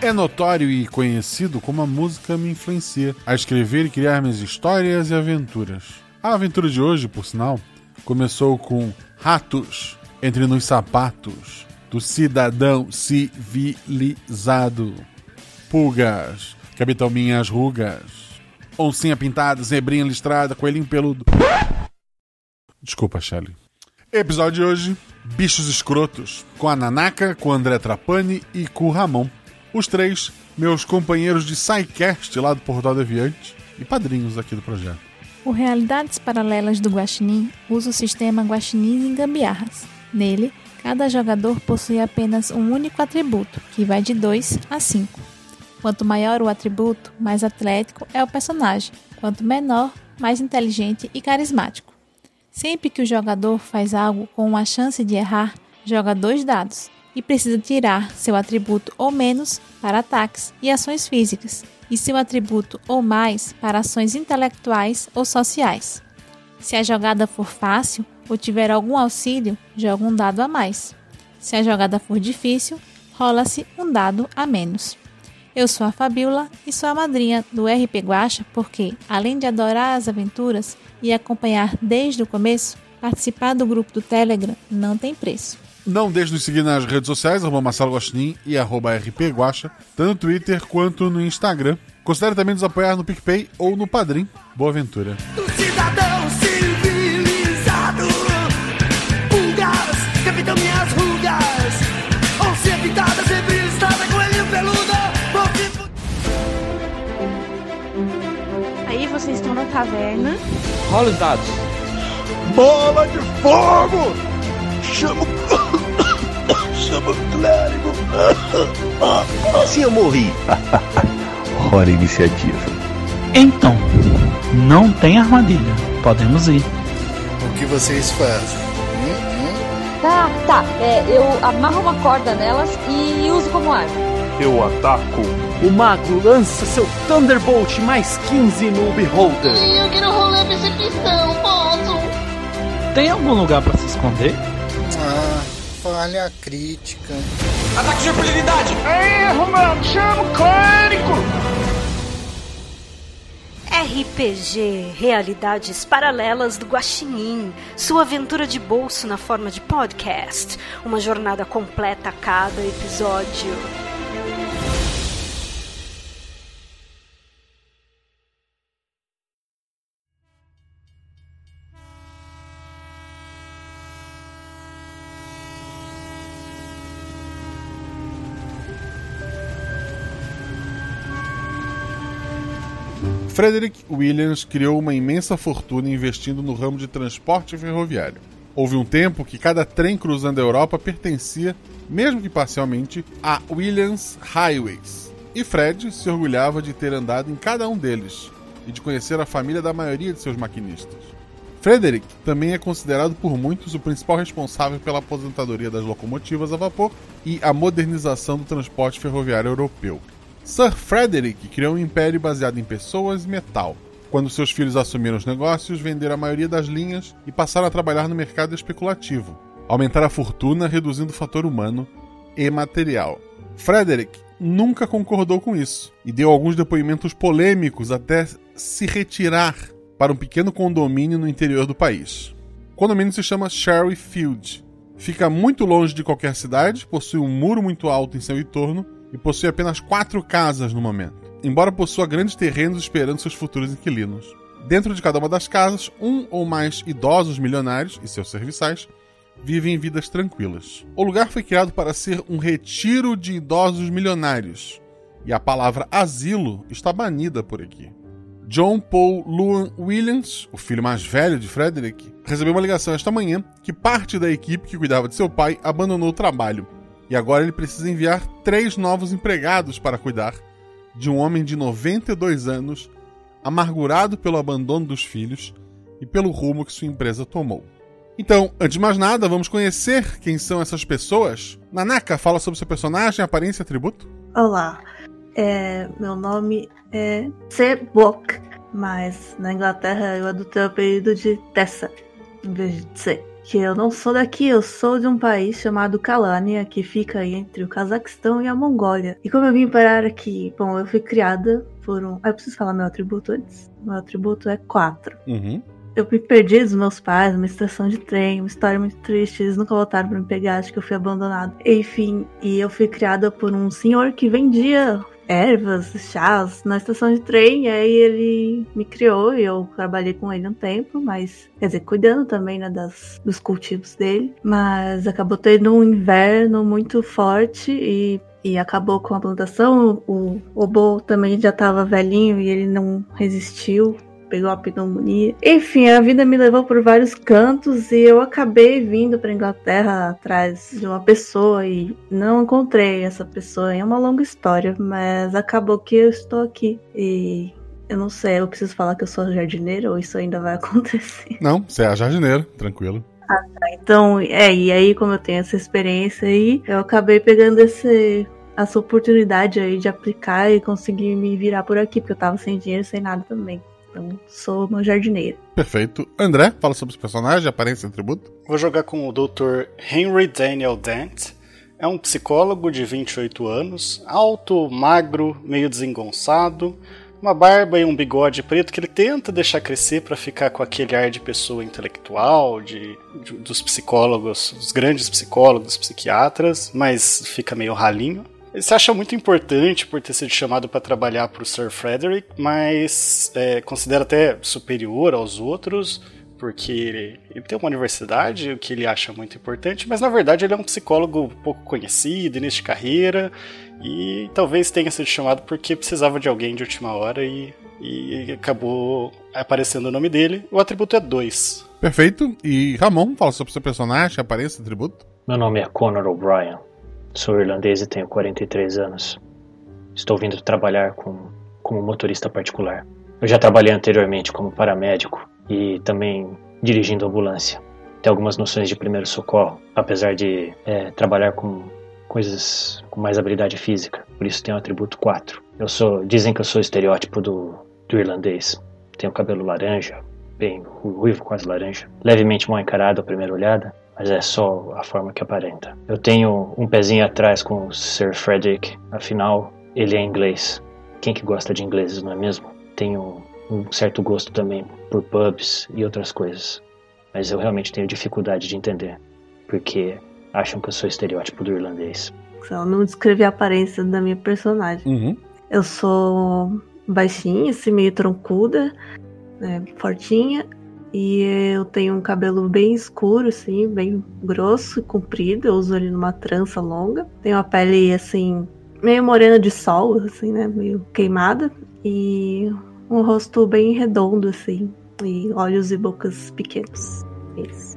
É notório e conhecido como a música me influencia a escrever e criar minhas histórias e aventuras. A aventura de hoje, por sinal, começou com Ratos entre nos sapatos do cidadão civilizado. Pulgas que habitam minhas rugas. Oncinha pintada, zebrinha listrada, coelhinho peludo. Desculpa, Shelley. Episódio de hoje: Bichos Escrotos, com a Nanaka, com o André Trapani e com o Ramon. Os três, meus companheiros de SciCast lá do Portal Deviante e padrinhos aqui do projeto. O Realidades Paralelas do Guaxinim usa o sistema Guaxinins em Gambiarras. Nele, cada jogador possui apenas um único atributo, que vai de 2 a 5. Quanto maior o atributo, mais atlético é o personagem. Quanto menor, mais inteligente e carismático. Sempre que o jogador faz algo com uma chance de errar, joga dois dados e precisa tirar seu atributo ou menos para ataques e ações físicas, e seu atributo ou mais para ações intelectuais ou sociais. Se a jogada for fácil ou tiver algum auxílio, joga um dado a mais. Se a jogada for difícil, rola-se um dado a menos. Eu sou a Fabiola e sou a madrinha do RP Guacha porque, além de adorar as aventuras e acompanhar desde o começo, participar do grupo do Telegram não tem preço. Não deixe de nos seguir nas redes sociais, arroba Marcelo Guaxinim e arroba RP Guaxa, tanto no Twitter quanto no Instagram. Considere também nos apoiar no PicPay ou no Padrim. Boa aventura. do cidadão civilizado. Pulgas, capitão minhas rugas. Oncinha pintada, sempre estrada, coelhinho peludo. Bom tipo Aí vocês estão na taverna. Rola os dados. Bola de fogo! Chama o. Chama o clérigo! Assim eu morri! Hora iniciativa. Então, não tem armadilha. Podemos ir. O que vocês fazem? Hum, hum. Tá, tá. É, eu amarro uma corda nelas e uso como arma. Eu ataco. O mago lança seu Thunderbolt mais 15 no Beholder. Eu quero rolar percepção, posso? Tem algum lugar pra se esconder? Ah, falha crítica. Ataque de oportunidade. RPG, Realidades Paralelas do Guaxinim. Sua aventura de bolso na forma de podcast. Uma jornada completa a cada episódio. Frederick Williams criou uma imensa fortuna investindo no ramo de transporte ferroviário. Houve um tempo que cada trem cruzando a Europa pertencia, mesmo que parcialmente, a Williams Highways. E Fred se orgulhava de ter andado em cada um deles e de conhecer a família da maioria de seus maquinistas. Frederick também é considerado por muitos o principal responsável pela aposentadoria das locomotivas a vapor e a modernização do transporte ferroviário europeu. Sir Frederick criou um império baseado em pessoas e metal. Quando seus filhos assumiram os negócios, venderam a maioria das linhas e passaram a trabalhar no mercado especulativo, aumentaram a fortuna reduzindo o fator humano e material. Frederick nunca concordou com isso e deu alguns depoimentos polêmicos até se retirar para um pequeno condomínio no interior do país. O condomínio se chama Sherry Field. Fica muito longe de qualquer cidade, possui um muro muito alto em seu entorno e possui apenas quatro casas no momento, embora possua grandes terrenos esperando seus futuros inquilinos. Dentro de cada uma das casas, um ou mais idosos milionários e seus serviçais vivem vidas tranquilas. O lugar foi criado para ser um retiro de idosos milionários, e a palavra asilo está banida por aqui. John Paul Luan Williams, o filho mais velho de Frederick, recebeu uma ligação esta manhã que parte da equipe que cuidava de seu pai abandonou o trabalho e agora ele precisa enviar três novos empregados para cuidar de um homem de 92 anos, amargurado pelo abandono dos filhos e pelo rumo que sua empresa tomou. Então, antes de mais nada, vamos conhecer quem são essas pessoas. Nanaka, fala sobre seu personagem, aparência e atributo. Olá, é, meu nome é Sebok, mas na Inglaterra eu adotei o apelido de Tessa, em vez de C. que eu não sou daqui, eu sou de um país chamado Kalânia, que fica entre o Cazaquistão e a Mongólia. E como eu vim parar aqui? Bom, eu fui criada por um. Ah, eu preciso falar meu atributo antes. Meu atributo é 4. Uhum. Eu me perdi dos meus pais numa estação de trem, uma história muito triste, eles nunca voltaram pra me pegar, acho que eu fui abandonada. Enfim, e eu fui criada por um senhor que vendia ervas, chás na estação de trem. E aí ele me criou e eu trabalhei com ele um tempo, mas quer dizer, cuidando também né, das, dos cultivos dele. Mas acabou tendo um inverno muito forte e. E acabou com a plantação. O Obo também já tava velhinho e ele não resistiu pegou a pneumonia. Enfim, a vida me levou por vários cantos e eu acabei vindo para Inglaterra atrás de uma pessoa e não encontrei essa pessoa. É uma longa história, mas acabou que eu estou aqui e eu não sei, eu preciso falar que eu sou jardineira ou isso ainda vai acontecer. Não, você é a jardineira, tranquilo. Ah, tá. Então, é, e aí como eu tenho essa experiência aí, eu acabei pegando esse essa oportunidade aí de aplicar e conseguir me virar por aqui, porque eu tava sem dinheiro, sem nada também. Então, sou uma jardineira. Perfeito. André, fala sobre os personagens, aparência e atributo. Vou jogar com o Dr. Henry Daniel Dent. É um psicólogo de 28 anos, alto, magro, meio desengonçado, uma barba e um bigode preto que ele tenta deixar crescer para ficar com aquele ar de pessoa intelectual, de, de, dos psicólogos, dos grandes psicólogos, psiquiatras, mas fica meio ralinho. Ele se acha muito importante por ter sido chamado para trabalhar para o Sir Frederick, mas é, considera até superior aos outros, porque ele, ele, tem uma universidade, o que ele acha muito importante, mas na verdade ele é um psicólogo pouco conhecido, início de carreira, e talvez tenha sido chamado porque precisava de alguém de última hora e, e acabou aparecendo o nome dele. O atributo é 2. Perfeito. E Ramon, fala sobre o seu personagem, aparência, atributo. Meu nome é Conor O'Brien. Sou irlandês e tenho 43 anos. Estou vindo trabalhar com, como motorista particular. Eu já trabalhei anteriormente como paramédico e também dirigindo ambulância. Tenho algumas noções de primeiro socorro, apesar de é, trabalhar com coisas com mais habilidade física. Por isso tenho o atributo 4. Eu sou, dizem que eu sou o estereótipo do, do irlandês. Tenho cabelo laranja, bem ruivo, quase laranja. Levemente mal encarado à primeira olhada, mas é só a forma que aparenta. Eu tenho um pezinho atrás com o Sir Frederick, afinal, ele é inglês. Quem que gosta de ingleses, não é mesmo? Tenho um certo gosto também por pubs e outras coisas, mas eu realmente tenho dificuldade de entender, porque acham que eu sou estereótipo do irlandês. Só não descrevi a aparência da minha personagem. Uhum. Eu sou baixinha, assim, meio troncuda, né, fortinha, e eu tenho um cabelo bem escuro, assim, bem grosso e comprido. Eu uso ele numa trança longa. Tenho uma pele, assim, meio morena de sol, assim, né? Meio queimada. E um rosto bem redondo, assim. E olhos e bocas pequenos. Isso.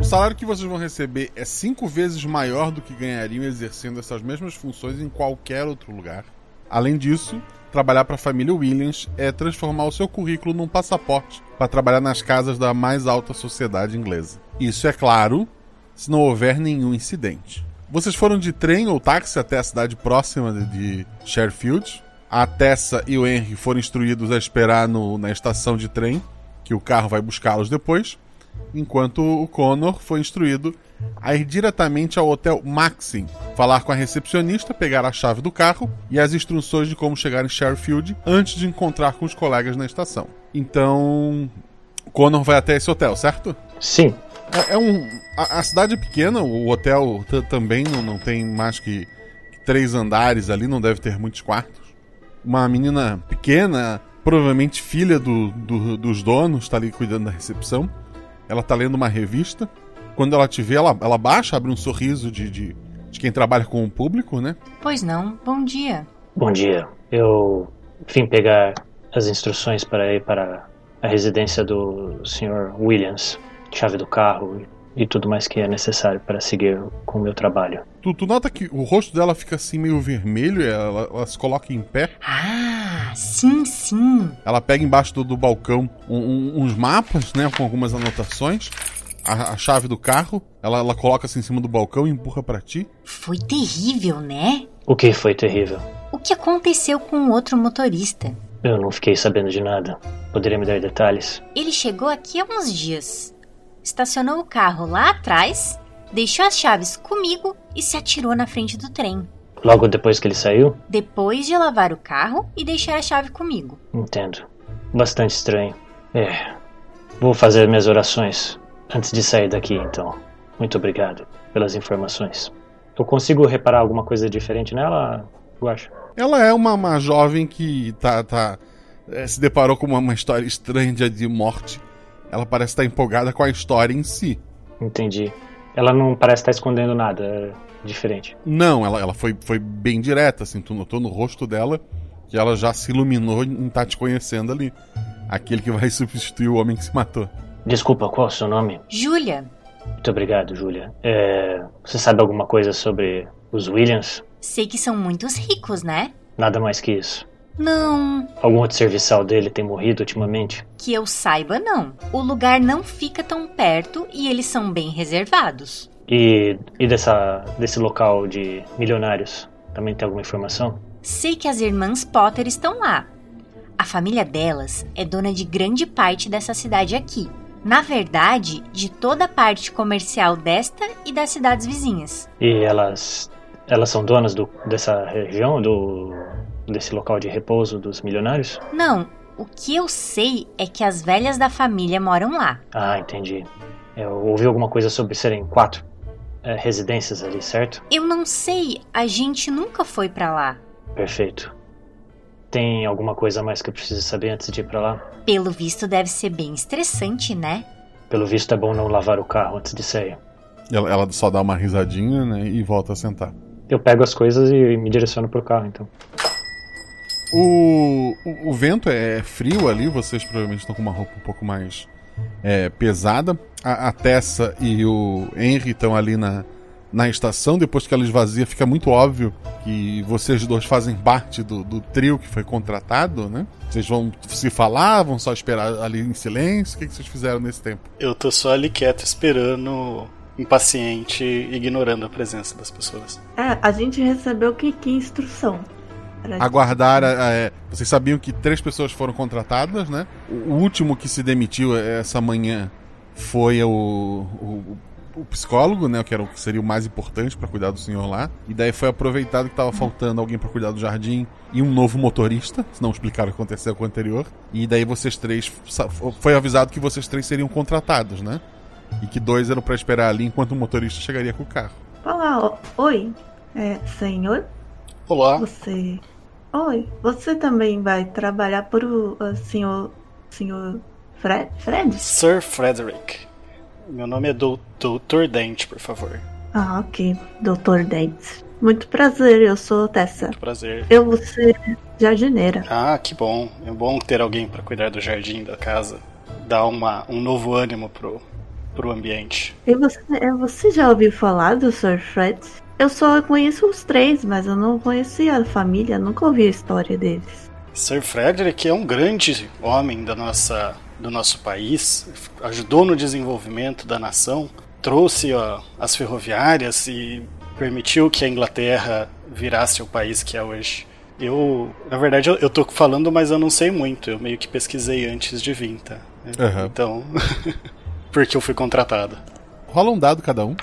O salário que vocês vão receber é cinco vezes maior do que ganhariam exercendo essas mesmas funções em qualquer outro lugar. Além disso, trabalhar para a família Williams é transformar o seu currículo num passaporte para trabalhar nas casas da mais alta sociedade inglesa. Isso é claro, se não houver nenhum incidente. Vocês foram de trem ou táxi até a cidade próxima de Sheffield. A Tessa e o Henry foram instruídos a esperar no, na estação de trem, que o carro vai buscá-los depois enquanto o Connor foi instruído a ir diretamente ao hotel Maxim, falar com a recepcionista, pegar a chave do carro e as instruções de como chegar em Sheffield antes de encontrar com os colegas na estação. Então, Connor vai até esse hotel, certo? Sim. É, é um a, a, cidade é pequena, o hotel também não, não tem mais que três andares ali, não deve ter muitos quartos. Uma menina pequena, provavelmente filha do, do dos donos, está ali cuidando da recepção ela tá lendo uma revista. Quando ela te vê, ela, ela baixa, abre um sorriso de, de, de, quem trabalha com o público, né? Pois não, bom dia. Bom dia. Eu vim pegar as instruções para ir para a residência do Sr. Williams, chave do carro e tudo mais que é necessário para seguir com o meu trabalho. Tu, tu nota que o rosto dela fica assim meio vermelho, e ela, ela se coloca em pé. Ah, sim, sim. Ela pega embaixo do, do balcão um- um- uns mapas, né, com algumas anotações. A, a chave do carro, ela, ela coloca assim em cima do balcão e empurra pra ti. Foi terrível, né? O que foi terrível? O que aconteceu com o outro motorista? Eu não fiquei sabendo de nada. Poderia me dar detalhes? Ele chegou aqui há uns dias. Estacionou o carro lá atrás, deixou as chaves comigo e se atirou na frente do trem. Logo depois que ele saiu? Depois de lavar o carro e deixar a chave comigo. Entendo. Bastante estranho. É. Vou fazer minhas orações antes de sair daqui, então. Muito obrigado pelas informações. Eu consigo reparar alguma coisa diferente nela, Guacha? Ela é uma, uma jovem que tá, tá, eh, se deparou com uma, uma história estranha de, de morte. Ela parece estar empolgada com a história em si. Entendi. Ela não parece estar escondendo nada é diferente. Não, ela, ela foi, foi bem direta, assim, tu notou no rosto dela que ela já se iluminou em estar te conhecendo ali. Aquele que vai substituir o homem que se matou. Desculpa, qual é o seu nome? Júlia, Muito obrigado, Júlia. É, você sabe alguma coisa sobre os Williams? sei que são muitos ricos, né? Nada mais que isso. Não, Algum outro serviçal dele tem morrido ultimamente? que eu saiba, não. O lugar não fica tão perto e eles são bem reservados. E, e dessa, desse local de milionários? Também tem alguma informação? Sei que as irmãs Potter estão lá. A família delas é dona de grande parte dessa cidade aqui. Na verdade, de toda a parte comercial desta e das cidades vizinhas. E elas elas são donas do, dessa região, do desse local de repouso dos milionários? Não, o que eu sei é que as velhas da família moram lá. Ah, entendi. Eu ouvi alguma coisa sobre serem quatro é, residências ali, certo? Eu não sei, a gente nunca foi pra lá. Perfeito. Tem alguma coisa a mais que eu preciso saber antes de ir pra lá? Pelo visto, deve ser bem estressante, né? Pelo visto é bom não lavar o carro antes de sair. Ela, ela só dá uma risadinha, né, e volta a sentar. Eu pego as coisas e me direciono pro carro, então. O, o, o vento é frio ali, vocês provavelmente estão com uma roupa um pouco mais é, pesada. A, a Tessa e o Henry estão ali na, na estação. Depois que ela esvazia, fica muito óbvio que vocês dois fazem parte do, do trio que foi contratado, né? Vocês vão se falar, vão só esperar ali em silêncio. O que, que vocês fizeram nesse tempo? Eu tô só ali quieto esperando, impaciente, ignorando a presença das pessoas. É, a gente recebeu que, que instrução? Pra- Aguardar. a- a- é, vocês sabiam que três pessoas foram contratadas, né? O último que se demitiu essa manhã foi o, o, o psicólogo, né? Que era o que seria o mais importante para cuidar do senhor lá. E daí foi aproveitado que tava faltando alguém para cuidar do jardim e um novo motorista. Se não explicaram o que aconteceu com o anterior. E daí vocês três. sa- Foi avisado que vocês três seriam contratados, né? E que dois eram para esperar ali enquanto o motorista chegaria com o carro. Fala, ó, oi, é, senhor? Olá. Você. Oi, você também vai trabalhar para o ah, senhor. Senhor Fred? Fred? Sir Frederick. Meu nome é Dou- Doutor Dente, por favor. Ah, ok, doutor Dentes. Muito prazer, eu sou Tessa. Prazer. Eu vou ser jardineira. Ah, que bom. É bom ter alguém para cuidar do jardim da casa. Dá uma, um novo ânimo pro, pro ambiente. E você, é, você já ouviu falar do Sir Fred? Eu só conheço os três, mas eu não conhecia a família, nunca ouvi a história deles. Sir Frederick é um grande homem da nossa, do nosso país, ajudou no desenvolvimento da nação, trouxe ó, as ferroviárias e permitiu que a Inglaterra virasse o país que é hoje. Eu, na verdade, eu, eu tô falando, mas eu não sei muito. Eu meio que pesquisei antes de vir, tá? Aham. Então, porque eu fui contratado. Rola um dado cada um.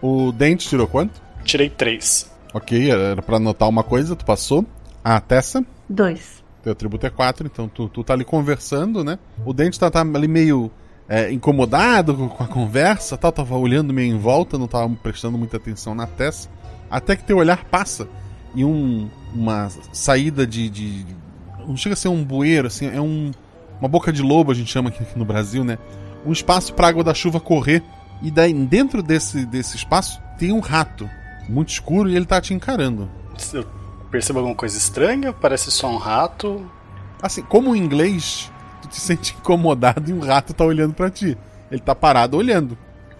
O Dente tirou quanto? Tirei três. Ok, era pra anotar uma coisa, tu passou. A Tessa, Dois. teu atributo é 4, então tu, tu tá ali conversando, né? O Dente tá, tá ali meio é, incomodado com- com a conversa, tal, tava olhando meio em volta, não tava prestando muita atenção na Tessa. Até que teu olhar passa e um, uma saída de, de- Não chega a ser um bueiro, assim, é um, uma boca de lobo, a gente chama aqui, aqui no Brasil, né? Um espaço pra água da chuva correr. E daí, dentro desse, desse espaço, tem um rato muito escuro e ele tá te encarando. Eu percebo alguma coisa estranha? Parece só um rato. Assim, como em inglês, tu te sente incomodado e um rato tá olhando pra ti. Ele tá parado olhando.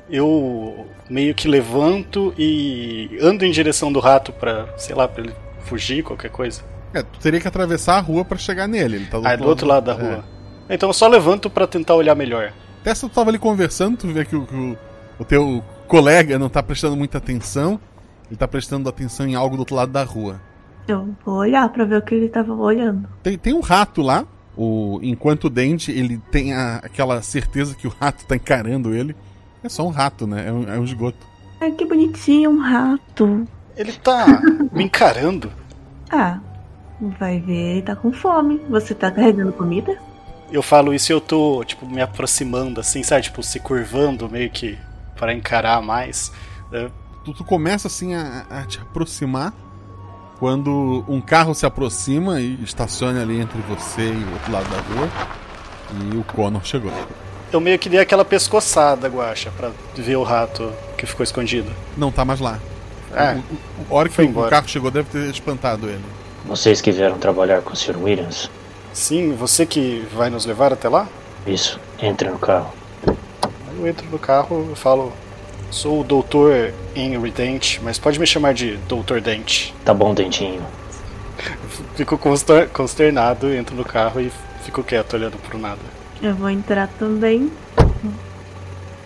eu meio que levanto e ando em direção do rato pra, sei lá, pra ele fugir, qualquer coisa. É, tu teria que atravessar a rua pra chegar nele. Ele tá do Ah, é do outro lado da rua. Então eu só levanto pra tentar olhar melhor. É. Até se tu tava ali conversando, tu vê que o, que o- o teu colega não tá prestando muita atenção. Ele tá prestando atenção em algo do outro lado da rua. Eu vou olhar pra ver o que ele tava olhando. Tem, tem um rato lá. O, enquanto o dente, ele tem a- aquela certeza que o rato tá encarando ele. É só um rato, né? É um, é um esgoto. Ai, que bonitinho, um rato. Ele tá me encarando? Ah, vai ver, ele tá com fome. Você tá carregando comida? Eu falo isso e eu tô, tipo, me aproximando, assim, sabe? Tipo, se curvando meio que pra encarar mais. né? Tu, tu começa assim a, a te aproximar. Quando um carro se aproxima e estaciona ali entre você e o outro lado da rua. E o Connor chegou. Eu meio que dei aquela pescoçada, guacha, pra ver o rato que ficou escondido. Não tá mais lá. É, O- o- a hora que foi o- o embora. um carro chegou deve ter espantado ele. Vocês que vieram trabalhar com o Sr. Williams? Sim, você que vai nos levar até lá? Isso, entre no carro. Eu entro no carro e falo: Sou o doutor Henry Dent, mas pode me chamar de Doutor Dent. Tá bom, Dentinho. Fico conster- consternado, entro no carro e fico quieto olhando pro nada. Eu vou entrar também.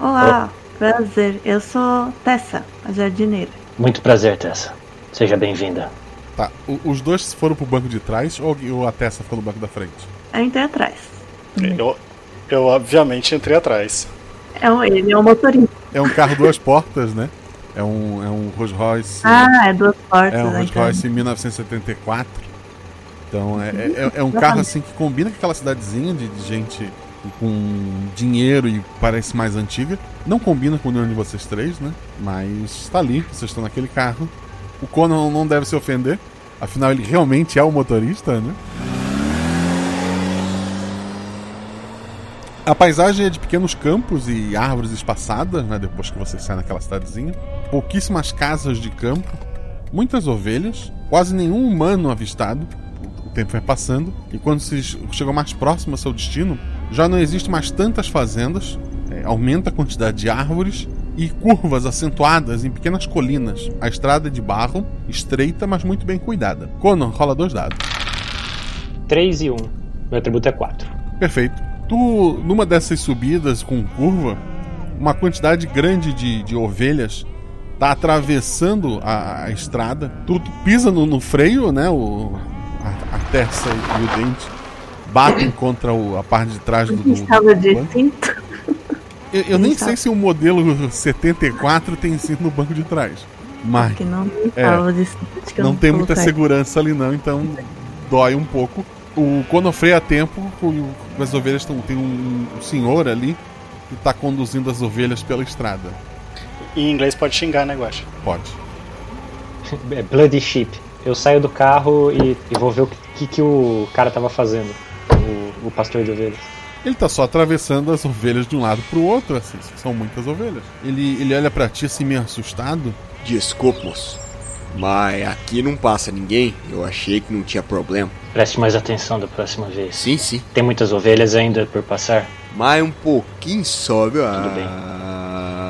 Olá, prazer. Eu sou Tessa, a jardineira. Muito prazer, Tessa. Seja bem-vinda. Tá, o- os dois foram pro banco de trás ou, alguém- ou a Tessa ficou no banco da frente? Eu entrei atrás. Eu, eu obviamente entrei atrás. É um, ele é um motorista. É um carro duas portas, né? É um, é um Rolls Royce. Ah, é duas portas. É um né, Rolls então. Royce 1974. Então é, é- é- é um Exatamente. carro assim que combina com aquela cidadezinha de, de gente com dinheiro e parece mais antiga. Não combina com nenhum de vocês três, né? Mas tá ali, vocês estão naquele carro. O Conan não deve se ofender, afinal ele realmente é o motorista, né? A paisagem é de pequenos campos e árvores espaçadas, né? Depois que você sai naquela cidadezinha. Pouquíssimas casas de campo, muitas ovelhas, quase nenhum humano avistado. O tempo vai passando e quando vocês chegam mais próximo ao seu destino, já não existe mais tantas fazendas, é, aumenta a quantidade de árvores e curvas acentuadas em pequenas colinas. A estrada é de barro, estreita, mas muito bem cuidada. Conan, rola dois dados. 3 e 1. Meu atributo é 4. Perfeito. Tu, numa dessas subidas com curva, uma quantidade grande de, de ovelhas tá atravessando a, a estrada. Tu, tu pisa no, no freio, né? O, a, a terça e o dente batem contra o- a parte de trás do. do- Estava de do- cinto. eu, eu nem sei se o modelo 74 tem cinto no banco de trás. Mas. Que não É. estava de cinto. acho que eu não tem muita coloquei. segurança ali não, então dói um pouco. O quando freia a tempo, o- as ovelhas estão tem um, um senhor ali que tá conduzindo as ovelhas pela estrada. Em inglês pode xingar, né, Guacha? Pode. É Bloody Sheep. Eu saio do carro e, e vou ver o que, que o cara tava fazendo. O, o pastor de ovelhas. Ele tá só atravessando as ovelhas de um lado pro outro, assim, são muitas ovelhas. Ele ele olha pra ti assim meio assustado. Desculpa, moço, mas aqui não passa ninguém. Eu achei que não tinha problema. Preste mais atenção da próxima vez. Sim, sim. Tem muitas ovelhas ainda por passar? Mas um pouquinho só, viu? Tudo bem.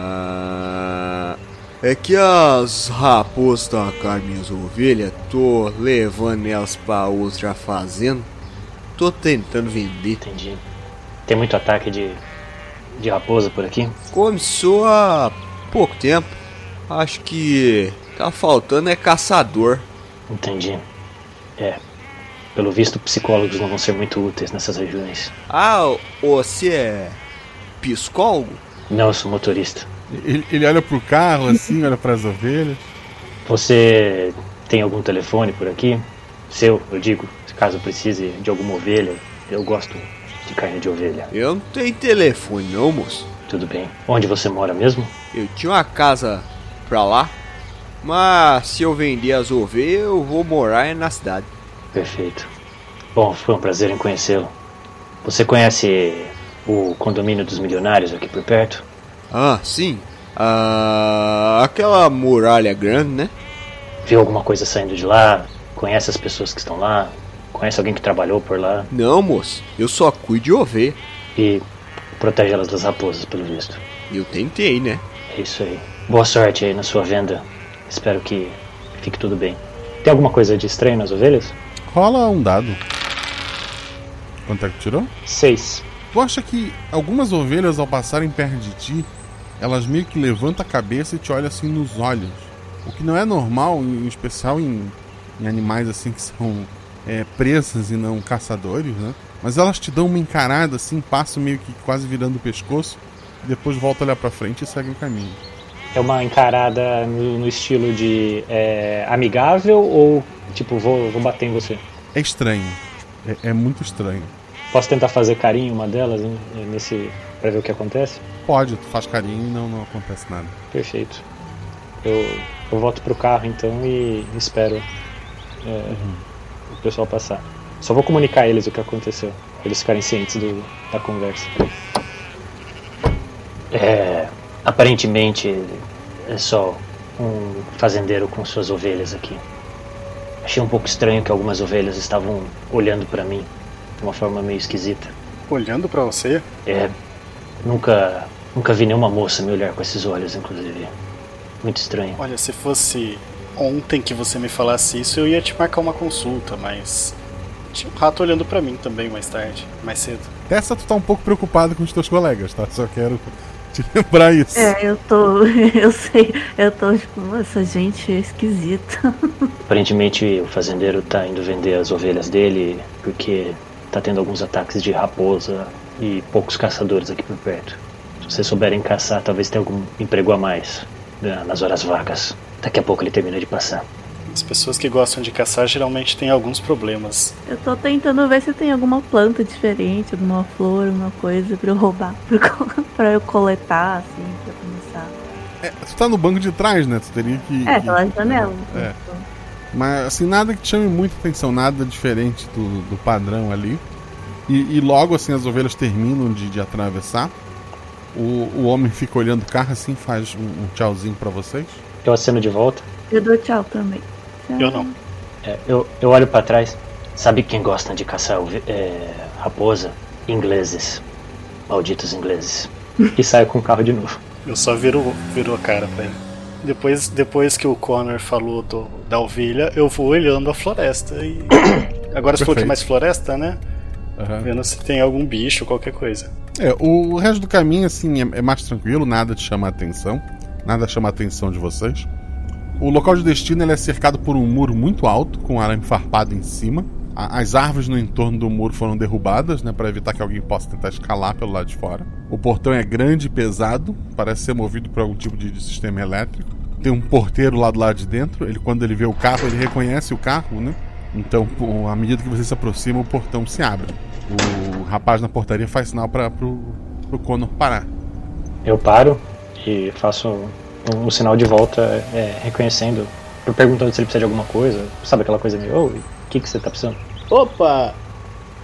Ah, É que as raposas tacaram minhas ovelhas, tô levando elas pra outra fazenda. tá Tô tentando vender. Entendi. Tem muito ataque de, de raposa por aqui? Começou há pouco tempo. Acho que tá faltando é caçador. Entendi. É. Pelo visto, psicólogos não vão ser muito úteis nessas regiões. Ah, o- você é psicólogo? Não, eu sou motorista. Ele, ele olha pro carro assim, olha pras ovelhas. Você tem algum telefone por aqui? Seu, eu digo, caso precise de alguma ovelha. Eu gosto de carne de ovelha. Eu não tenho telefone não, moço. Tudo bem. Onde você mora mesmo? Eu tinha uma casa pra lá, mas se eu vender as ovelhas, eu vou morar é na cidade. Perfeito. Bom, foi um prazer em conhecê-lo. Você conhece o condomínio dos milionários aqui por perto? Ah, sim. Ah, aquela muralha grande, né? Viu alguma coisa saindo de lá? Conhece as pessoas que estão lá? Conhece alguém que trabalhou por lá? Não, moço. Eu só cuido de ovelha. E protege elas das raposas, pelo visto. Eu tentei, né? É isso aí. Boa sorte aí na sua venda. Espero que fique tudo bem. Tem alguma coisa de estranho nas ovelhas? Rola um dado. Quanto é que tirou? Seis. Tu acha que algumas ovelhas, ao passarem perto de ti, elas meio que levantam a cabeça e te olham assim nos olhos? O que não é normal, em especial em, em animais assim que são é, presas e não caçadores, né? Mas elas te dão uma encarada assim, passo meio que quase virando o pescoço, e depois volta a olhar pra frente e segue o caminho. É uma encarada no, no estilo de é, amigável ou tipo, vou, vou bater em você? É estranho. É, é muito estranho. Posso tentar fazer carinho uma delas hein, nesse para ver o que acontece? Pode, tu faz carinho e não, não acontece nada. Perfeito. Eu, eu volto pro carro então e espero é, o pessoal passar. Só vou comunicar a eles o que aconteceu, pra eles ficarem cientes do- da conversa. É, aparentemente é só um fazendeiro com suas ovelhas aqui. Achei um pouco estranho que algumas ovelhas estavam olhando pra mim de uma forma meio esquisita. Olhando pra você? É, nunca, nunca vi nenhuma moça me olhar com esses olhos, inclusive. Muito estranho. Olha, se fosse ontem que você me falasse isso, eu ia te marcar uma consulta, mas. Tinha um rato olhando pra mim também mais tarde, mais cedo. Tessa, tu tá um pouco preocupado com os teus colegas, tá? Só quero te lembrar isso. É, eu tô. Eu sei. Eu tô tipo, essa gente é esquisita. Aparentemente o fazendeiro tá indo vender as ovelhas dele porque tá tendo alguns ataques de raposa e poucos caçadores aqui por perto. Se vocês souberem caçar, talvez tenha algum emprego a mais né, nas horas vagas. Daqui a pouco ele termina de passar. As pessoas que gostam de caçar geralmente têm alguns problemas. Eu tô tentando ver se tem alguma planta diferente, alguma flor, alguma coisa pra eu roubar, pra, eu co- pra eu coletar, assim, pra começar. É, tu tá no banco de trás, né? Tu teria que. É, que- pela janela. É. Mas assim, nada que te chame muita atenção, nada diferente do, do padrão ali. E, e logo assim as ovelhas terminam de, de atravessar. O, o homem fica olhando o carro assim, faz um, um tchauzinho pra vocês. Eu aceno Então de volta. Eu dou tchau também. Tchau. É, eu, eu olho pra trás. Sabe quem gosta de caçar ove- é, raposa? Ingleses. Malditos ingleses. E saio com o carro de novo. Eu só viro, viro a cara pra ele. Depois, depois que o Connor falou do, da ovelha, eu vou olhando a floresta e. Agora você falou que é Perfeito. mais floresta, né? Aham. Vendo se tem algum bicho, qualquer coisa. É, o, o resto do caminho assim é, é mais tranquilo, nada te chama a atenção. Nada chama a atenção de vocês. O local de destino ele é cercado por um muro muito alto, com um arame farpado em cima. A- As árvores no entorno do muro foram derrubadas, né, para evitar que alguém possa tentar escalar pelo lado de fora. O portão é grande e pesado, parece ser movido por algum tipo de, de sistema elétrico. Tem um porteiro lá do lado de dentro. Ele, quando ele vê o carro, ele reconhece o carro, né? Então, pô, à medida que você se aproxima, o portão se abre. O rapaz na portaria faz sinal para pro, pro Conor parar. Eu paro e faço um, um sinal de volta, é, reconhecendo. Eu perguntando se ele precisa de alguma coisa. Sabe aquela coisa meio, "Ô, o que, que você tá precisando? Opa!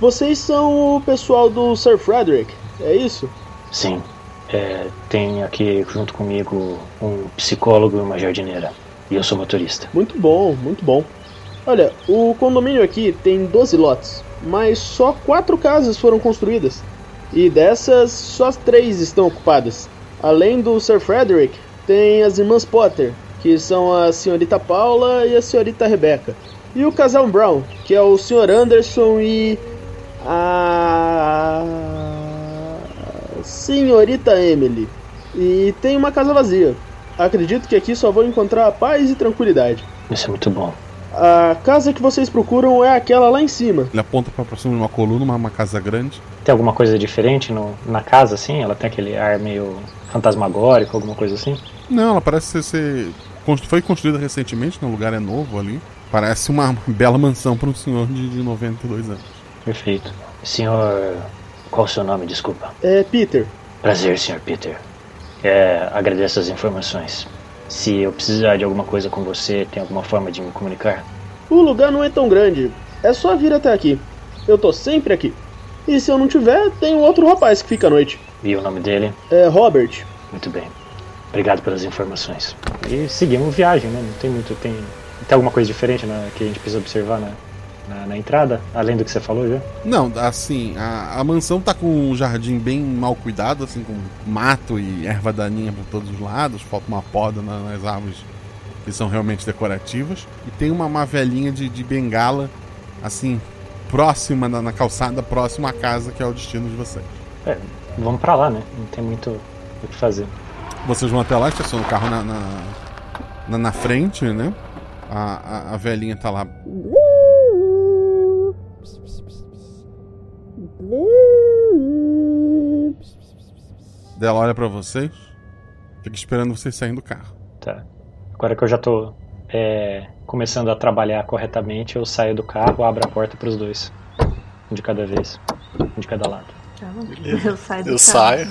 Vocês são o pessoal do Sir Frederick, é isso? Sim. É, tem aqui junto comigo um psicólogo e uma jardineira. E eu sou motorista. Muito bom, muito bom. Olha, o condomínio aqui tem 12 lotes, mas só quatro casas foram construídas. E dessas, só três estão ocupadas. Além do Sir Frederick, tem as irmãs Potter, que são a senhorita Paula e a senhorita Rebecca. E o casal Brown, que é o Sr. Anderson e a senhorita Emily. E tem uma casa vazia. Acredito que aqui só vou encontrar paz e tranquilidade. Isso é muito bom. A casa que vocês procuram é aquela lá em cima. Ele aponta pra próxima de uma coluna, uma, uma casa grande. Tem alguma coisa diferente no- na casa, assim? Ela tem aquele ar meio fantasmagórico, alguma coisa assim? Não, ela parece ser, ser constru- foi construída recentemente, né? o lugar é novo ali. Parece uma uma bela mansão para um senhor de, de 92 anos. Perfeito. Senhor. É, Qual o seu nome, desculpa? É Peter. Prazer, Sr. Peter. É, agradeço as informações. Se eu precisar de alguma coisa com você, tem alguma forma de me comunicar? O lugar não é tão grande. É só vir até aqui. Eu tô sempre aqui. E se eu não tiver, tem um outro rapaz que fica à noite. E o nome dele? É Robert. Muito bem. Obrigado pelas informações. E seguimos viagem, né? Não tem muito. Tem, tem alguma coisa diferente né, que a gente precisa observar na, na, na entrada, além do que você falou já? Não, assim, a, a mansão tá com um jardim bem mal cuidado, assim, com mato e erva daninha por todos os lados, falta uma poda na- nas árvores que são realmente decorativas. E tem uma mavelinha de, de bengala, assim, próxima, na, na calçada, próxima à casa, que é o destino de vocês. É, vamos pra lá, né? Não tem muito o que fazer. Vocês vão até lá, estacionam o carro na, na, na, na frente, né? A, a, a velhinha tá lá Dela olha pra vocês, fica esperando vocês saírem do carro. Tá. Agora que eu já tô é, começando a trabalhar corretamente, eu saio do carro, abro a porta pros dois. Um de cada vez. Um de cada lado. Tá bom. Beleza. Eu saio do Eu carro. saio.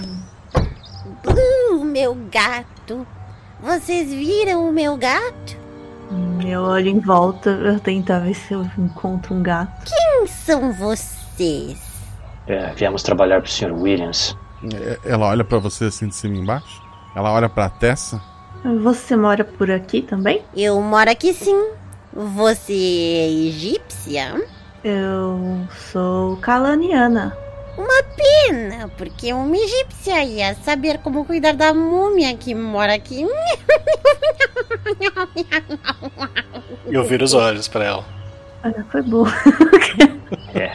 Blu, Hum, meu gato. Vocês viram o meu gato? Hum, Eu olho em volta, eu tentar ver se eu encontro um gato. Quem são vocês? É, viemos trabalhar pro Sr. Williams. E- Ela olha pra você assim de cima e embaixo. Ela olha pra Tessa. Você mora por aqui também? Eu moro aqui sim. Você é egípcia? Eu sou calaniana. Uma pena, porque uma egípcia ia saber como cuidar da múmia que mora aqui. Eu viro os olhos pra ela. Olha, foi boa. É.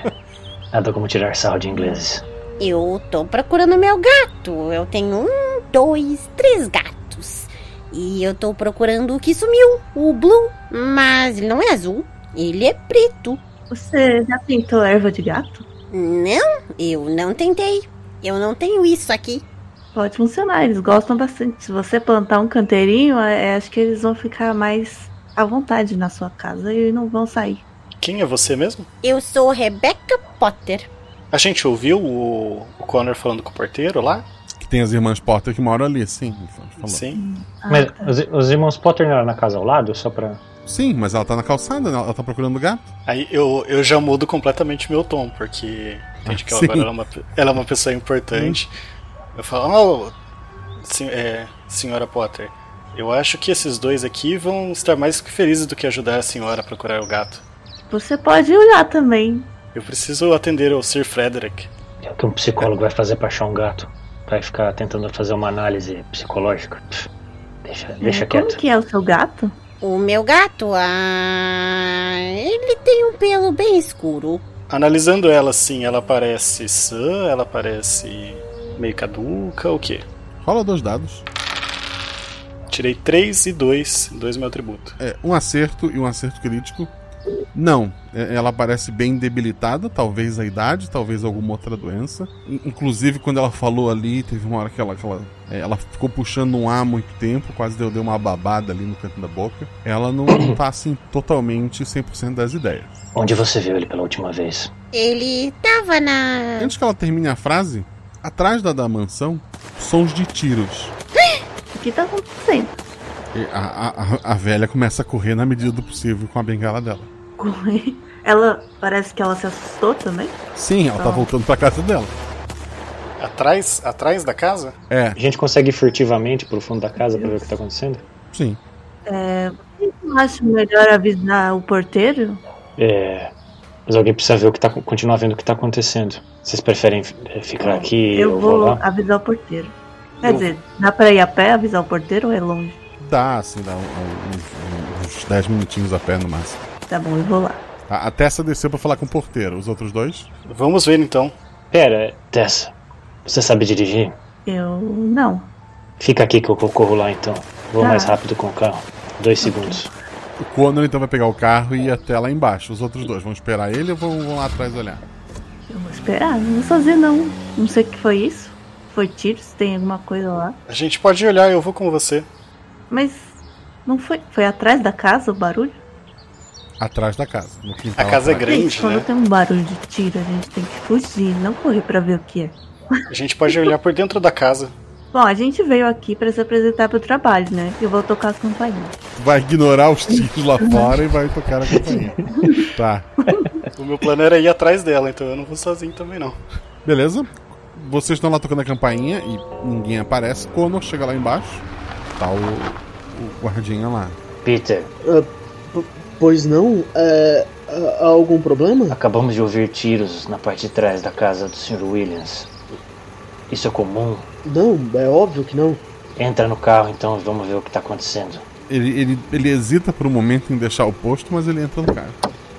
Nada como tirar sarro de ingleses. Eu tô procurando meu gato. Eu tenho um, dois, três gatos. E eu tô procurando o que sumiu, o Blue. Mas ele não é azul, ele é preto. Você já pintou erva de gato? Não, eu não tentei. Eu não tenho isso aqui. Pode funcionar, eles gostam bastante. Se você plantar um canteirinho, é- acho que eles vão ficar mais à vontade na sua casa e não vão sair. Quem é você mesmo? Eu sou Rebecca Potter. A gente ouviu o, o Connor falando com o porteiro lá? Que tem as irmãs Potter que moram ali, sim. Falou. Sim. Ah, Mas tá. tá. os, os irmãos Potter não eram na casa ao lado, só pra. Sim, mas ela tá na calçada, né? ela tá procurando o gato. Aí eu, eu já mudo completamente meu tom, porque entende que ela Ah, sim. Hum. agora ela é, uma, ela é uma pessoa importante. Eu falo, oh, sen- é, senhora Potter, eu acho que esses dois aqui vão estar mais que felizes do que ajudar a senhora a procurar o gato. Você pode olhar também. Eu preciso atender ao Sir Frederick. É o que um psicólogo vai fazer pra achar um gato. Vai ficar tentando fazer uma análise psicológica. Pff, Deixa, deixa É, como quieto. que é o seu gato? O meu gato, ah, ele tem um pelo bem escuro. Analisando ela assim, ela parece sã, ela parece meio caduca, o quê? Rola dois dados. Tirei 3 e 2, 2 meu atributo. É, um acerto e um acerto crítico. Não, é, ela parece bem debilitada, talvez a idade, talvez alguma outra doença. In- Inclusive, quando ela falou ali, teve uma hora que ela, que ela, é, ela ficou puxando um ar muito tempo, quase deu, deu uma babada ali no canto da boca. Ela não, não tá assim totalmente 100% das ideias. Onde você é viu ele pela última vez? Ele tava na. Antes que ela termine a frase, atrás da, da mansão, sons de tiros. O que tá acontecendo? E a, a, a- a velha começa a correr na medida do possível com a bengala dela. Ela parece que ela se assustou também. Sim, ela tá Ah. voltando pra casa dela. Atrás, atrás da casa? É. A gente consegue ir furtivamente pro fundo da casa pra ver o que tá acontecendo? Sim. É, vocês não acham melhor avisar o porteiro? É. Mas alguém precisa ver o que tá. continuar vendo o que tá acontecendo. Vocês preferem eh, ficar aqui? eu vou lá? avisar o porteiro. Quer Eu- dizer, dá pra ir a pé avisar o porteiro ou é longe? Dá, assim, dá um- um- uns, uns 10 minutinhos a pé no máximo. Tá bom, eu vou lá. A, a Tessa desceu pra falar com o porteiro. Os outros dois? Vamos ver então. Pera, Tessa. Você sabe dirigir? Eu não. Fica aqui que eu corro lá então. Vou Tá. mais rápido com o carro. Dois segundos. O Conor então vai pegar o carro e ir até lá embaixo. Os outros dois vão esperar ele ou vão, vão lá atrás olhar? Eu vou esperar, não vou fazer não. Não sei o que foi isso. Foi tiros, tem alguma coisa lá. A gente pode ir olhar, eu vou com você. Mas não foi. Foi atrás da casa o barulho? Atrás da casa. No quintal A casa é atrás. grande, gente, quando né? tem um barulho de tiro, a gente tem que fugir, não correr pra ver o que é. A gente pode olhar por dentro da casa. Bom, a gente veio aqui pra se apresentar pro trabalho, né? Eu vou tocar a campainha. Vai ignorar os tiros lá fora e vai tocar a campainha. tá. O meu plano era ir atrás dela, então eu não vou sozinho também não. Beleza? Vocês estão lá tocando a campainha e ninguém aparece. Conor chega lá embaixo. Tá o, o guardinha lá. Peter. Ah, p- pois não? É, Há algum problema? Acabamos de ouvir tiros na parte de trás da casa do Sr. Williams. Isso é comum? Não, é óbvio que não. Entra no carro então e vamos ver o que está acontecendo. Ele, ele, ele hesita por um momento em deixar o posto, mas ele entra no carro.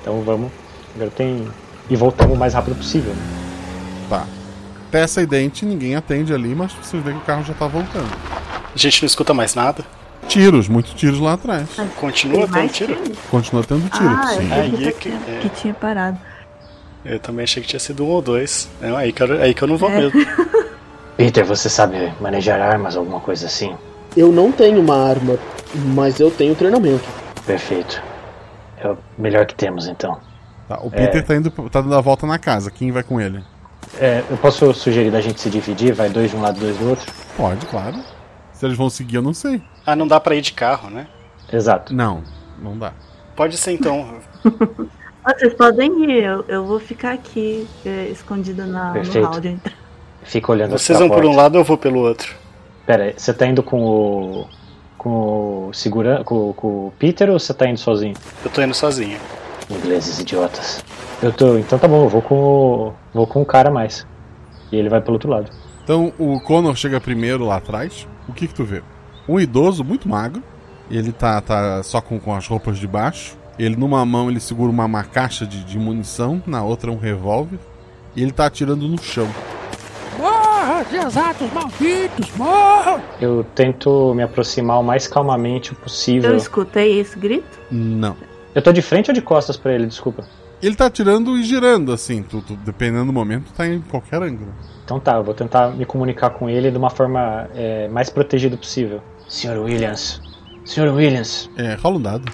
Então vamos. Agora tem. E voltamos o mais rápido possível. Tá. Peça e dente, ninguém atende ali, mas vocês veem que o carro já tá voltando. A gente não escuta mais nada. Tiros, muitos tiros lá atrás. Continua então? tendo tiro? Continua tendo tiro, ah, sim. eu pensei Aí é que, que- tá- é. que tinha parado. Eu também achei que tinha sido um ou dois. É aí que eu, aí que eu não vou É. mesmo. Peter, você sabe manejar armas, alguma coisa assim? Eu não tenho uma arma, mas eu tenho treinamento. Perfeito. É o melhor que temos então. Tá, O Peter tá, indo, tá dando a volta na casa, quem vai com ele? É, eu posso sugerir da gente se dividir? Vai dois de um lado, dois do outro? Pode, claro. Se eles vão seguir, eu não sei. Ah, não dá pra ir de carro, né? Exato. Não, não dá. Pode ser então. Vocês podem ir, eu, eu vou ficar aqui é, escondida na, no então. Perfeito. hall de entrada. Fica olhando Vocês pra vão por porta. um lado, eu vou pelo outro. Pera, aí, você tá indo com o. com o. Segura, com, com o Peter ou você tá indo sozinho? Eu tô indo sozinho. Ingleses idiotas. Eu tô. Então tá bom, eu vou com o. vou com um cara a mais. E ele vai pelo outro lado. Então o Connor chega primeiro lá atrás. O que que tu vê? Um idoso muito magro. Ele tá, tá só com, com as roupas de baixo. Ele numa mão ele segura uma, uma caixa de, de munição, na outra um revólver. E ele tá atirando no chão. Morra, exatos malditos, morram! Eu tento me aproximar o mais calmamente possível. Eu escutei esse grito? Não. Eu tô de frente ou de costas pra ele, desculpa? Ele tá atirando e girando, assim, tu, tu- dependendo do momento, tá em qualquer ângulo. Então tá, eu vou tentar me comunicar com ele de uma forma é, mais protegida possível. Sr. Williams. Sr. Williams. É, rola um dado.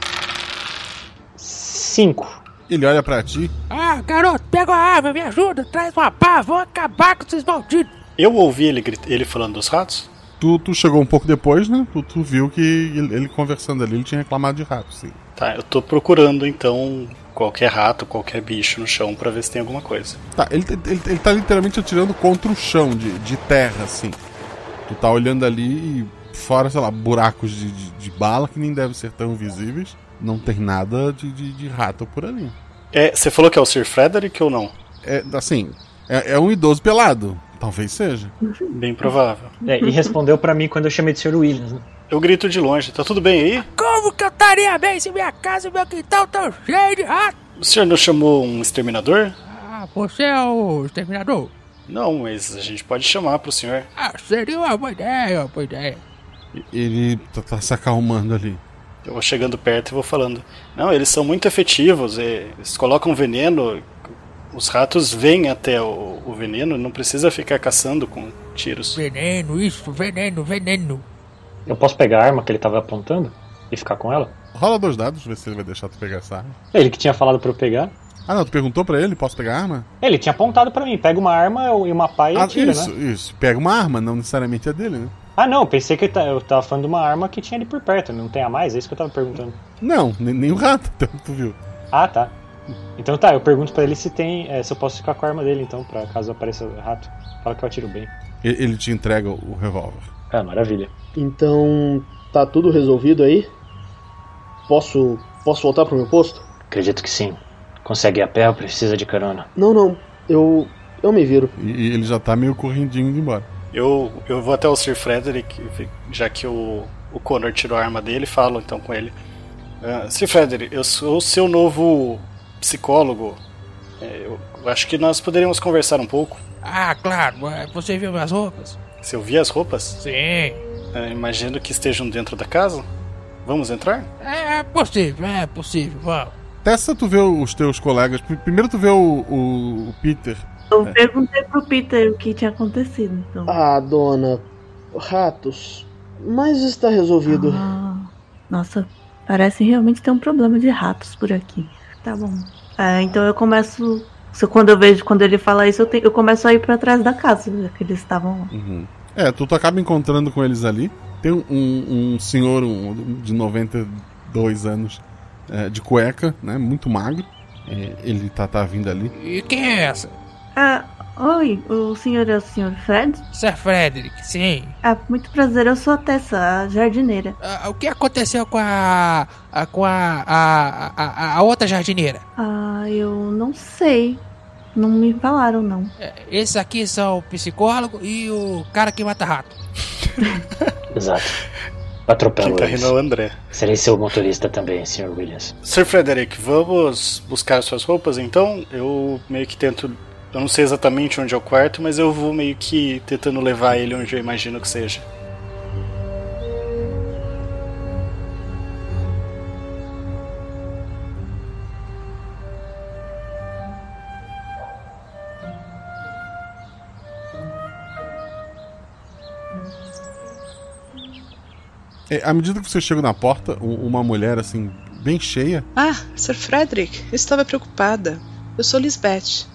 Cinco. Ele olha pra ti. Ah, garoto, pega a arma, me ajuda, traz uma pá, vou acabar com esses malditos! Eu ouvi ele, grit- ele falando dos ratos? Tu, tu chegou um pouco depois, né? Tu, tu viu que ele, ele conversando ali, ele tinha reclamado de rato, sim. Tá, eu tô procurando então qualquer rato, qualquer bicho no chão pra ver se tem alguma coisa. Tá, ele, ele, ele tá literalmente atirando contra o chão de, de terra, assim. Tu tá olhando ali e fora, sei lá, buracos de, de, de bala que nem devem ser tão visíveis. Não tem nada de, de, de rato por ali. É, você falou que é o Sir Frederick ou não? É, assim, é, é um idoso pelado. Talvez seja. Bem provável. É, e respondeu pra mim quando eu chamei de Sr. Williams. né? Eu grito de longe, tá tudo bem aí? Como que eu estaria bem se minha casa e meu quintal tão cheio de rato? O senhor não chamou um exterminador? Ah, você é o exterminador? Não, mas a gente pode chamar pro senhor. Ah, seria uma boa ideia, uma boa ideia. Ele tá, tá se acalmando ali. Eu vou chegando perto e vou falando. Não, eles são muito efetivos, e- eles colocam veneno, os ratos vêm até o, o veneno, não precisa ficar caçando com tiros. Veneno, isso, veneno, veneno. Eu posso pegar a arma que ele tava apontando e ficar com ela? Rola dois dados, ver se ele vai deixar tu pegar essa arma. Ele que tinha falado pra eu pegar. Ah, não, tu perguntou pra ele, posso pegar a arma? Ele tinha apontado pra mim, pega uma arma eu- e uma pá e Ah, atira, isso, né? isso. Pega uma arma, não necessariamente a dele, né? Ah não, eu pensei que ele tá- eu tava falando de uma arma que tinha ali por perto, não tem a mais, é isso que eu tava perguntando. Não, nem, nem o rato, então, tu viu. Ah tá. Então tá, eu pergunto pra ele se tem. é, se eu posso ficar com a arma dele então, pra caso apareça rato. Fala que eu atiro bem. E- Ele, te entrega o revólver. Ah, maravilha. Então, tá tudo resolvido aí? Posso posso voltar pro meu posto? Acredito que sim. Consegue ir a pé ou precisa de carona? Não, não. Eu eu me viro. E, e ele já tá meio correndinho indo embora. Eu, eu vou até o Sir Frederick, já que o, o Connor tirou a arma dele, falo então com ele. Ah, Sir Frederick, eu sou o seu novo psicólogo. É, Eu acho que nós poderíamos conversar um pouco. Ah, claro, é, você viu minhas roupas? Se eu vi as roupas, Sim. ah, imagino que estejam dentro da casa. Vamos entrar? É, é possível, é possível, vamos. Tessa, tu vê os teus colegas. Pri- Primeiro tu vê o, o- o Peter. É. Eu perguntei pro Peter o que tinha acontecido, então. Ah, dona ratos. Mas está resolvido. Ah. Nossa, parece realmente ter um problema de ratos por aqui. Tá bom. É, então eu começo. se- Quando eu vejo, quando ele fala isso, eu, te- eu começo a ir pra trás da casa, já que eles estavam lá. É, tu, tu acaba encontrando com eles ali. Tem um, um senhor um- de 92 anos é, de cueca, né? Muito magro. É, ele tá, tá vindo ali. E quem é essa? Ah, Oi, o senhor é o senhor Fred? Sir Frederick, sim. Ah, muito prazer, eu sou a Tessa, a jardineira. Ah, O que aconteceu com a. a- com a a, a- a outra jardineira? Ah, eu não sei. Não me falaram, não. É. Esses aqui são o psicólogo e o cara que mata rato. Exato. Atropelo Quem tá eles. rindo é o André. Serei seu motorista também, Sr. Williams. Sir Frederick, vamos buscar suas roupas então? Eu meio que tento. Eu não sei exatamente onde é o quarto, mas eu vou meio que tentando levar ele onde eu imagino que seja. É, à medida que você chega na porta, u- uma mulher assim, bem cheia, Ah, Sir Frederick, eu estava preocupada. Eu sou Lisbeth.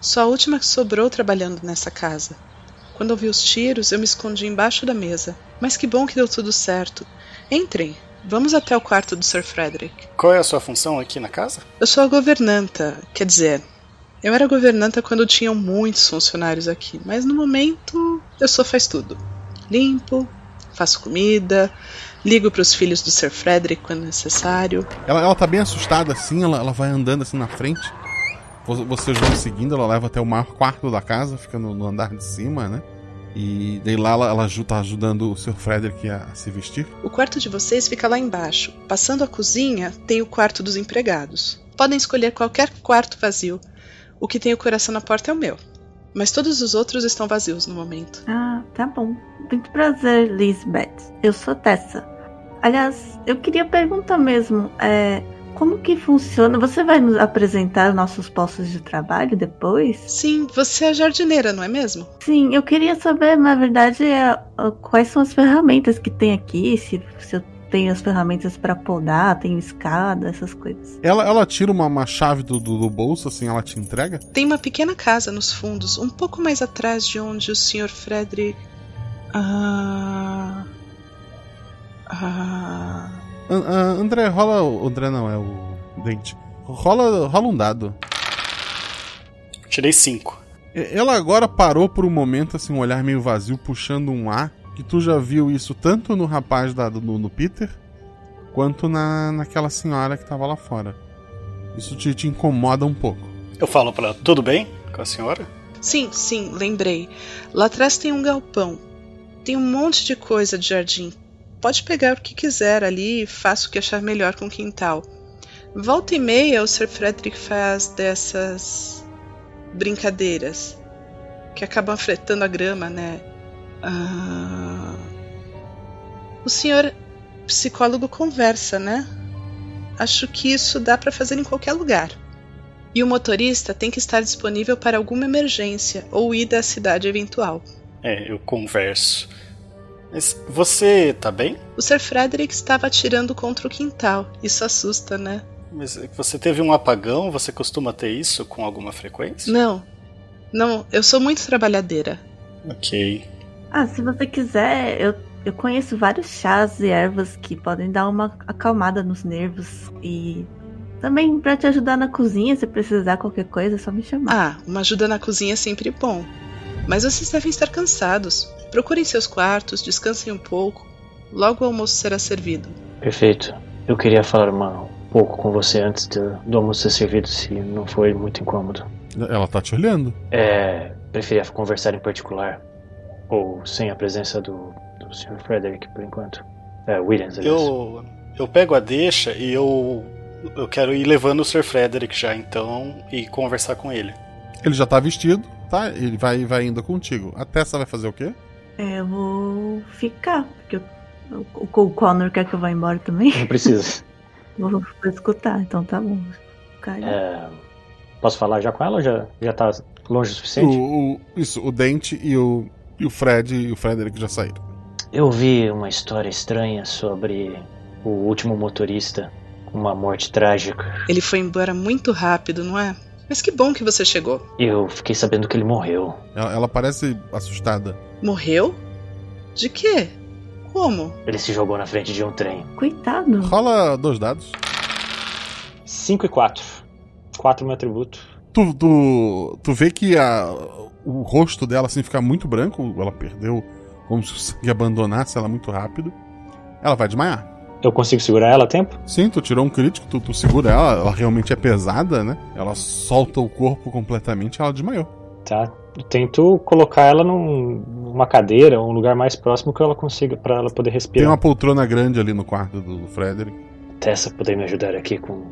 Sou a última que sobrou trabalhando nessa casa. Quando ouvi os tiros, eu me escondi embaixo da mesa. Mas que bom que deu tudo certo. Entrem, vamos até o quarto do Sir Frederick. Qual é a sua função aqui na casa? Eu sou a governanta, quer dizer, eu era governanta quando tinham muitos funcionários aqui, mas no momento eu só faz tudo. Limpo, faço comida, ligo para os filhos do Sir Frederick quando necessário. ela, ela tá bem assustada assim, ela, ela vai andando assim na frente. Vo- Vocês vão seguindo, ela leva até o maior quarto da casa, fica no, no andar de cima, né? E daí lá ela, ela aju- tá ajudando o Sr. Frederick a, a se vestir. O quarto de vocês fica lá embaixo. Passando a cozinha, tem o quarto dos empregados. Podem escolher qualquer quarto vazio. O que tem o coração na porta é o meu. Mas todos os outros estão vazios no momento. Ah, tá bom. Muito prazer, Lisbeth. Eu sou Tessa. Aliás, eu queria perguntar mesmo, é, como que funciona? Você vai nos apresentar nossos postos de trabalho depois? Sim, você é jardineira, não é mesmo? Sim, eu queria saber, na verdade, é, ó, quais são as ferramentas que tem aqui, se, se eu tenho as ferramentas para podar, tenho escada, essas coisas. Ela, ela tira uma, uma chave do, do, do bolso, assim, ela te entrega. Tem uma pequena casa nos fundos, um pouco mais atrás de onde o Sr. Frederick. Ah. Ah. An- an- André, rola. o- André não, é o Dente. Rola, rola um dado. Tirei cinco. E- Ela agora parou por um momento, assim, um olhar meio vazio, puxando um ar. Que tu já viu isso tanto no rapaz da, do, no Peter, quanto na, naquela senhora que tava lá fora. Isso te, te incomoda um pouco. Eu falo pra ela, tudo bem com a senhora? Sim, sim, lembrei. Lá atrás tem um galpão. Tem um monte de coisa de jardim. Pode pegar o que quiser ali e faça o que achar melhor com o quintal. Volta e meia, o Sir Frederick faz dessas brincadeiras que acabam afetando a grama, né? Ah, O senhor psicólogo conversa, né? Acho que isso dá para fazer em qualquer lugar. E o motorista tem que estar disponível para alguma emergência ou ida à cidade eventual. É, eu converso. Mas você tá bem? O Sir Frederick estava atirando contra o quintal. Isso assusta, né? Mas você teve um apagão? Você costuma ter isso com alguma frequência? Não. Não, eu sou muito trabalhadeira. Ok. Ah, se você quiser, eu, eu conheço vários chás e ervas que podem dar uma acalmada nos nervos e também para te ajudar na cozinha, se precisar qualquer coisa, é só me chamar. Ah, uma ajuda na cozinha é sempre bom. Mas vocês devem estar cansados. Procurem seus quartos, descansem um pouco. Logo o almoço será servido. Perfeito. Eu queria falar uma- um pouco com você antes do, do almoço ser servido, se não foi muito incômodo. Ela tá te olhando. É. Preferia conversar em particular. Ou sem a presença do, do Sr. Frederick por enquanto. É, Williams, aliás. Eu, eu pego a deixa e eu, eu quero ir levando o Sir Frederick já então e conversar com ele. Ele já tá vestido, tá? Ele vai, vai indo contigo. A Tessa vai fazer o quê? É, eu vou ficar, porque eu- o, o Connor quer que eu vá embora também. Não precisa. Vou, vou escutar, então tá bom. Cara, É, posso falar já com ela? ou Já, já tá longe o suficiente? O, o- isso, o Dente e o, e o Fred e o Frederick já saíram. Eu vi uma história estranha sobre o último motorista. Uma morte trágica. Ele foi embora muito rápido, não é? Mas que bom que você chegou. Eu fiquei sabendo que ele morreu. Ela, ela parece assustada. Morreu? De quê? Como? Ele se jogou na frente de um trem. Coitado. Rola dois dados. é 5 e 4. 4 meu atributo. Tu, tu, tu vê que a, o rosto dela assim fica muito branco, ela perdeu como se o sangue abandonasse ela muito rápido. Ela vai desmaiar. Eu consigo segurar ela a tempo? Sim, tu tirou um crítico, tu, tu segura ela, ela realmente é pesada, né? Ela solta o corpo completamente e ela desmaiou. Tá. Eu tento colocar ela num- numa cadeira, um lugar mais próximo que ela consiga, pra ela poder Tem respirar. uma poltrona grande ali no quarto do, do Frederick. Tessa poder me ajudar aqui com,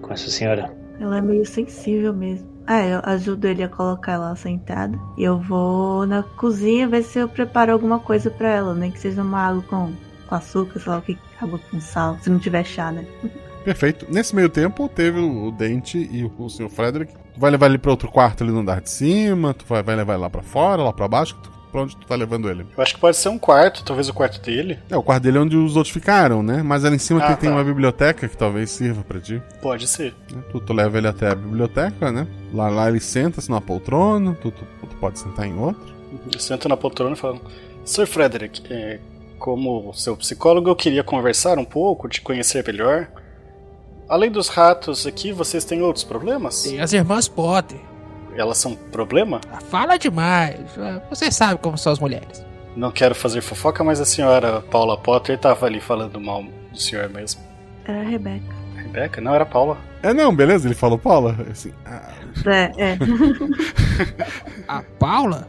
com essa senhora. Ela é meio sensível mesmo. Ah, eu ajudo ele a colocar ela sentada. E eu vou na cozinha ver se eu preparo alguma coisa pra ela, nem que seja uma água com, com açúcar, sei lá o que, água com sal, se não tiver chá, né? Perfeito. Nesse meio tempo, teve o o Dente e o, o Sr. Frederick. Tu vai levar ele pra outro quarto ali no andar de cima, tu vai, vai levar ele lá pra fora, lá pra baixo, tu- pra onde tu tá levando ele? Eu acho que pode ser um quarto, talvez o quarto dele. É, o quarto dele é onde os outros ficaram, né? Mas ali em cima Ah, tem, tem tá. uma biblioteca que talvez sirva pra ti. É, Pode ser. Tu, tu leva ele até a biblioteca, né? Lá, lá ele senta-se numa poltrona, tu, tu, tu pode sentar em outra. Eu sento na poltrona e falo: Sr. Frederick, é, como seu psicólogo, eu queria conversar um pouco, te conhecer melhor. Além dos ratos aqui, vocês têm outros problemas? Tem as irmãs Potter. Elas são problema? Fala demais. Ah, Você sabe como são as mulheres. Não quero fazer fofoca, mas a senhora Paula Potter estava ali falando mal do senhor mesmo. Era a Rebeca. Rebeca? Não, era Paula. É, não, beleza, ele falou, Paula. Assim, ah, É, é. A Paula?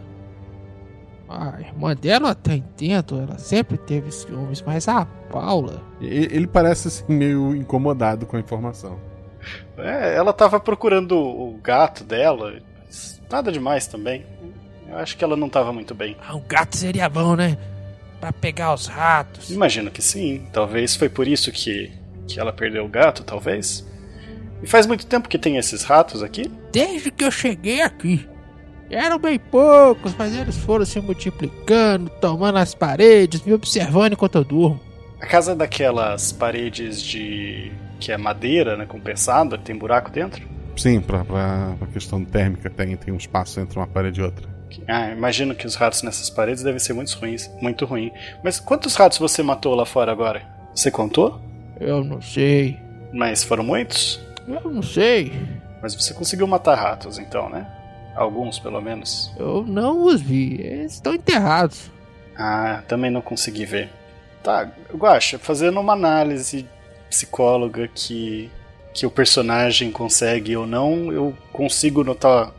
A irmã dela eu até entendo, ela sempre teve ciúmes, mas ah, a Paula. e- ele parece assim, meio incomodado com a informação. É, ela tava procurando o gato dela. mas Nada demais também. Eu acho que ela não tava muito bem. Ah, um gato seria bom, né? Pra pegar os ratos. Imagino que sim. Talvez foi por isso que, que ela perdeu o gato, talvez. E faz muito tempo que tem esses ratos aqui? Desde que eu cheguei aqui. Eram bem poucos, mas eles foram se multiplicando, tomando as paredes, me observando enquanto eu durmo. A casa é daquelas paredes de. que é madeira, né? Compensada, que tem buraco dentro? Sim, pra, pra, pra questão térmica tem, tem um espaço entre uma parede e outra. Ah, imagino que os ratos nessas paredes devem ser muito ruins, muito ruim. Mas quantos ratos você matou lá fora agora? Você contou? Eu não sei. Mas foram muitos? Eu não sei. Mas você conseguiu matar ratos então, né? Alguns, pelo menos. Eu não os vi. Eles estão enterrados. Ah, também não consegui ver. Tá, Guaxa, fazendo uma análise psicóloga que, que o personagem consegue ou não, eu consigo notar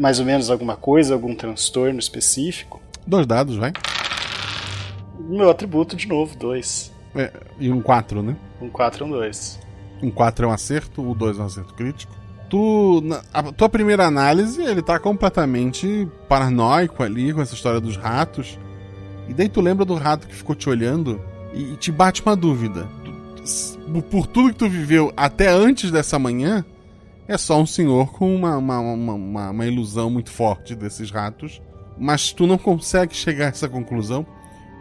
mais ou menos alguma coisa, algum transtorno específico. Dois dados, vai. Meu atributo, de novo, dois. É, e um 4, né? Um 4 e um 2. Um 4 é um acerto, o 2 é um acerto crítico. Tu, na, a tua primeira análise, ele tá completamente paranoico ali com essa história dos ratos. E daí tu lembra do rato que ficou te olhando e, e te bate uma dúvida. Tu- s- por- por tudo que tu viveu até antes dessa manhã, é só um senhor com uma, uma, uma, uma- uma ilusão muito forte desses ratos. Mas tu não consegue chegar a essa conclusão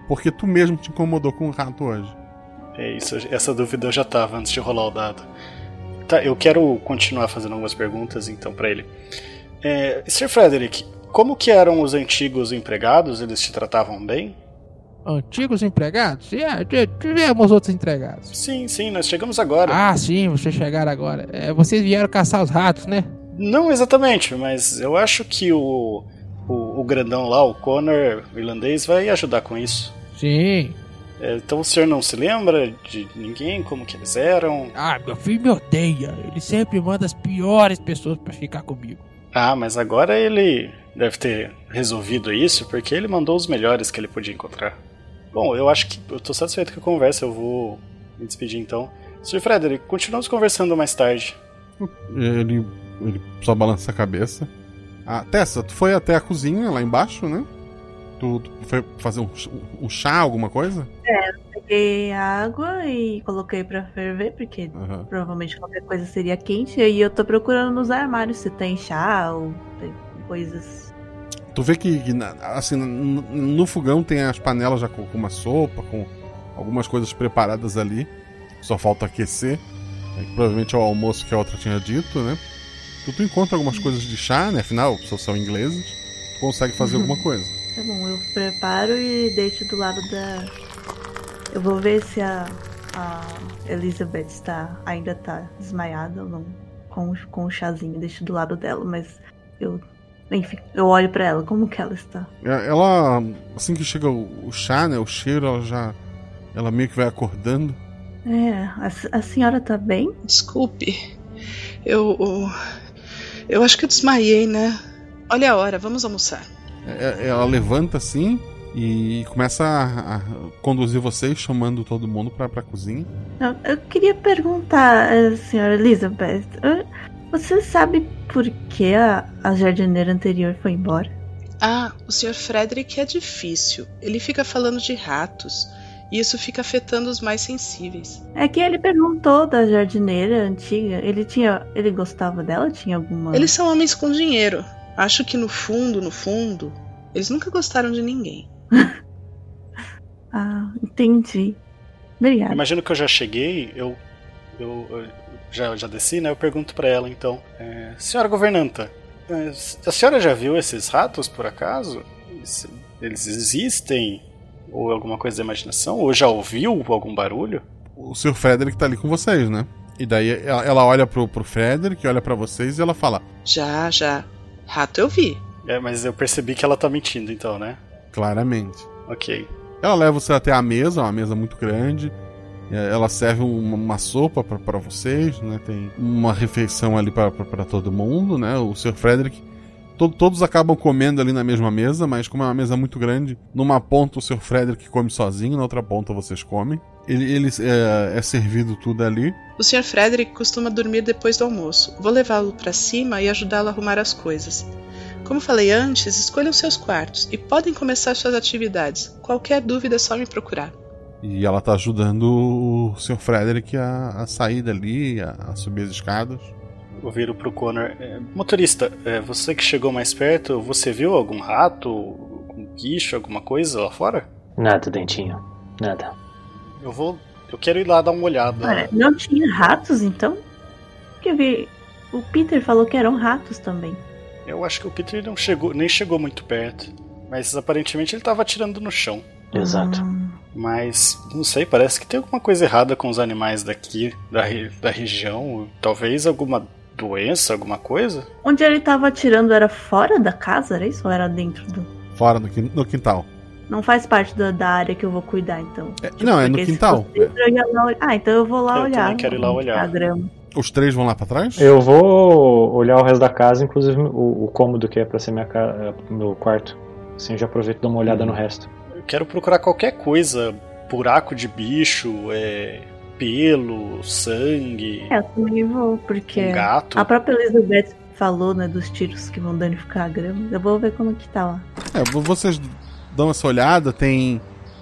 porque tu mesmo te incomodou com o rato hoje. É isso, essa dúvida eu já tava antes de rolar o dado. Tá, eu quero continuar fazendo algumas perguntas então pra ele. É, Sir Frederick, como que eram os antigos empregados? Eles te tratavam bem? Antigos empregados? É, t- tivemos outros empregados. Sim, sim, nós chegamos agora. Ah, sim, vocês chegaram agora. É, vocês vieram caçar os ratos, né? Não exatamente, mas eu acho que o, o, o grandão lá, o Connor, o irlandês, vai ajudar com isso. Sim. É, então o senhor não se lembra de ninguém, como que eles eram? Ah, meu filho me odeia. Ele sempre manda as piores pessoas pra ficar comigo. Ah, mas agora ele deve ter resolvido isso, porque ele mandou os melhores que ele podia encontrar. Bom, eu acho que eu tô satisfeito com a conversa, eu vou me despedir então. Sr. Frederick, continuamos conversando mais tarde. Ele, ele só balança a cabeça. Ah, Tessa, tu foi até a cozinha lá embaixo, né? Tu, tu foi fazer um, ch- um chá, alguma coisa? É, eu peguei a água e coloquei pra ferver, porque Aham. provavelmente qualquer coisa seria quente. E eu tô procurando nos armários se tem chá ou tem coisas. Tu vê que, que na- assim, no, no fogão tem as panelas já com, com uma sopa, com algumas coisas preparadas ali. Só falta aquecer. É, que provavelmente é o almoço que a outra tinha dito, né? Tu, tu encontra algumas coisas de chá, né? Afinal, só são ingleses. Tu consegue fazer Uhum. alguma coisa. Tá bom, eu preparo e deixo do lado da. Eu vou ver se a, a Elizabeth está, ainda tá desmaiada ou não. Com, o- com o chazinho, deixo do lado dela, mas eu Enfim, eu olho pra ela, como que ela está? É, Ela, assim que chega o o chá, né, o cheiro, ela já. Ela meio que vai acordando. É, a, se- a senhora tá bem? Desculpe. Eu. Eu, eu acho que eu desmaiei, né? Olha a hora, vamos almoçar. É, é, Ela levanta assim e começa a, a conduzir vocês, chamando todo mundo pra, pra cozinha. Eu, eu queria perguntar, eh, senhora Elizabeth, eh, você sabe por que a, a jardineira anterior foi embora? Ah, o Sr. Frederick é difícil. Ele fica falando de ratos. E isso fica afetando os mais sensíveis. É que ele perguntou da jardineira antiga. Ele tinha. Ele gostava dela? Tinha alguma. Eles são homens com dinheiro. Acho que no fundo, no fundo, eles nunca gostaram de ninguém. Ah, entendi. Obrigada. Imagino que eu já cheguei, eu, eu, eu já, já desci, né? Eu pergunto pra ela então, é, senhora governanta, é, a senhora já viu esses ratos por acaso? Eles- Eles existem? Ou é alguma coisa da imaginação? Ou já ouviu algum barulho? O Sr. Frederick tá ali com vocês, né? E daí ela, ela olha pro, pro Frederick, olha pra vocês e ela fala: Já, já. Rato eu vi. É, mas eu percebi que ela tá mentindo então, né? claramente. Ok. Ela leva você até a mesa, é uma mesa muito grande. É, Ela serve uma, uma sopa pra- pra vocês, né? Tem uma refeição ali pra- pra pra todo mundo, né? O Sr. Frederick. to- todos acabam comendo ali na mesma mesa, mas como é uma mesa muito grande, numa ponta o Sr. Frederick come sozinho, na outra ponta vocês comem. Ele, ele, é, é servido tudo ali. O Sr. Frederick costuma dormir depois do almoço. Vou levá-lo pra cima e ajudá-lo a arrumar as coisas. Como falei antes, escolham seus quartos e podem começar suas atividades. Qualquer dúvida é só me procurar. E ela tá ajudando o Sr. Frederick a, a sair dali, a, a subir as escadas. Eu viro pro Connor. é, motorista, é, você que chegou mais perto, você viu algum rato, algum bicho, alguma coisa lá fora? Nada, dentinho. Nada. Eu vou. Eu quero ir lá dar uma olhada. Olha, não tinha ratos então? Porque eu vi. O Peter falou que eram ratos também. Eu acho que o Peter não chegou, nem chegou muito perto. Mas aparentemente ele tava atirando no chão. Exato. Hum. Mas, não sei, parece que tem alguma coisa errada com os animais daqui, da, re- da região. Talvez alguma doença, alguma coisa? Onde ele tava atirando era fora da casa, era isso? Ou era dentro do. Fora no, quin- no quintal. Não faz parte da, da área que eu vou cuidar, então. não, é no porque se quintal. fosse dentro, eu ia lá olhar. Ah, então eu vou lá Eu olhar. também quero ir lá olhar. A grama. Os três vão lá pra trás? Eu vou olhar o resto da casa, inclusive o, o cômodo que é pra ser minha ca- é, meu quarto. Assim eu já aproveito e dou uma olhada no resto. Eu quero procurar qualquer coisa. Buraco de bicho, é, pelo, sangue. É, eu também vou, porque. Um gato. A própria Elizabeth falou, né, dos tiros que vão danificar a grama. Eu vou ver como que tá lá. É, vo- vocês dão essa olhada, tem.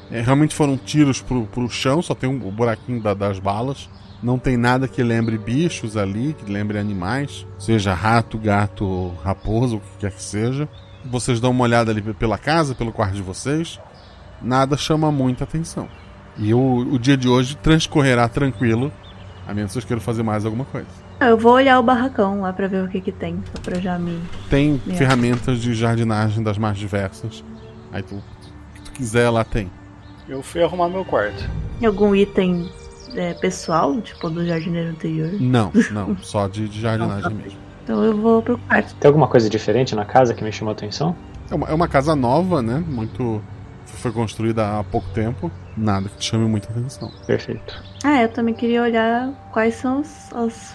é, realmente foram tiros pro, pro chão, só tem um, o buraquinho da- das balas. Não tem nada que lembre bichos ali, que lembre animais, seja rato, gato, raposa, o que quer que seja. Vocês dão uma olhada ali pe- pela casa, pelo quarto de vocês. Nada chama muita atenção. E o, o dia de hoje transcorrerá tranquilo, a menos que vocês queiram fazer mais alguma coisa. Ah, Eu vou olhar o barracão lá pra ver o que que tem, só pra eu já me. Tem É. ferramentas de jardinagem das mais diversas. Aí tu, o que tu quiser lá tem. Eu fui arrumar meu quarto. Algum item é, pessoal, tipo do jardineiro anterior. Não, não, só de, de jardinagem mesmo. Então eu vou pro quarto. Tem alguma coisa diferente na casa que me chamou a atenção? É uma, é uma casa nova, né? Muito. Foi construída há pouco tempo. Nada que te chame muita atenção. Perfeito. Ah, eu também queria olhar quais são os. os-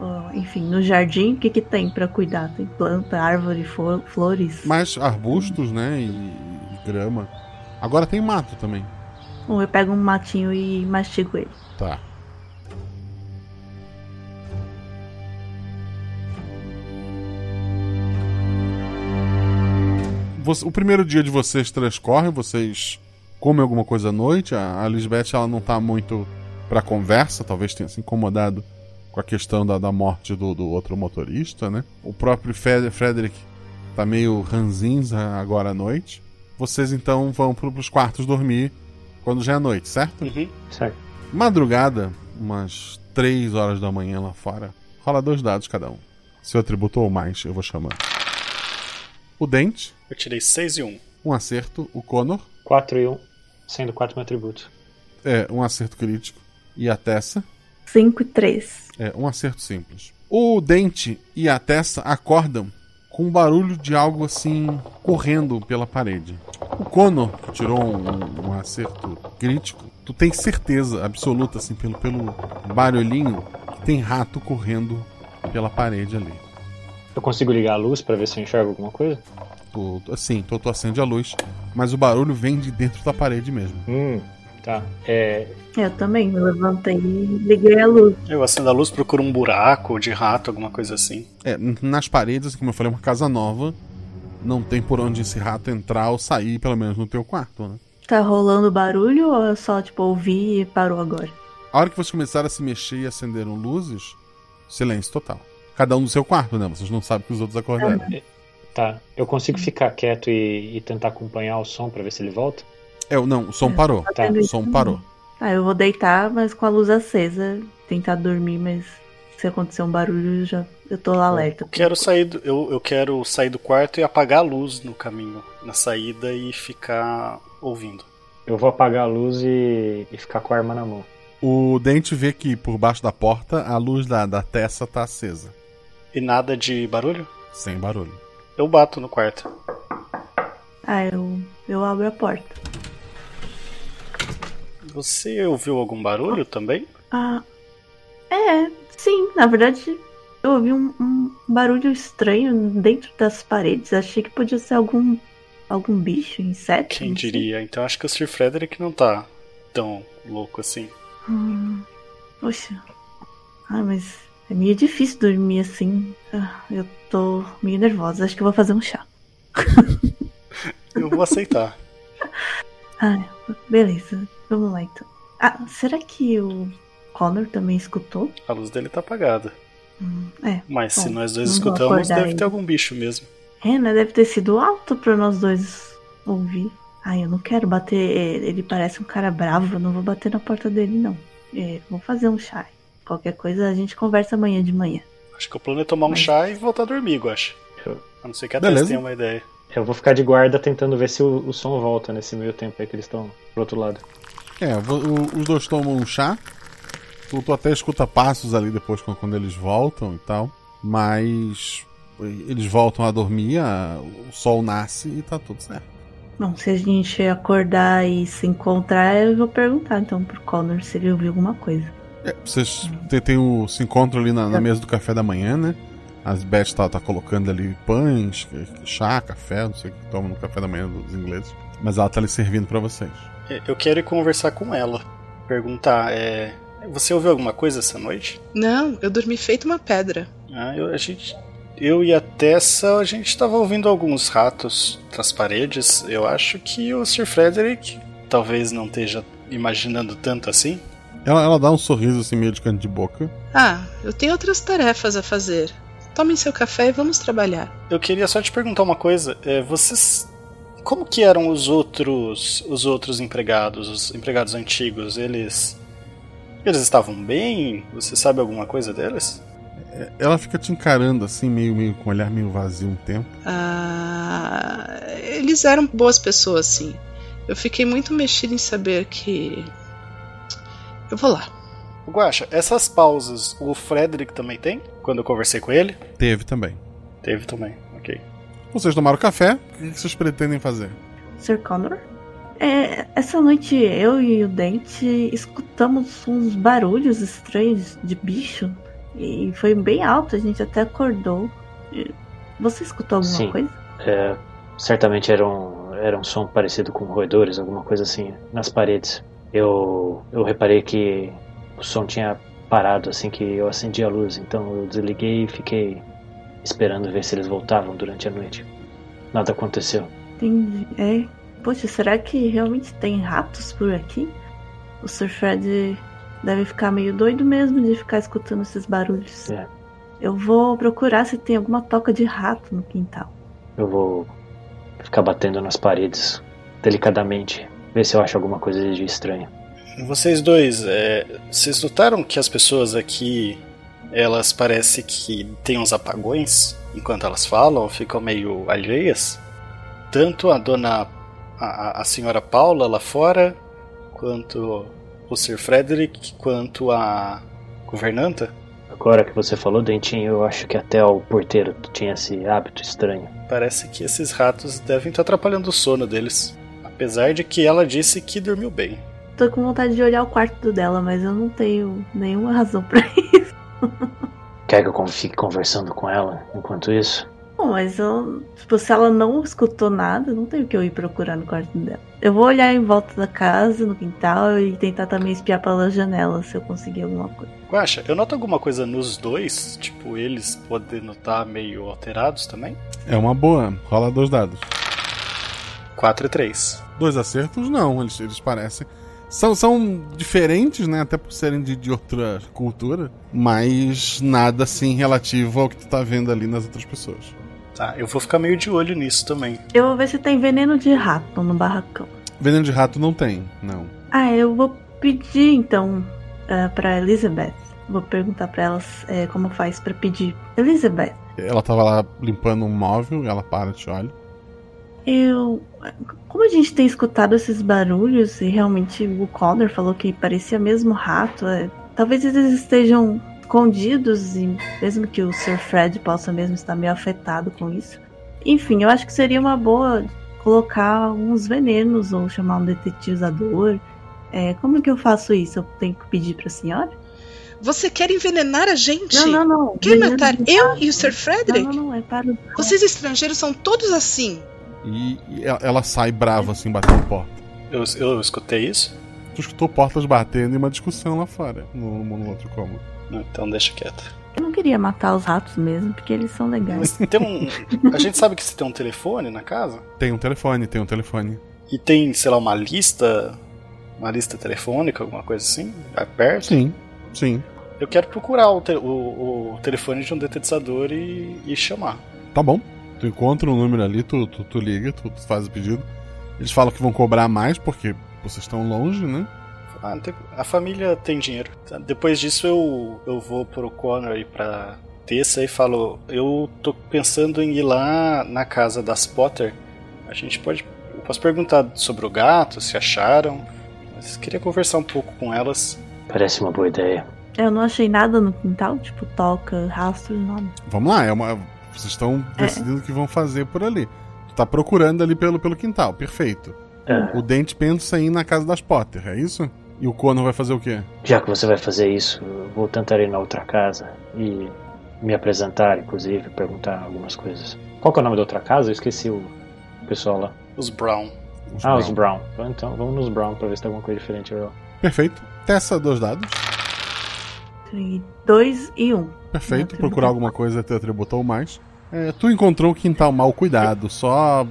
ó, enfim, no jardim, o que que tem pra cuidar? Tem planta, árvore, fo- flores. Mais arbustos, né? E, e grama. Agora tem mato também. Bom, eu pego um matinho e mastigo ele. Tá. Você- o primeiro dia de vocês transcorre, vocês comem alguma coisa à noite. A, a Lisbeth ela não tá muito pra conversa, talvez tenha se incomodado com a questão da, da morte do, do outro motorista, né? O próprio Fred- Frederick tá meio ranzinza agora à noite. Vocês então vão pro, pros quartos dormir quando já é noite, certo? Certo. Madrugada, umas 3 horas da manhã lá fora, rola dois dados cada um. Se eu atributo ou mais, eu vou chamando. O Dente, Eu tirei 6 e 1. um acerto. O Connor, 4 e 1, sendo 4 meu atributo. é, um acerto crítico. E a Tessa, 5 e 3. é, um acerto simples. O Dente e a Tessa acordam com o barulho de algo assim correndo pela parede. O Conor, que tirou um, um acerto crítico, tu tem certeza absoluta, assim, pelo, pelo barulhinho, que tem rato correndo pela parede ali. Eu consigo ligar a luz pra ver se eu enxergo alguma coisa? Tu, tu- assim, tu, tu acende a luz, mas o barulho vem de dentro da parede mesmo. Hum, tá. É, Eu também me levantei e liguei a luz. Eu acendo a luz, procuro um buraco de rato, alguma coisa assim. É, n- nas paredes, como eu falei, é uma casa nova. Não tem por onde esse rato entrar ou sair, pelo menos no teu quarto, né? Tá rolando barulho ou eu só, tipo, ouvi e parou agora? A hora que vocês começaram a se mexer e acenderam luzes, silêncio total. Cada um no seu quarto, né? Vocês não sabem que os outros acordaram. É. tá. Eu consigo ficar quieto e, e tentar acompanhar o som pra ver se ele volta? É, não, o som parou. Tá, o som parou. Ah, eu vou deitar, mas com a luz acesa, tentar dormir, mas se acontecer um barulho, eu já eu tô alerta. Eu quero sair do, eu, eu quero sair do quarto e apagar a luz no caminho, na saída e ficar ouvindo. Eu vou apagar a luz e, e ficar com a arma na mão. O Dente vê que por baixo da porta a luz da, da Tessa tá acesa. E nada de barulho? Sem barulho. Eu bato no quarto. Ah, eu, eu abro a porta. Você ouviu algum barulho também? Ah, é, sim, na verdade eu ouvi um, um barulho estranho dentro das paredes. Achei que podia ser algum algum bicho, inseto. Quem diria? Então acho que o Sir Frederick não tá tão louco assim. Hum, poxa. Ah, mas é meio difícil dormir assim. Ah, Eu tô meio nervosa. Acho que eu vou fazer um chá. Eu vou aceitar. Ah, beleza. Vamos lá então. Ah, será que o Connor também escutou? A luz dele tá apagada. Hum, é. Mas se bom, nós dois não vou escutamos, acordar deve ele. ter algum bicho mesmo. É, né? Deve ter sido alto pra nós dois ouvir. Ai, eu não quero bater. é, Ele parece um cara bravo. Eu não vou bater na porta dele, não. É, vou fazer um chá. Qualquer coisa a gente conversa amanhã de manhã. Acho que o plano é tomar um chá e voltar a dormir, eu acho. A não ser que a Beleza. Tess tenha uma ideia. Eu vou ficar de guarda tentando ver se o, o som volta nesse meio tempo aí que eles estão pro outro lado. É, vo- o- os dois tomam um chá. Tu, tu até escuta passos ali depois quando, quando eles voltam e tal. Mas eh, eles voltam a dormir, a- o sol nasce e tá tudo certo. Bom, se a gente acordar e se encontrar, eu vou perguntar então pro Connor se ele ouviu alguma coisa. É, Vocês tem, tem o, se encontram ali na, na mesa do café da manhã, né? As Beth tá, tá colocando ali pães, chá, café, não sei o que tomam no café da manhã dos ingleses. Mas ela tá ali servindo pra vocês. É, Eu quero ir conversar com ela. Perguntar, é. Você ouviu alguma coisa essa noite? Não, eu dormi feito uma pedra. Ah, eu, a gente. Eu e a Tessa, a gente tava ouvindo alguns ratos nas paredes. Eu acho que o Sir Frederick talvez não esteja imaginando tanto assim. Ela, ela dá um sorriso assim, meio de canto de boca. Ah, eu tenho outras tarefas a fazer. Tomem seu café e vamos trabalhar. Eu queria só te perguntar uma coisa. É, vocês. Como que eram os outros. os outros empregados, os empregados antigos? Eles. Eles estavam bem? Você sabe alguma coisa deles? É, Ela fica te encarando assim, meio, meio com o olhar meio vazio um tempo. Ah, eles eram boas pessoas, sim. Eu fiquei muito mexida em saber que. Eu vou lá. Guaxa, essas pausas o Frederick também tem? Quando eu conversei com ele? Teve também. Teve também, ok. Vocês tomaram café, o que que vocês pretendem fazer? Sir Connor? É, essa noite eu e o Dente escutamos uns barulhos estranhos de bicho e foi bem alto, a gente até acordou. E Você escutou alguma Sim. coisa? É, certamente era um, era um som parecido com roedores, alguma coisa assim, nas paredes. Eu, eu reparei que o som tinha parado assim que eu acendi a luz, então eu desliguei e fiquei esperando ver se eles voltavam durante a noite. Nada aconteceu. Entendi. É. Poxa, será que realmente tem ratos por aqui? O Sir Fred deve ficar meio doido mesmo de ficar escutando esses barulhos. É. Eu vou procurar se tem alguma toca de rato no quintal. Eu vou ficar batendo nas paredes delicadamente, ver se eu acho alguma coisa de estranho. Vocês dois, é, vocês notaram que as pessoas aqui elas parece que têm uns apagões enquanto elas falam, ficam meio alheias? Tanto a dona, a, a- a senhora Paula lá fora, quanto o Sir Frederick, quanto a governanta? Agora que você falou, Dentinho, eu acho que até o porteiro tinha esse hábito estranho. Parece que esses ratos devem estar atrapalhando o sono deles. Apesar de que ela disse que dormiu bem. Tô com vontade de olhar o quarto dela, mas eu não tenho nenhuma razão pra isso. Quer que eu con- fique conversando com ela enquanto isso? Bom, mas eu, tipo, se ela não escutou nada, não tem o que eu ir procurar no quarto dela. Eu vou olhar em volta da casa, no quintal, e tentar também espiar pela janela se eu conseguir alguma coisa. Guaxa, eu noto alguma coisa nos dois? Tipo, eles podendo estar meio alterados também? É uma boa. Rola dois dados. 4 e 3. Dois acertos, não. Eles, eles parecem. São, são diferentes, né? Até por serem de, de outra cultura. Mas nada assim relativo ao que tu tá vendo ali nas outras pessoas. Tá, eu vou ficar meio de olho nisso também. Eu vou ver se tem veneno de rato no barracão. Veneno de rato não tem, não. Ah, eu vou pedir então eh, pra Elizabeth. Vou perguntar pra elas eh, como faz pra pedir. Elizabeth, Ela tava lá limpando um móvel, ela para e te olha. eu. Como a gente tem escutado esses barulhos e realmente o Connor falou que parecia mesmo rato, eh, talvez eles estejam escondidos e mesmo que o Sir Fred possa mesmo estar meio afetado com isso. Enfim, eu acho que seria uma boa colocar alguns venenos ou chamar um detetizador. Eh, como que eu faço isso? Eu tenho que pedir pra senhora? Você quer envenenar a gente? Não, não, não. Quer Veneno matar de eu e o Sir Frederick? Não, não, não, é para o. Vocês estrangeiros são todos assim. E, e ela, ela sai brava, assim, batendo porta. Eu, eu escutei isso? Tu escutou portas batendo e uma discussão lá fora, no, no outro cômodo. Então deixa quieto. Eu não queria matar os ratos mesmo, porque eles são legais. Tem um. A gente sabe que você tem um telefone na casa? Tem um telefone, tem um telefone. E tem, sei lá, uma lista. Uma lista telefônica, alguma coisa assim? Aperto? Sim, sim. Eu quero procurar o, te- o- o telefone de um detetizador e, e chamar. Tá bom. Tu encontra um número ali, tu, tu, tu liga, tu, tu faz o pedido. Eles falam que vão cobrar mais porque vocês estão longe, né? Ah, não tem- a família tem dinheiro. Tá, Depois disso eu, eu vou pro Connor e pra Tessa e falo: Eu tô pensando em ir lá na casa das Potter. A gente pode. Eu posso perguntar sobre o gato, se acharam. Mas queria conversar um pouco com elas. Parece uma boa ideia. Eu não achei nada no quintal, tipo toca, rastro, nada. Vamos lá, é uma. Vocês estão decidindo o que vão fazer por ali. Tu tá procurando ali pelo, pelo quintal, perfeito. É. O Dente pensa em ir na casa das Potter, é isso? E o Conor vai fazer o quê? Já que você vai fazer isso, eu vou tentar ir na outra casa e me apresentar, inclusive, perguntar algumas coisas. Qual que é o nome da outra casa? Eu esqueci o pessoal lá. Os Brown. ah, os Brown. Então vamos nos Brown pra ver se tem alguma coisa diferente. Eu... Perfeito. Tessa dois dados. Tem dois e um. Perfeito. Procurar alguma coisa teu atributo ou mais. É, tu encontrou um quintal mal cuidado, só.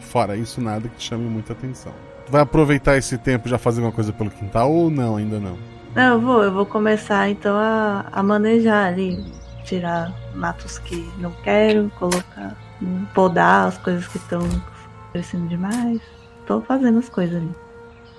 Fora isso, nada que te chame muita atenção. Tu vai aproveitar esse tempo e já fazer alguma coisa pelo quintal ou não, ainda não? Não, eu vou, eu vou começar então a, a manejar ali, tirar matos que não quero, colocar, hum, podar as coisas que estão crescendo demais. Tô fazendo as coisas ali.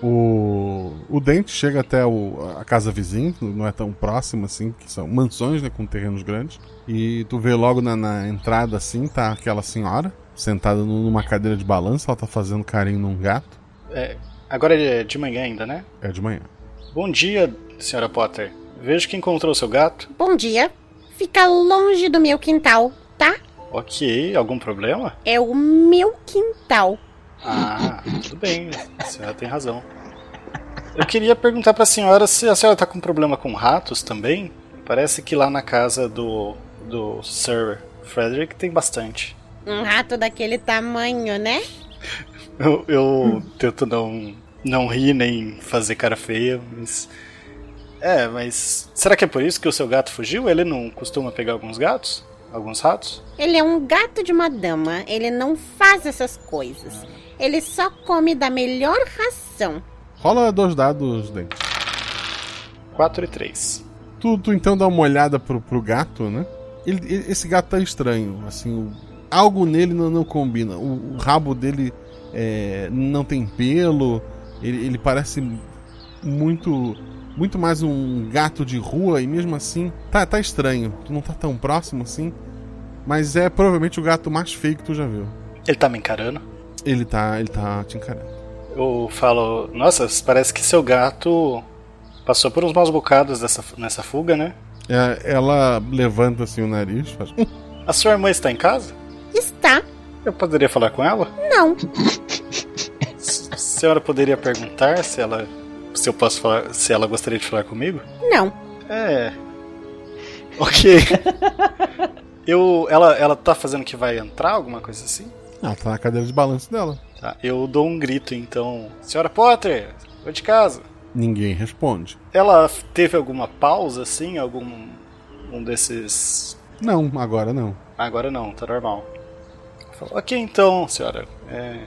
O, o Dente chega até o- a casa vizinha, que não é tão próxima assim, que são mansões, né, com terrenos grandes. E tu vê logo na, na entrada assim, tá aquela senhora sentada nu- numa cadeira de balanço, ela tá fazendo carinho num gato. É, agora é de manhã ainda, né? É de manhã. Bom dia, senhora Potter. Vejo que encontrou seu gato. Bom dia. Fica longe do meu quintal, tá? Ok, algum problema? É o meu quintal. Ah, tudo bem, a senhora tem razão. Eu queria perguntar pra senhora se a senhora tá com problema com ratos também. Parece que lá na casa do, do Sir Frederick tem bastante. Um rato daquele tamanho, né? Eu, eu tento não, não rir nem fazer cara feia, mas. É, mas. Será que é por isso que o seu gato fugiu? Ele não costuma pegar alguns gatos? Alguns ratos? Ele é um gato de uma dama. Ele não faz essas coisas. Ele só come da melhor ração. Rola dois dados, Dente. 4 e 3. Tu, tu então dá uma olhada pro, pro gato, né? Ele- ele- esse gato tá estranho, assim, o- algo nele não, não combina. O, o rabo dele é, não tem pelo, ele, ele parece muito muito mais um gato de rua e mesmo assim tá, tá estranho. Tu não tá tão próximo assim, mas é provavelmente o gato mais feio que tu já viu. Ele tá me encarando? Ele tá, ele tá te encarando. Eu falo, nossa, parece que seu gato passou por uns maus bocados dessa, nessa fuga, né? É, ela levanta assim o nariz, faz. A sua irmã está em casa? Está. Eu poderia falar com ela? Não. A senhora poderia perguntar se ela. se eu posso falar. se ela gostaria de falar comigo? Não. É. Ok. eu. Ela, ela tá fazendo que vai entrar, alguma coisa assim? Ela tá na cadeira de balanço dela. Tá, eu dou um grito então. Senhora Potter, vou de casa. Ninguém responde. Ela teve alguma pausa assim? Algum. um desses. Não, agora não. Agora não, tá normal. Falo, ok então, senhora. É,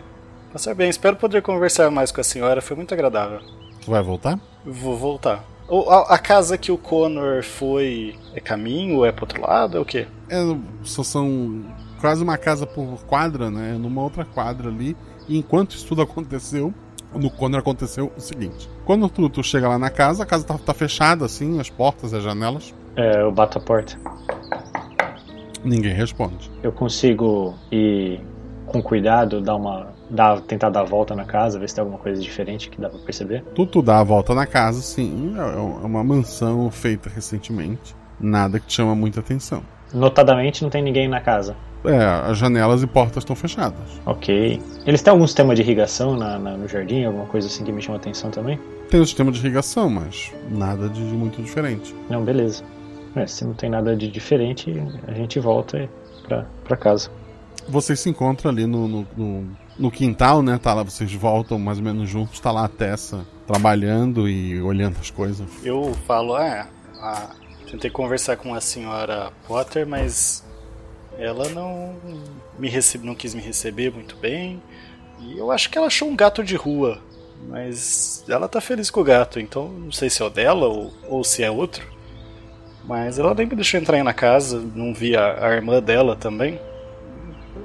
passar bem, espero poder conversar mais com a senhora, foi muito agradável. Tu vai voltar? Vou voltar. O- A, a casa que o Connor foi é caminho? É pro outro lado? É o quê? É, só são quase uma casa por quadra, né? Numa outra quadra ali. E enquanto isso tudo aconteceu, no Connor aconteceu o seguinte: quando tu, tu chega lá na casa, a casa tá, tá fechada, assim, as portas, as janelas. É, eu bato a porta. Ninguém responde. Eu consigo ir com cuidado, dar uma. Dar, tentar dar a volta na casa, ver se tem alguma coisa diferente que dá pra perceber. Tu, tu dá a volta na casa, sim. É é uma mansão feita recentemente. Nada que te chama muita atenção. Notadamente não tem ninguém na casa. É, as janelas e portas estão fechadas. Ok. Eles têm algum sistema de irrigação na- na- no jardim, alguma coisa assim que me chama a atenção também? Tem o sistema de irrigação, mas nada de muito diferente. Não, beleza. É, se não tem nada de diferente, a gente volta e- pra, pra casa. Vocês se encontram ali no, no, no- no quintal, né? Tá lá, vocês voltam mais ou menos juntos, tá lá a Tessa trabalhando e olhando as coisas. Eu falo, ah, ah, tentei conversar com a senhora Potter, mas ela não me recebe, não quis me receber muito bem. E eu acho que ela achou um gato de rua, mas ela tá feliz com o gato, então não sei se é o dela ou, ou se é outro. Mas ela nem me deixou entrar aí na casa, não vi a, a irmã dela também.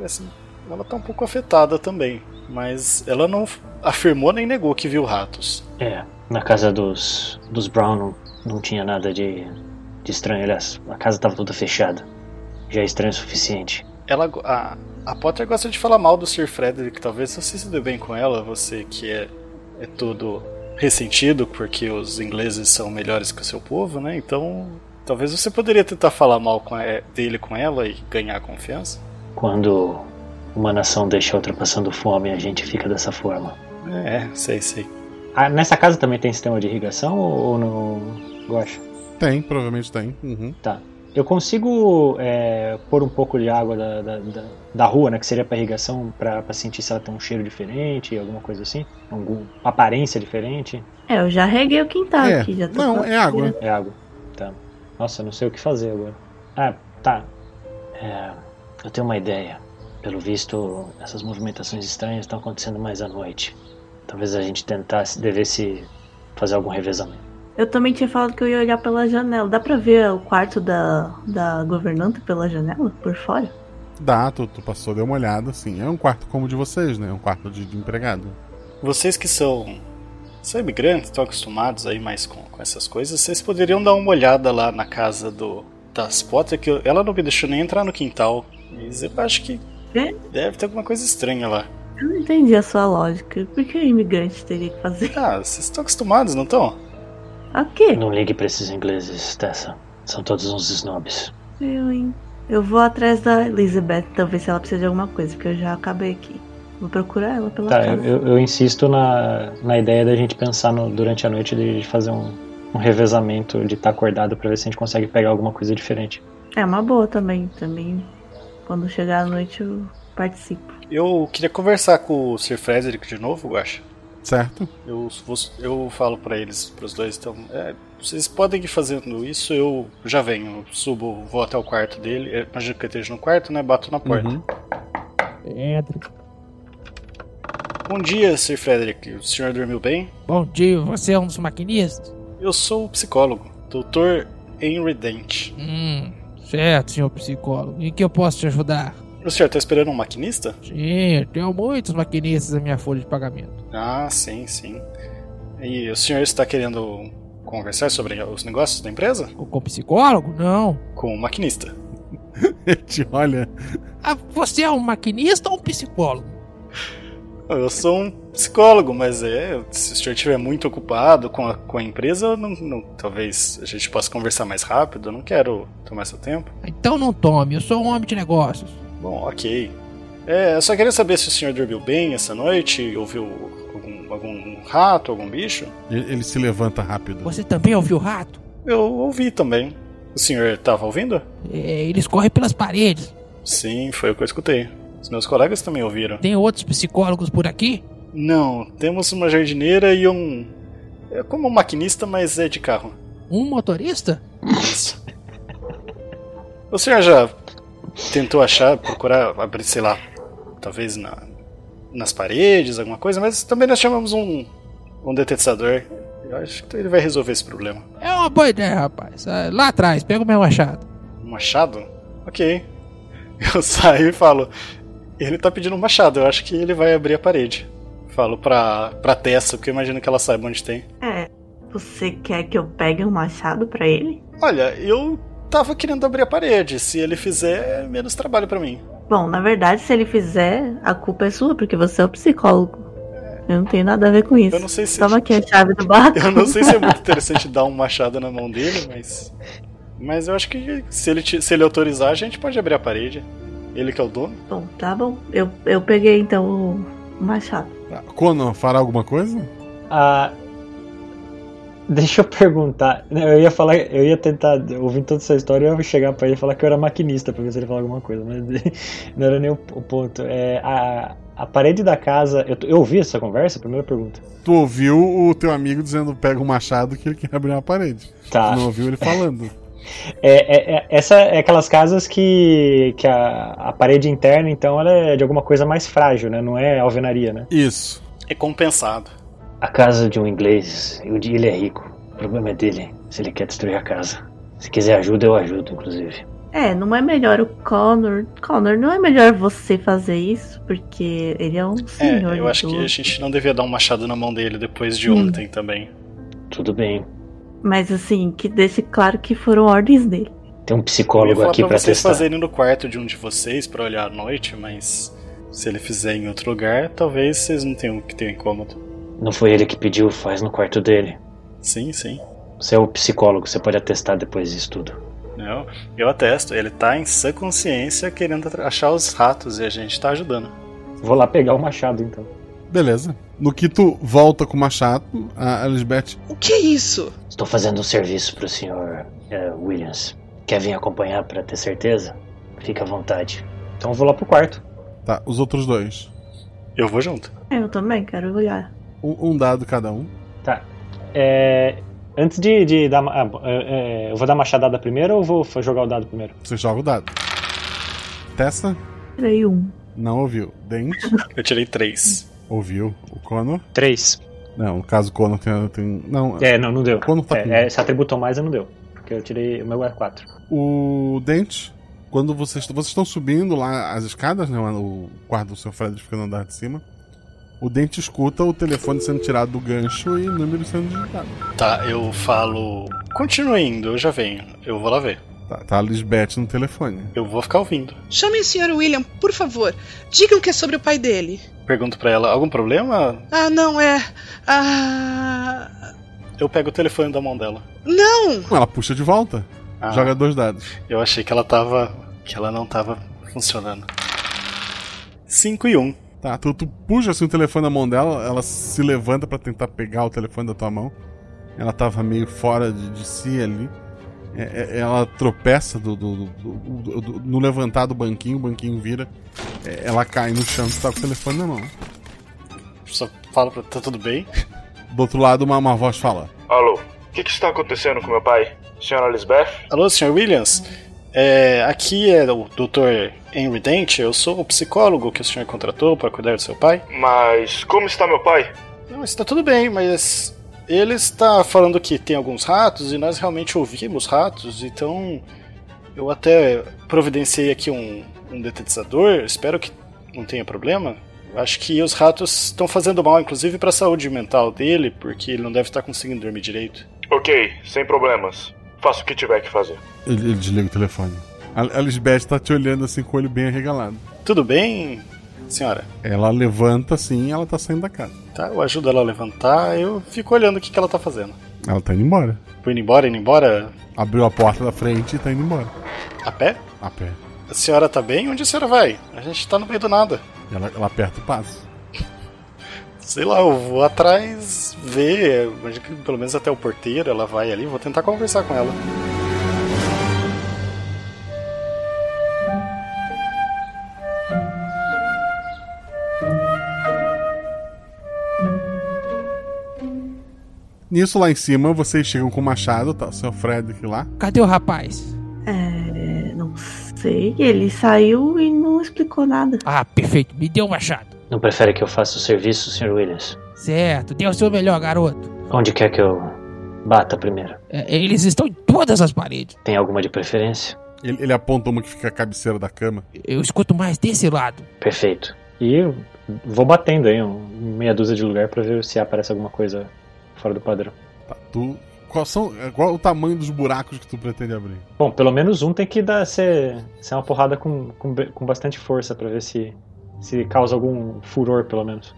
Assim, ela tá um pouco afetada também, mas ela não afirmou nem negou que viu ratos. É, na casa dos, dos Brown não, não tinha nada de, de estranho. Aliás, a casa tava toda fechada. Já é estranho o suficiente. ela go- a, a Potter gosta de falar mal do Sir Frederick, talvez você se dê bem com ela, você que é, é todo ressentido porque os ingleses são melhores que o seu povo, né? Então, talvez você poderia tentar falar mal com a- dele com ela e ganhar confiança. Quando uma nação deixa outra passando fome, a gente fica dessa forma. É, sei, sei. Ah, nessa casa também tem sistema de irrigação ou ou não? Gosto. Tem, provavelmente tem. Uhum. Tá. Eu consigo é, pôr um pouco de água da, da, da, da rua, né? Que seria pra irrigação, pra, pra sentir se ela tem um cheiro diferente, alguma coisa assim? Alguma aparência diferente? É, eu já reguei o quintal É. Tá, aqui, já tô Não, com a é água. pira. É água. Tá. Nossa, eu não sei o que fazer agora. Ah, tá. É, eu tenho uma ideia. Pelo visto, essas movimentações estranhas estão acontecendo mais à noite. Talvez a gente tentasse, devesse fazer algum revezamento. Eu também tinha falado que eu ia olhar pela janela. Dá pra ver o quarto da, da governanta pela janela, por fora? Dá, tu, tu passou, deu uma olhada, assim. É um quarto como o de vocês, né? É um quarto de, de empregado. Vocês que são, são imigrantes, estão acostumados aí mais com, com essas coisas, vocês poderiam dar uma olhada lá na casa do das Potter, que eu- ela não me deixou nem entrar no quintal. Mas eu acho que deve ter alguma coisa estranha lá. Eu não entendi a sua lógica. Por que o imigrante teria que fazer? Ah, vocês estão acostumados, não estão? Ok. Não ligue pra esses ingleses, Tessa. São todos uns snobs. Eu, hein? Eu vou atrás da Elizabeth, então ver se ela precisa de alguma coisa, porque eu já acabei aqui. Vou procurar ela pela Tá, eu, casa. eu- eu insisto na, na ideia da gente pensar no- durante a noite de fazer um, um revezamento, de estar acordado pra ver se a gente consegue pegar alguma coisa diferente. É uma boa também, também. Quando chegar à noite eu participo. Eu queria conversar com o Sir Frederick de novo, eu acho. Certo? Eu, vou- eu falo pra eles, pros dois, então. é, vocês podem ir fazendo isso, eu já venho, subo, vou até o quarto dele. é, Imagino que eu esteja no quarto, né? Bato na porta. Entra. Bom dia, Sir Frederick. O senhor dormiu bem? Bom dia, você é um dos maquinistas? Eu sou o psicólogo, Dr. Henry Dent. Hum, certo, senhor psicólogo. Em que eu posso te ajudar? O senhor tá esperando um maquinista? Sim, eu tenho muitos maquinistas na minha folha de pagamento. Ah, sim, sim. E o senhor está querendo conversar sobre os negócios da empresa? Com o psicólogo? Não. Com o maquinista. Ele te olha. Então, Ah, você é um maquinista ou um psicólogo? Eu sou um psicólogo, mas é, se o senhor estiver muito ocupado com a, com a empresa, eu não, não- talvez a gente possa conversar mais rápido. Eu não quero tomar seu tempo. Então não tome, eu sou um homem de negócios. Bom, ok. É, eu só queria saber se o senhor dormiu bem essa noite, ouviu algum, algum rato, algum bicho. Ele, ele se levanta rápido. Você também ouviu o rato? Eu ouvi também. O senhor estava ouvindo? É, eles correm pelas paredes. Sim, foi o que eu escutei. Os meus colegas também ouviram. Tem outros psicólogos por aqui? Não, um temos uma jardineira e um. É como um maquinista, mas é de carro. Um motorista? O senhor já tentou achar, procurar, abrir, sei lá, talvez na, nas paredes, alguma coisa, mas também nós chamamos um, um detetizador. Eu acho que ele vai resolver esse problema. É uma boa ideia, rapaz. Ah, Lá atrás, pega o meu machado. Um machado? Ok. Eu saio e falo: ele tá pedindo um machado, eu acho que ele vai abrir a parede. Falo pra, pra Tessa, porque eu imagino que ela saiba onde tem. É, você quer que eu pegue um machado pra ele? Olha, eu tava querendo abrir a parede. Se ele fizer, é menos trabalho pra mim. Bom, na verdade, se ele fizer, a culpa é sua, porque você é o psicólogo. Eu não tenho nada a ver com isso. É. Eu não sei se- Toma aqui a chave do barco. Eu não sei se é muito interessante dar um machado na mão dele, mas. Mas eu acho que se ele, te- se ele autorizar, a gente pode abrir a parede. Ele que é o dono. Bom, tá bom. Eu, eu peguei então o o machado. Tá. Conan, fará alguma coisa? Ah, deixa eu perguntar. Eu ia falar, eu ia tentar, ouvindo toda essa história, eu ia chegar pra ele e falar que eu era maquinista pra ver se ele fala alguma coisa, mas não era nem o, o ponto. É, a, a parede da casa. Eu, eu ouvi essa conversa? Primeira pergunta. Tu ouviu o teu amigo dizendo pega um machado que ele quer abrir uma parede. Tá. Tu não ouviu ele falando. É, é- é- essa é aquelas casas que, que a, a parede interna, então, ela é de alguma coisa mais frágil, né? Não é alvenaria, né? Isso. É compensado. A casa de um inglês, eu digo, ele é rico. O problema é dele, se ele quer destruir a casa. Se quiser ajuda, eu ajudo, inclusive. É, não é melhor o Connor. Connor, não é melhor você fazer isso, porque ele é um É, senhor. eu acho que idoso. a gente não devia dar um machado na mão dele depois de Hum. ontem também. Tudo bem. Mas assim, que deixe claro que foram ordens dele. Tem um Eu ia psicólogo falar aqui pra pra vocês testar. fazerem no quarto de um de vocês pra olhar à noite, mas se ele fizer em outro lugar, talvez vocês não tenham que ter incômodo. Não foi ele que pediu, faz no quarto dele. Sim, sim. Você é o psicólogo, você pode atestar depois disso tudo. Não, eu atesto, ele tá em sã consciência querendo atra- achar os ratos e a gente tá ajudando. Vou lá pegar o machado então. Beleza. No que tu volta com o machado, a Elizabeth. O que é isso? Estou fazendo um serviço pro senhor eh, Williams. Quer vir acompanhar pra ter certeza? Fica à vontade. Então eu vou lá pro quarto. Tá, os outros dois. Eu vou junto. Eu também quero olhar. Um, um dado cada um. Tá. É, antes de, de dar. ma- ah, bo- é, é, eu vou dar machadada primeiro ou vou f- jogar o dado primeiro? Você joga o dado. Tessa? Tirei um. Não ouviu. Dente? Eu tirei três. Ouviu. O Conor? Três. Não, no caso o Conor tem. tem- não, É, não, não deu. Quando tá É, com- é, se atributou mais, eu não deu. Porque eu tirei o meu é 4. O Dente, quando vocês, vocês estão subindo lá as escadas, né? O quarto do seu Fred fica no andar de cima. O Dente escuta o telefone sendo tirado do gancho e número sendo digitado. Tá, eu falo. Continue indo, eu já venho. Eu vou lá ver. Tá, tá a Lisbeth no telefone. Eu vou ficar ouvindo. Chamem o Sr. William, por favor. Digam que é sobre o pai dele. Pergunto pra ela: algum problema? Ah, não é. Ah. Eu pego o telefone da mão dela. Não! Ela puxa de volta. Ah. Joga dois dados. Eu achei que ela tava. que ela não tava funcionando. 5 e 1. Um. Tá, tu, tu puxa assim o telefone na mão dela, ela se levanta pra tentar pegar o telefone da tua mão. Ela tava meio fora de, de si ali. É, é, ela tropeça do, do- do- do- do- no levantar do banquinho, o banquinho vira. É, ela cai no chão e tá com o telefone na mão. Só falo pra. tá tudo bem? Do outro lado, uma, uma voz fala: Alô, o que, que está acontecendo com meu pai? Senhora Lisbeth? Alô, Sr. Williams? É, aqui é o Dr. Henry Dent, eu sou o psicólogo que o senhor contratou pra cuidar do seu pai. Mas como está meu pai? Não, está tudo bem, mas ele está falando que tem alguns ratos e nós realmente ouvimos ratos, então eu até providenciei aqui um, um detetizador, espero que não tenha problema. Acho que os ratos estão fazendo mal, inclusive, para a saúde mental dele, porque ele não deve estar conseguindo dormir direito. Ok, sem problemas. Faça o que tiver que fazer. Ele, ele desliga o telefone. A, a Lisbeth tá te olhando assim com o olho bem arregalado. Tudo bem? senhora? Ela levanta sim, ela tá saindo da casa. Tá, eu ajudo ela a levantar, eu fico olhando o que, que ela tá fazendo. Ela tá indo embora. Tô indo embora, indo embora? Abriu a porta da frente e tá indo embora. A pé? A pé. A senhora tá bem? Onde a senhora vai? A gente tá no meio do nada. Ela, ela aperta o passo. Sei lá, eu vou atrás ver, acho que pelo menos até o porteiro, ela vai ali, vou tentar conversar com ela. Nisso lá em cima, vocês chegam com o machado, tá? O seu Frederick lá. Cadê o rapaz? É, não sei. Ele saiu e não explicou nada. Ah, perfeito. Me deu o machado. Não prefere que eu faça o serviço, Sr. Williams? Certo. Dê o seu melhor, garoto. Onde quer que eu bata primeiro? É, eles estão em todas as paredes. Tem alguma de preferência? Ele, ele aponta uma que fica à cabeceira da cama. Eu escuto mais desse lado. Perfeito. E eu vou batendo aí, um, meia dúzia de lugar pra ver se aparece alguma coisa fora do padrão. Tá, tu. Qual, são, qual o tamanho dos buracos que tu pretende abrir? Bom, pelo menos um tem que dar, ser, ser uma porrada com, com, com bastante força pra ver se, se causa algum furor, pelo menos.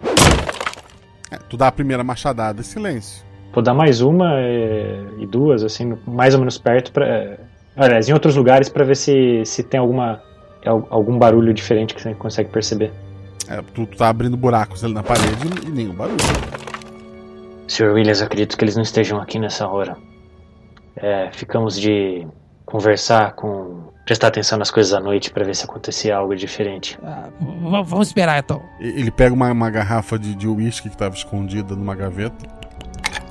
É, tu dá a primeira machadada e silêncio. Vou dar mais uma é, e, e duas, assim, mais ou menos perto, pra, é, aliás, em outros lugares pra ver se, se tem alguma, algum barulho diferente que você consegue perceber. É, tu, tu tá abrindo buracos ali na parede e nenhum barulho. Sr. Williams, acredito que eles não estejam aqui nessa hora. É, ficamos de conversar com. prestar atenção nas coisas à noite para ver se acontecia algo diferente. Ah, vamos esperar então. Ele pega uma, uma garrafa de uísque que estava escondida numa gaveta.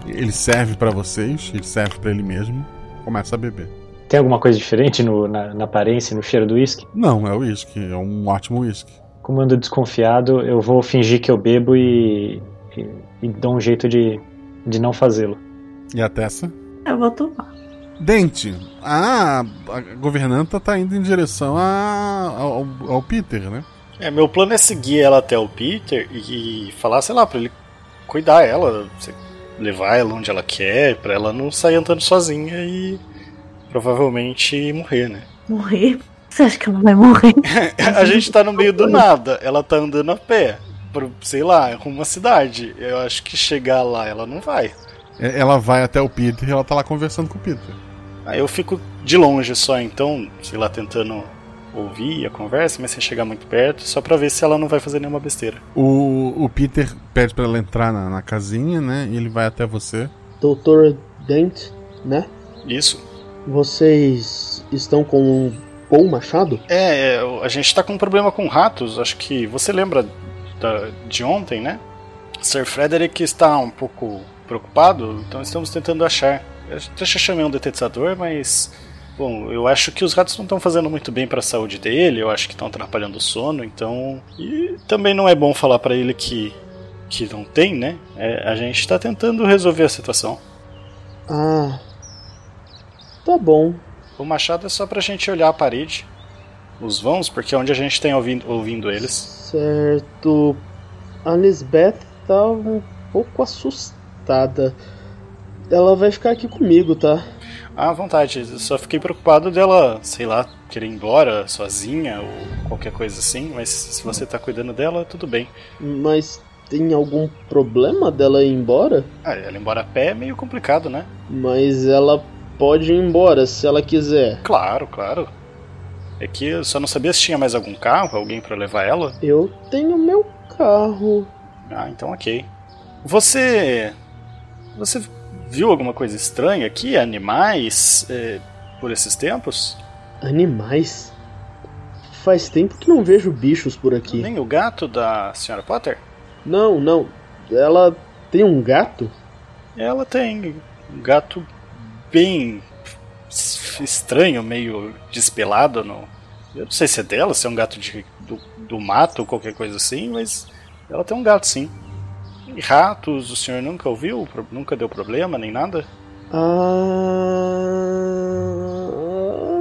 Ele serve para vocês, ele serve para ele mesmo. Começa a beber. Tem alguma coisa diferente no, na, na aparência e no cheiro do uísque? Não, é o uísque, é um ótimo uísque. Como ando desconfiado, eu vou fingir que eu bebo e e, e dou um jeito de, de não fazê-lo. E a Tessa? Eu vou tomar. Dente, ah, a governanta tá indo em direção a, ao, ao, Peter, né? É, meu plano é seguir ela até o Peter e, e falar, sei lá, pra ele cuidar ela, levar ela onde ela quer, pra ela não sair andando sozinha e provavelmente morrer, né? Morrer? Você acha que ela vai morrer? a gente tá no meio do nada, ela tá andando a pé pro, sei lá, uma cidade. Eu acho que chegar lá ela não vai. Ela vai até o Peter e ela tá lá conversando com o Peter. Aí eu fico de longe só, então, sei lá, tentando ouvir a conversa, mas sem chegar muito perto, só pra ver se ela não vai fazer nenhuma besteira. O, o Peter pede para ela entrar na, na, casinha, né? E ele vai até você. Doutor Dent, né? Isso. Vocês estão com um bom machado? É, a gente tá com um problema com ratos. Acho que você lembra de ontem, né? Sir Frederick está um pouco preocupado, então estamos tentando achar. Eu até chamei um detetizador, mas. Bom, eu acho que os ratos não estão fazendo muito bem para a saúde dele, eu acho que estão atrapalhando o sono, então. E também não é bom falar para ele que. que não tem, né? É, a gente está tentando resolver a situação. Ah. Tá bom. O machado é só para a gente olhar a parede, os vãos, porque é onde a gente tem ouvindo, ouvindo eles. Certo. A Lisbeth tá um pouco assustada. Ela vai ficar aqui comigo, tá? Ah, À vontade, eu só fiquei preocupado dela, sei lá, querer ir embora sozinha ou qualquer coisa assim, mas se você tá cuidando dela, tudo bem. Mas tem algum problema dela ir embora? Ah, ela ir embora a pé é meio complicado, né? Mas ela pode ir embora se ela quiser. Claro, claro. É que eu só não sabia se tinha mais algum carro, alguém para levar ela. Eu tenho meu carro. Ah, então ok. Você. Você viu alguma coisa estranha aqui? Animais? É, por esses tempos? Animais? Faz tempo que não vejo bichos por aqui. Nem o gato da senhora Potter? Não, não. Ela tem um gato? Ela tem um gato bem estranho, meio despelado. No... Eu não sei se é dela, se é um gato de, do, do mato ou qualquer coisa assim, mas ela tem um gato sim. E ratos, o senhor nunca ouviu? Nunca deu problema nem nada? Ah.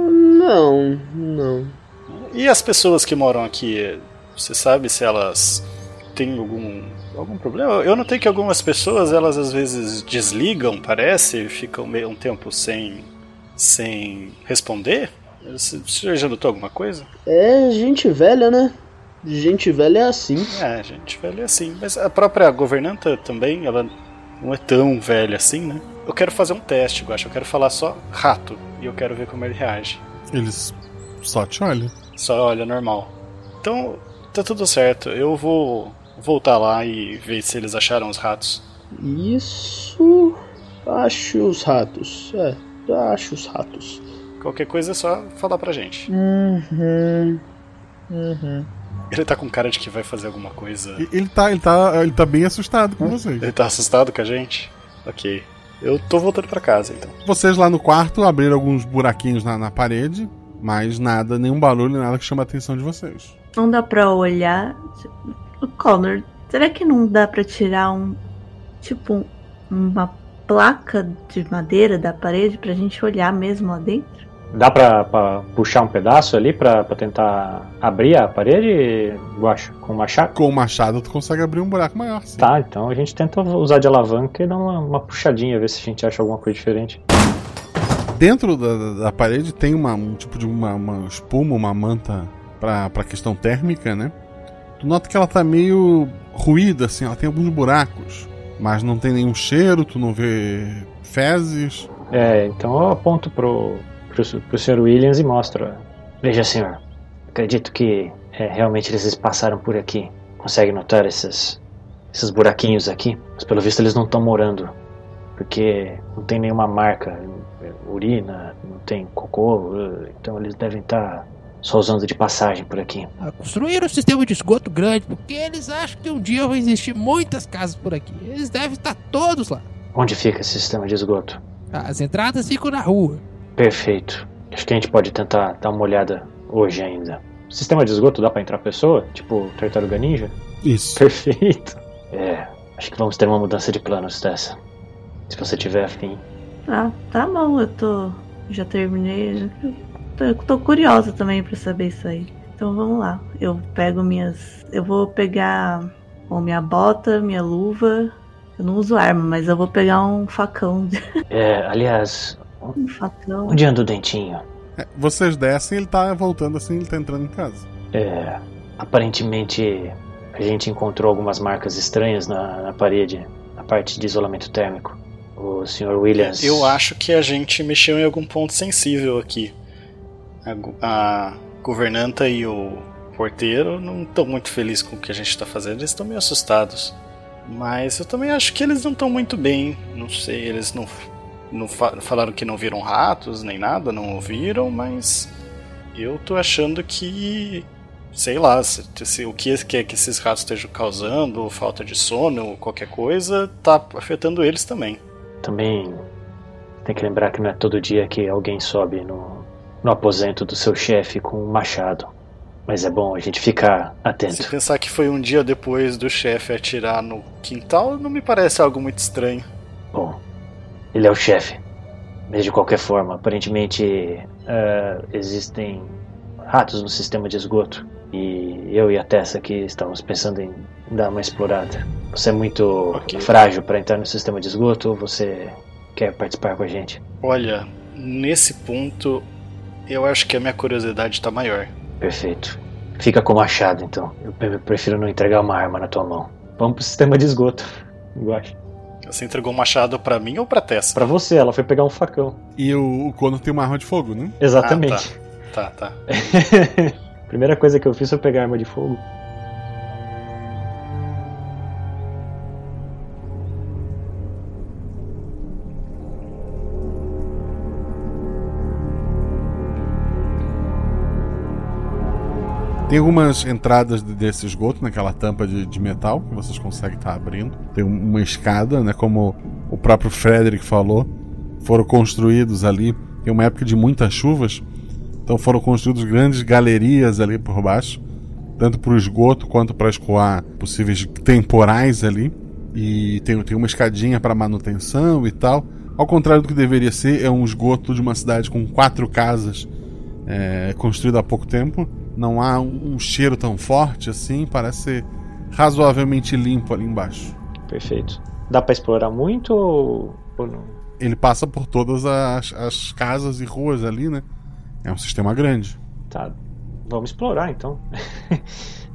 Não, não. E as pessoas que moram aqui, você sabe se elas têm algum algum problema. Eu notei que algumas pessoas, elas às vezes desligam, parece, ficam meio um tempo sem sem responder? O senhor já notou alguma coisa? É gente velha, né? Gente velha é assim. É, gente velha é assim. Mas a própria governanta também, ela não é tão velha assim, né? Eu quero fazer um teste, eu acho. Eu quero falar só rato e eu quero ver como ele reage. Eles só te olham. Só olha normal. Então, tá tudo certo. Eu vou voltar lá e ver se eles acharam os ratos. Isso. Acho os ratos. É, acho os ratos. Qualquer coisa é só falar pra gente. Uhum. Uhum. Ele tá com cara de que vai fazer alguma coisa. E- Ele tá, ele tá, ele tá bem assustado com vocês. Ele tá assustado com a gente? Ok. Eu tô voltando pra casa então. Vocês lá no quarto abriram alguns buraquinhos na, na parede, mas nada, nenhum barulho, nada que chama a atenção de vocês. Não dá pra olhar. O Connor, será que não dá pra tirar um. Tipo, um- uma placa de madeira da parede pra gente olhar mesmo lá dentro? Dá pra, pra puxar um pedaço ali pra, pra tentar abrir a parede, Guacha? Com o machado? Com o machado tu consegue abrir um buraco maior, sim. Tá, então a gente tenta usar de alavanca e dar uma, uma puxadinha, ver se a gente acha alguma coisa diferente. Dentro da, da- da parede tem uma, um tipo de uma, uma espuma, uma manta pra, pra questão térmica, né? Tu nota que ela tá meio ruída, assim, ela tem alguns buracos, mas não tem nenhum cheiro, tu não vê fezes. É, então eu aponto pro, pro, pro Sr. Williams e mostro. Veja, senhor, acredito que é, realmente eles passaram por aqui. Consegue notar esses, esses buraquinhos aqui? Mas pelo visto eles não estão morando, porque não tem nenhuma marca, é, urina, não tem cocô, eh, então eles devem estar só usando de passagem por aqui. Construíram um sistema de esgoto grande porque eles acham que um dia vão existir muitas casas por aqui. Eles devem estar todos lá. Onde fica esse sistema de esgoto? As entradas ficam na rua. Perfeito. Acho que a gente pode tentar dar uma olhada hoje ainda. O sistema de esgoto dá pra entrar pessoa? Tipo Tartaruga Ninja? Isso. Perfeito. É, acho que vamos ter uma mudança de planos dessa. Se você tiver afim. Ah, tá bom, eu tô. Já terminei. já- Eu tô curiosa também pra saber isso aí. Então vamos lá. Eu pego minhas. Eu vou pegar. Bom, minha bota, minha luva. Eu não uso arma, mas eu vou pegar um facão. É, aliás, um facão. onde anda o dentinho? É, vocês descem, ele tá voltando assim, ele tá entrando em casa. É, aparentemente a gente encontrou algumas marcas estranhas na, na parede, na parte de isolamento térmico. O Sr. Williams. Eu acho que a gente mexeu em algum ponto sensível aqui. A, go- a governanta e o porteiro não estão muito felizes com o que a gente está fazendo, eles estão meio assustados. Mas eu também acho que eles não estão muito bem. Não sei, eles não, não fa- falaram que não viram ratos nem nada, não ouviram, mas eu tô achando que. Sei lá, se, se- o que é que que esses ratos estejam causando, ou falta de sono, ou qualquer coisa, tá afetando eles também. Também tem que lembrar que não é todo dia que alguém sobe no, no aposento do seu chefe com um machado. Mas é bom a gente ficar Se atento. pensar que foi um dia depois do chefe atirar no quintal, não me parece algo muito estranho. Bom, ele é o chefe. Mas de qualquer forma, aparentemente eh, existem ratos no sistema de esgoto. E eu e a Tessa aqui estamos pensando em dar uma explorada. Você é muito frágil para entrar no sistema de esgoto ou você quer participar com a gente? Olha, nesse ponto, eu acho que a minha curiosidade tá maior. Perfeito. Fica com o machado, então. Eu pre- prefiro não entregar uma arma na tua mão. Vamos pro sistema de esgoto. Eu acho. Você entregou o machado pra mim ou pra Tessa? Pra você, ela foi pegar um facão. E o, o Conor tem uma arma de fogo, né? Exatamente. Tá, tá. Primeira coisa que eu fiz foi pegar arma de fogo. Tem algumas entradas de- desse esgoto naquela tampa de, de metal que vocês conseguem estar abrindo. Tem um- uma escada, né? Como o próprio Frederick falou, foram construídos ali em uma época de muitas chuvas. Então foram construídas grandes galerias ali por baixo, tanto para o esgoto quanto para escoar possíveis temporais ali. E tem, tem uma escadinha para manutenção e tal. Ao contrário do que deveria ser, é um esgoto de uma cidade com quatro casas é, construída há pouco tempo. Não há um, um cheiro tão forte assim, parece ser razoavelmente limpo ali embaixo. Perfeito. Dá pra explorar muito ou, ou não? Ele passa por todas as, as casas e ruas ali, né? É um sistema grande. Tá. Vamos explorar então.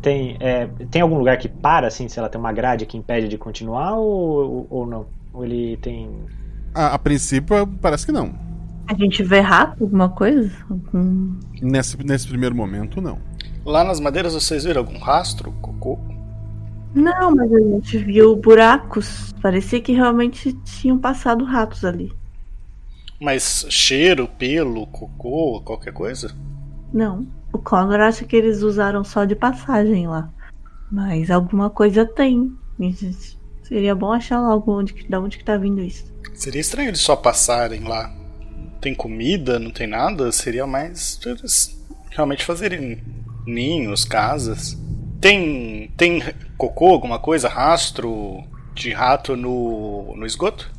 Tem, é, tem algum lugar que para, assim, sei lá, tem uma grade que impede de continuar ou, ou não? Ou ele tem. A, a princípio, parece que não. A gente vê rato, alguma coisa? Algum... Nesse, nesse primeiro momento, não. Lá nas madeiras vocês viram algum rastro, cocô? Não, mas a gente viu buracos. Parecia que realmente tinham passado ratos ali. Mas cheiro, pelo, cocô, qualquer coisa? Não. O Connor acha que eles usaram só de passagem lá. Mas alguma coisa tem. E, gente, Seria bom achar lá algum onde, que- da onde que tá vindo isso. Seria estranho eles só passarem lá. Não tem comida, não tem nada. Seria mais eles realmente fazerem ninhos, casas. Tem tem cocô, alguma coisa, rastro de rato no, no esgoto?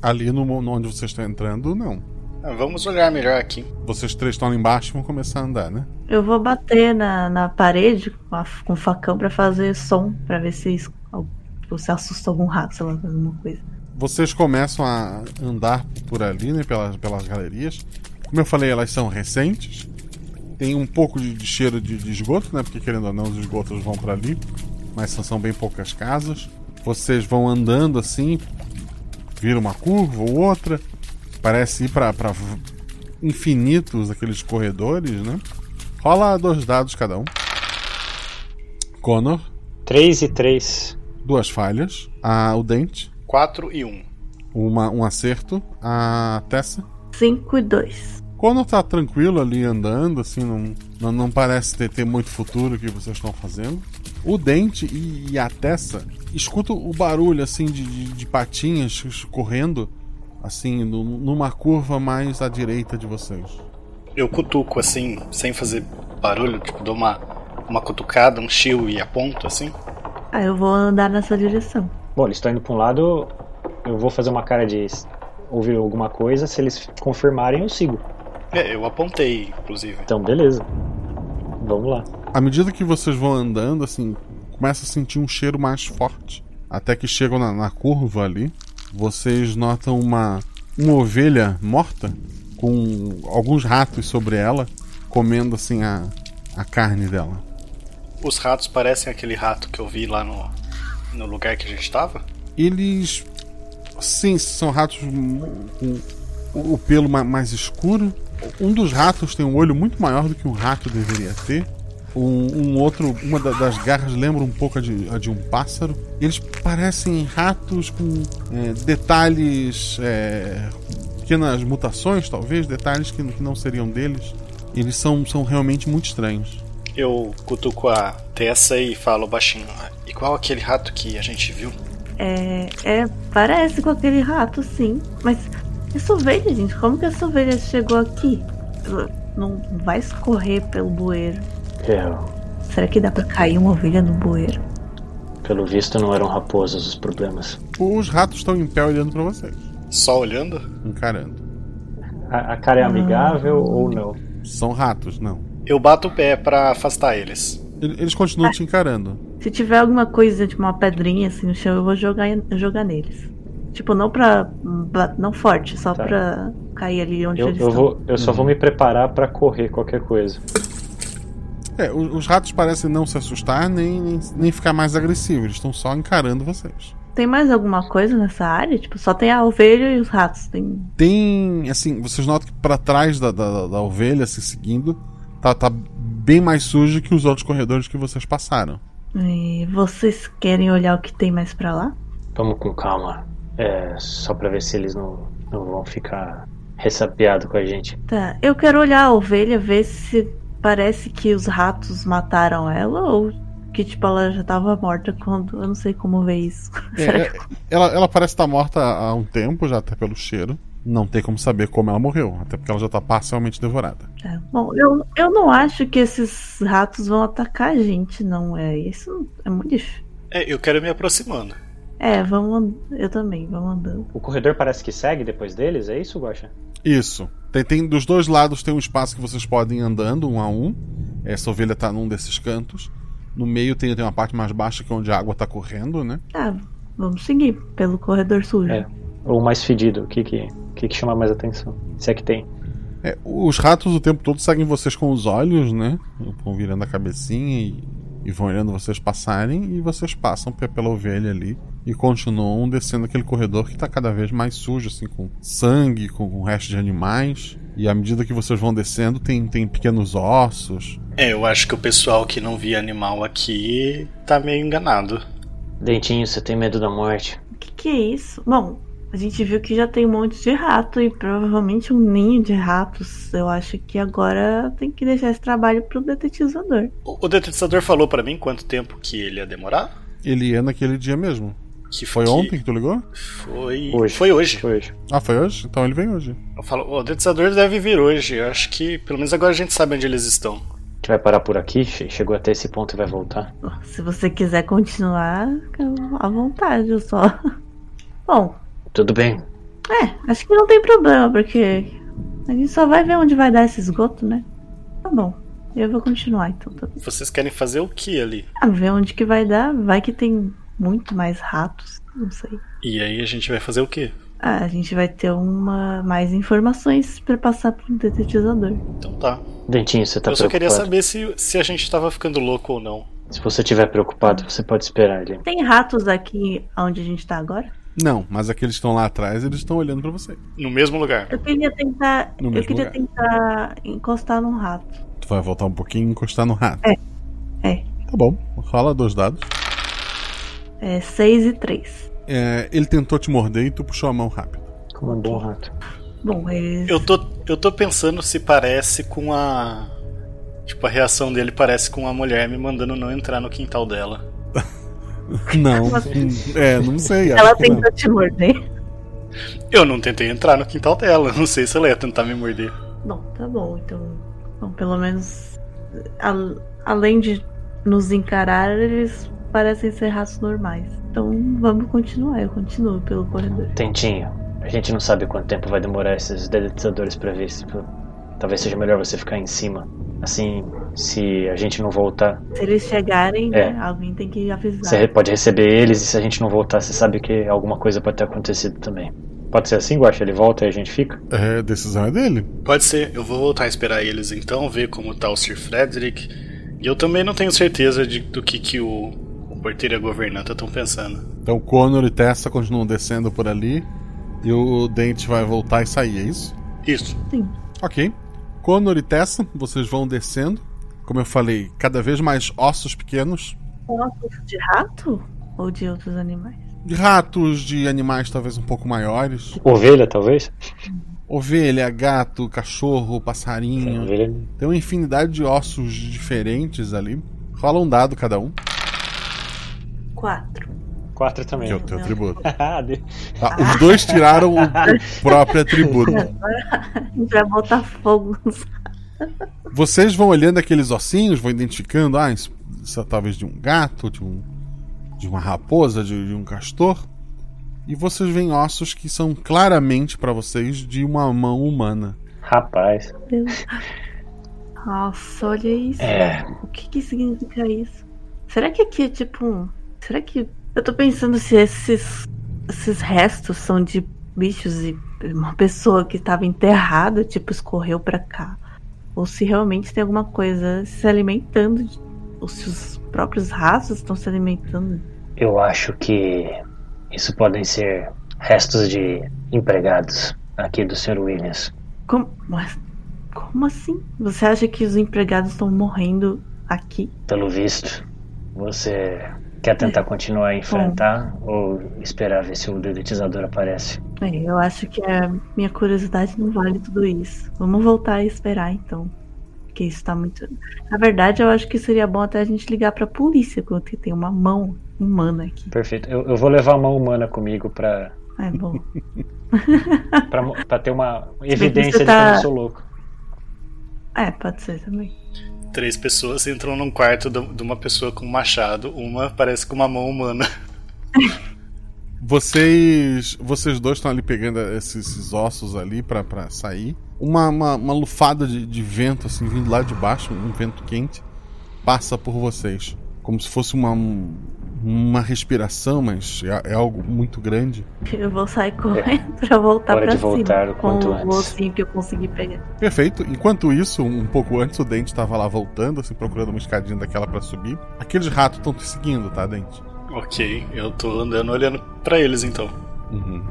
Ali no, mo- no onde vocês estão entrando, não. Ah, Vamos olhar melhor aqui. Vocês três estão lá embaixo e vão começar a andar, né? Eu vou bater na, na parede com, a, com o facão pra fazer som, pra ver se es- al- você assusta algum rato, sei lá, alguma coisa. Vocês começam a andar por ali, né? Pelas, pelas galerias. Como eu falei, elas são recentes. Tem um pouco de, de cheiro de, de esgoto, né? Porque querendo ou não, os esgotos vão para ali. Mas são, são bem poucas casas. Vocês vão andando assim, vira uma curva ou outra. Parece ir para infinitos aqueles corredores, né? Rola dois dados cada um. Connor. 3 e 3. Duas falhas. Ah, o dente. 4 e 1. Uma, um acerto. A Tessa. 5 e 2. Quando tá tranquilo ali andando, assim, não, não, não parece ter, ter muito futuro o que vocês estão fazendo. O Dente e, e a Tessa escutam o barulho, assim, de, de, de patinhas correndo, assim, nu- numa curva mais à direita de vocês. Eu cutuco assim, sem fazer barulho, tipo, dou uma, uma cutucada, um chiu e aponto assim. Aí eu vou andar nessa direção. Bom, eles estão indo pra um lado, eu vou fazer uma cara de ouvir alguma coisa, se eles confirmarem, eu sigo. É, eu apontei, inclusive. Então, beleza. Vamos lá. À medida que vocês vão andando, assim, começa a sentir um cheiro mais forte. Até que chegam na, na curva ali, vocês notam uma, uma ovelha morta com alguns ratos sobre ela, comendo assim a, a carne dela. Os ratos parecem aquele rato que eu vi lá no, no lugar que a gente tava. Eles. Sim, são ratos mu- com o o pelo ma- mais escuro. Um dos ratos tem um olho muito maior do que um rato deveria ter. Um, um outro, uma da- das garras lembra um pouco a de, a de um pássaro. Eles parecem ratos com é, detalhes, é, pequenas mutações, talvez, detalhes que, que não seriam deles. Eles são, são realmente muito estranhos. Eu cutuco a Tessa e falo baixinho, "Ah, igual aquele rato que a gente viu. É, é, parece com aquele rato, sim. Mas essa ovelha, gente, como que essa ovelha chegou aqui? Ela Não vai escorrer pelo bueiro. É, Será que dá pra cair uma ovelha no bueiro? pelo visto, não eram raposas os problemas. Os ratos estão em pé olhando para vocês. Só olhando? Encarando. A, a cara é amigável ou não? São ratos, não. Eu bato o pé pra afastar eles. Ele- Eles continuam te encarando. Se tiver alguma coisa, tipo uma pedrinha assim no chão, eu vou jogar, jogar neles. Tipo, não pra. ba- Não forte, só Tá. pra cair ali onde Eu, eles eu, estão. vou, eu só vou Uhum. me preparar pra correr qualquer coisa. É, o- os ratos parecem não se assustar nem, nem, nem ficar mais agressivos, eles estão só encarando vocês. Uhum. Tem mais alguma coisa nessa área? Tipo, só tem a ovelha e os ratos. Tem. Tem, assim, vocês notam que pra trás da, da, da- da ovelha, se seguindo, tá, tá bem mais sujo que os outros corredores que vocês passaram. E vocês querem olhar o que tem mais pra lá? Vamos com calma. É, só pra ver se eles não, não vão ficar ressabiados com a gente. Tá, eu quero olhar a ovelha, ver se parece que os ratos mataram ela ou que, tipo, ela já tava morta quando. Eu não sei como ver isso. É, é- ela, ela parece estar morta há um tempo, já até pelo cheiro. Não tem como saber como ela morreu, até porque ela já tá parcialmente devorada. Tá, Bom, eu, eu não acho que esses ratos vão atacar a gente, não. É isso é muito difícil. É, eu quero me aproximando. É, vamos. and- Eu também, vamos andando. O corredor parece que segue depois deles, é isso, Guaxa? Isso. Tem, tem- dos dois lados tem um espaço que vocês podem ir andando um a um. Essa ovelha tá num desses cantos. No meio tem, tem uma parte mais baixa que é onde a água tá correndo, né? Tá, vamos seguir pelo corredor sujo. É. Ou mais fedido, o que que, o que que chama mais atenção? Se é que tem. É, os ratos o tempo todo seguem vocês com os olhos, né? Vão virando a cabecinha e, e vão olhando vocês passarem e vocês passam pe- pela ovelha ali e continuam descendo aquele corredor que está cada vez mais sujo, assim, com sangue, com, com resto de animais. E à medida que vocês vão descendo, tem, tem pequenos ossos. É, eu acho que o pessoal que não via animal aqui tá meio enganado. Dentinho, você tem medo da morte? O que, que é isso? Bom, a gente viu que já tem um monte de rato e provavelmente um ninho de ratos. Eu acho que agora tem que deixar esse trabalho pro detetizador. O o detetizador falou pra mim quanto tempo que ele ia demorar? Ele é naquele dia mesmo. Que foi que- ontem que tu ligou? Foi hoje. Foi hoje. Ah, foi hoje? Então ele vem hoje. Eu falo, "Ô, o detetizador deve vir hoje. Eu acho que pelo menos agora a gente sabe onde eles estão. A gente vai parar por aqui? Che- Chegou até esse ponto e vai voltar? Se você quiser continuar, fica à vontade, eu só. Bom, Tudo bem. é, acho que não tem problema, porque a gente só vai ver onde vai dar esse esgoto, né? Tá bom, eu vou continuar então. Tá... Vocês querem fazer o que ali? Ah, ver onde que vai dar, vai que tem muito mais ratos, não sei. E aí a gente vai fazer o quê? Ah, a gente vai ter uma mais informações pra passar pro detetizador. Então tá. Dentinho, você tá eu só preocupado? queria saber se, se a gente tava ficando louco ou não. Se você estiver preocupado, você pode esperar ele. Tem ratos aqui onde a gente tá agora? Não, mas aqueles que estão lá atrás, eles estão olhando pra você. No mesmo lugar. Eu queria tentar, No eu mesmo queria lugar. tentar encostar num rato. Tu vai voltar um pouquinho e encostar no rato. É. É. Tá bom. Rola dois dados. É 6 e 3. É, ele tentou te morder e tu puxou a mão rápido. Como um bom rato. Bom, eles. Eu tô, eu tô pensando se parece com a. Tipo, a reação dele parece com a mulher me mandando não entrar no quintal dela. Não. é, não sei. assim? Ela acho que não. tentou te morder. Eu não tentei entrar no quintal dela, não sei se ela ia tentar me morder. Bom, tá bom, então. Bom, pelo menos. al- além de nos encarar, eles parecem ser ratos normais. Então vamos continuar, eu continuo pelo corredor. Dentinho, a gente não sabe quanto tempo vai demorar esses dedetizadores pra ver se. Talvez seja melhor você ficar em cima. Assim, se a gente não voltar, Se eles chegarem, É. né, alguém tem que avisar. você re- pode receber eles e se a gente não voltar, você sabe que alguma coisa pode ter acontecido também. Pode ser assim, Guaxa? Ele volta e a gente fica? É, decisão é dele. Pode ser, eu vou voltar a esperar eles então, ver como tá o Sir Frederick. E eu também não tenho certeza de- do que, que o, o porteiro e a governanta estão pensando. Então Connor e Tessa continuam descendo por ali. E o Dente vai voltar e sair, é isso? Isso. Sim. Ok. Connor e Tessa, vocês vão descendo. Como eu falei, cada vez mais ossos pequenos. Um assunto de rato? Ou de outros animais? De ratos, de animais talvez um pouco maiores. Ovelha, É, talvez? Ovelha, gato, cachorro, É, passarinho. Tem uma infinidade de ossos diferentes ali. Rola um dado cada um. Quatro. Quatro também. Que é o teu atributo. Ah, de- Tá, os dois tiraram o o próprio atributo. Agora um. vai botar fogo nos Vocês vão olhando aqueles ossinhos, vão identificando, ah, isso, isso é talvez de um gato, de, um, de uma raposa, de, de um castor. E vocês veem ossos que são claramente para vocês de uma mão humana. Rapaz. Deus. Nossa, olha isso. É. O que que significa isso? Será que aqui é tipo um. Será que. Eu tô pensando se esses. Esses restos são de bichos e uma pessoa que tava enterrada, tipo, escorreu pra cá. Ou se realmente tem alguma coisa se alimentando. de- Ou se os próprios ratos estão se alimentando. Eu acho que isso podem ser restos de empregados aqui do Sr. Williams. Como, mas, como assim? Você acha que os empregados estão morrendo aqui? Pelo visto, você quer tentar continuar a enfrentar ou esperar ver se o dedetizador aparece? É, eu acho que a minha curiosidade não vale tudo isso. Vamos voltar e esperar então. Porque isso tá muito. Na verdade, eu acho que seria bom até a gente ligar pra polícia, porque tem uma mão humana aqui. Perfeito. Eu, eu vou levar uma humana comigo pra, É bom. pra, mo- pra ter uma que evidência você de que eu tá- não sou louco. É, pode ser também. Três pessoas entram num quarto do- de uma pessoa com um machado, uma parece com uma mão humana. Vocês vocês dois estão ali pegando esses, esses ossos ali pra, pra sair. Uma, uma, uma lufada de, de vento, assim, vindo lá de baixo, um vento quente, passa por vocês. Como se fosse uma, um uma respiração, mas é, é algo muito grande. Eu vou sair correndo pra voltar É. Hora pra de cima. voltar o quanto com antes. o bolsinho que eu consegui pegar. Perfeito. Enquanto isso, um pouco antes, o Dente estava lá voltando, assim, procurando uma escadinha daquela pra subir. Aqueles ratos estão te seguindo, tá, Dente? Ok, eu tô andando olhando pra eles então.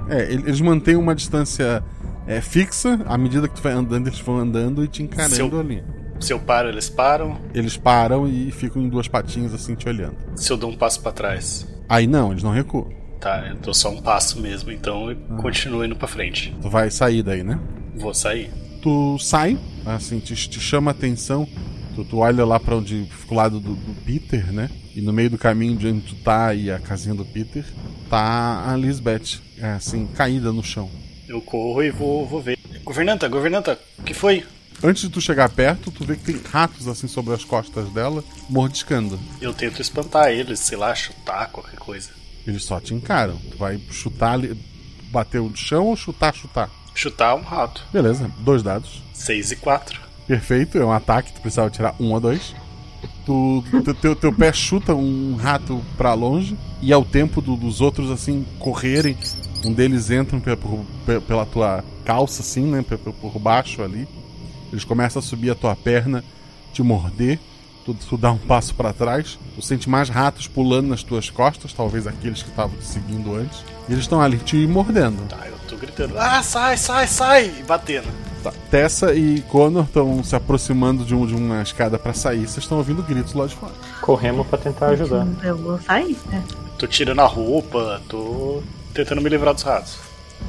É, ele- eles mantêm uma distância é, fixa. À medida que tu vai andando, eles vão andando e te encarando se, eu, ali. se eu paro, eles param. Eles param e ficam em duas patinhas, assim, te olhando. Se eu dou um passo pra trás. Aí não, eles não recuam. Tá, eu dou só um passo mesmo, então eu Ah. continuo indo pra frente. Tu vai sair daí, né? Vou sair. Tu sai, assim, te, te chama a atenção. Tu, tu olha lá pra onde fica o lado do, do Peter, né? E no meio do caminho de onde tu tá e a casinha do Peter, tá a Lisbeth, é, assim, caída no chão. Eu corro e vou, vou ver. Governanta, governanta, o que foi? Antes de tu chegar perto, tu vê que tem ratos assim sobre as costas dela, mordiscando. Eu tento espantar eles, sei lá, chutar qualquer coisa. Eles só te encaram. Tu vai chutar ali. Bater o chão ou chutar, chutar? Chutar um rato. Beleza, dois dados. 6 e 4. Perfeito, é um ataque, tu precisava tirar um ou dois. Tu, te- teu, teu pé chuta um rato pra longe e ao tempo do- dos outros assim correrem, um deles entra pe- por- pe- pela tua calça assim, né, pe- pe- por baixo ali. Eles começam a subir a tua perna, te morder. Tu, tu dá um passo pra trás, tu sente mais ratos pulando nas tuas costas, talvez aqueles que estavam te seguindo antes. E eles estão ali te mordendo. Eu tô gritando, ah, sai, sai, sai! E batendo. Tá. Tessa e Connor estão se aproximando de, um- de uma escada pra sair. Vocês estão ouvindo gritos lá de fora. Corremos pra tentar Tá. ajudar. Eu vou sair, né? Tô tirando a roupa, tô tentando me livrar dos ratos.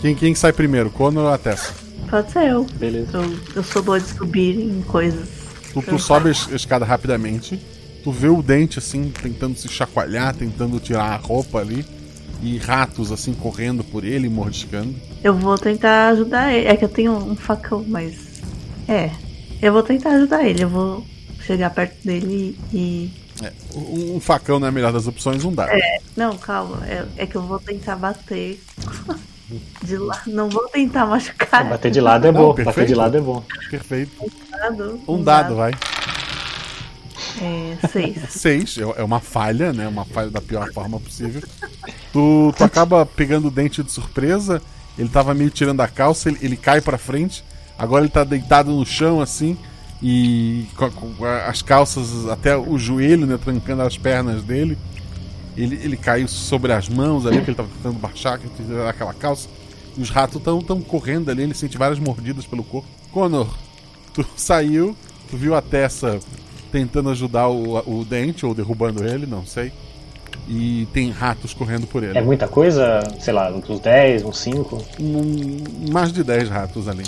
Quem, quem sai primeiro, Connor ou a Tessa? Pode ser eu. Beleza. Eu, eu sou boa de subir em coisas. Tu, tu sobe a es- a escada rapidamente. Tu vê o dente assim, tentando se chacoalhar, tentando tirar a roupa ali. E ratos assim correndo por ele, mordiscando. Eu vou tentar ajudar ele. É que eu tenho um facão, mas. É. Eu vou tentar ajudar ele. Eu vou chegar perto dele e. É, um, um facão não é a melhor das opções, um Tá. dado. É. Não, calma. É, é que eu vou tentar bater. De lá. Não vou tentar machucar. Bater de lado é Não, bom, perfeito. bater de lado é bom. Perfeito. Dado, Um dado, vai. É, seis. Seis, é é uma falha, né? Uma falha da pior forma possível. Tu, tu acaba pegando o dente de surpresa, ele tava meio tirando a calça, ele, ele cai pra frente, agora ele tá deitado no chão assim, e com, a- com a- as calças até o joelho, né? Trancando as pernas dele. Ele, ele caiu sobre as mãos ali, que ele tava tentando baixar tirar aquela calça. E os ratos tão, tão correndo ali, ele sente várias mordidas pelo corpo. Connor, tu saiu, tu viu a Tessa tentando ajudar o, o Dente, ou derrubando ele, não sei. E tem ratos correndo por ele. É muita coisa, sei lá, uns 10, uns 5. Hum, mais de 10 ratos ali.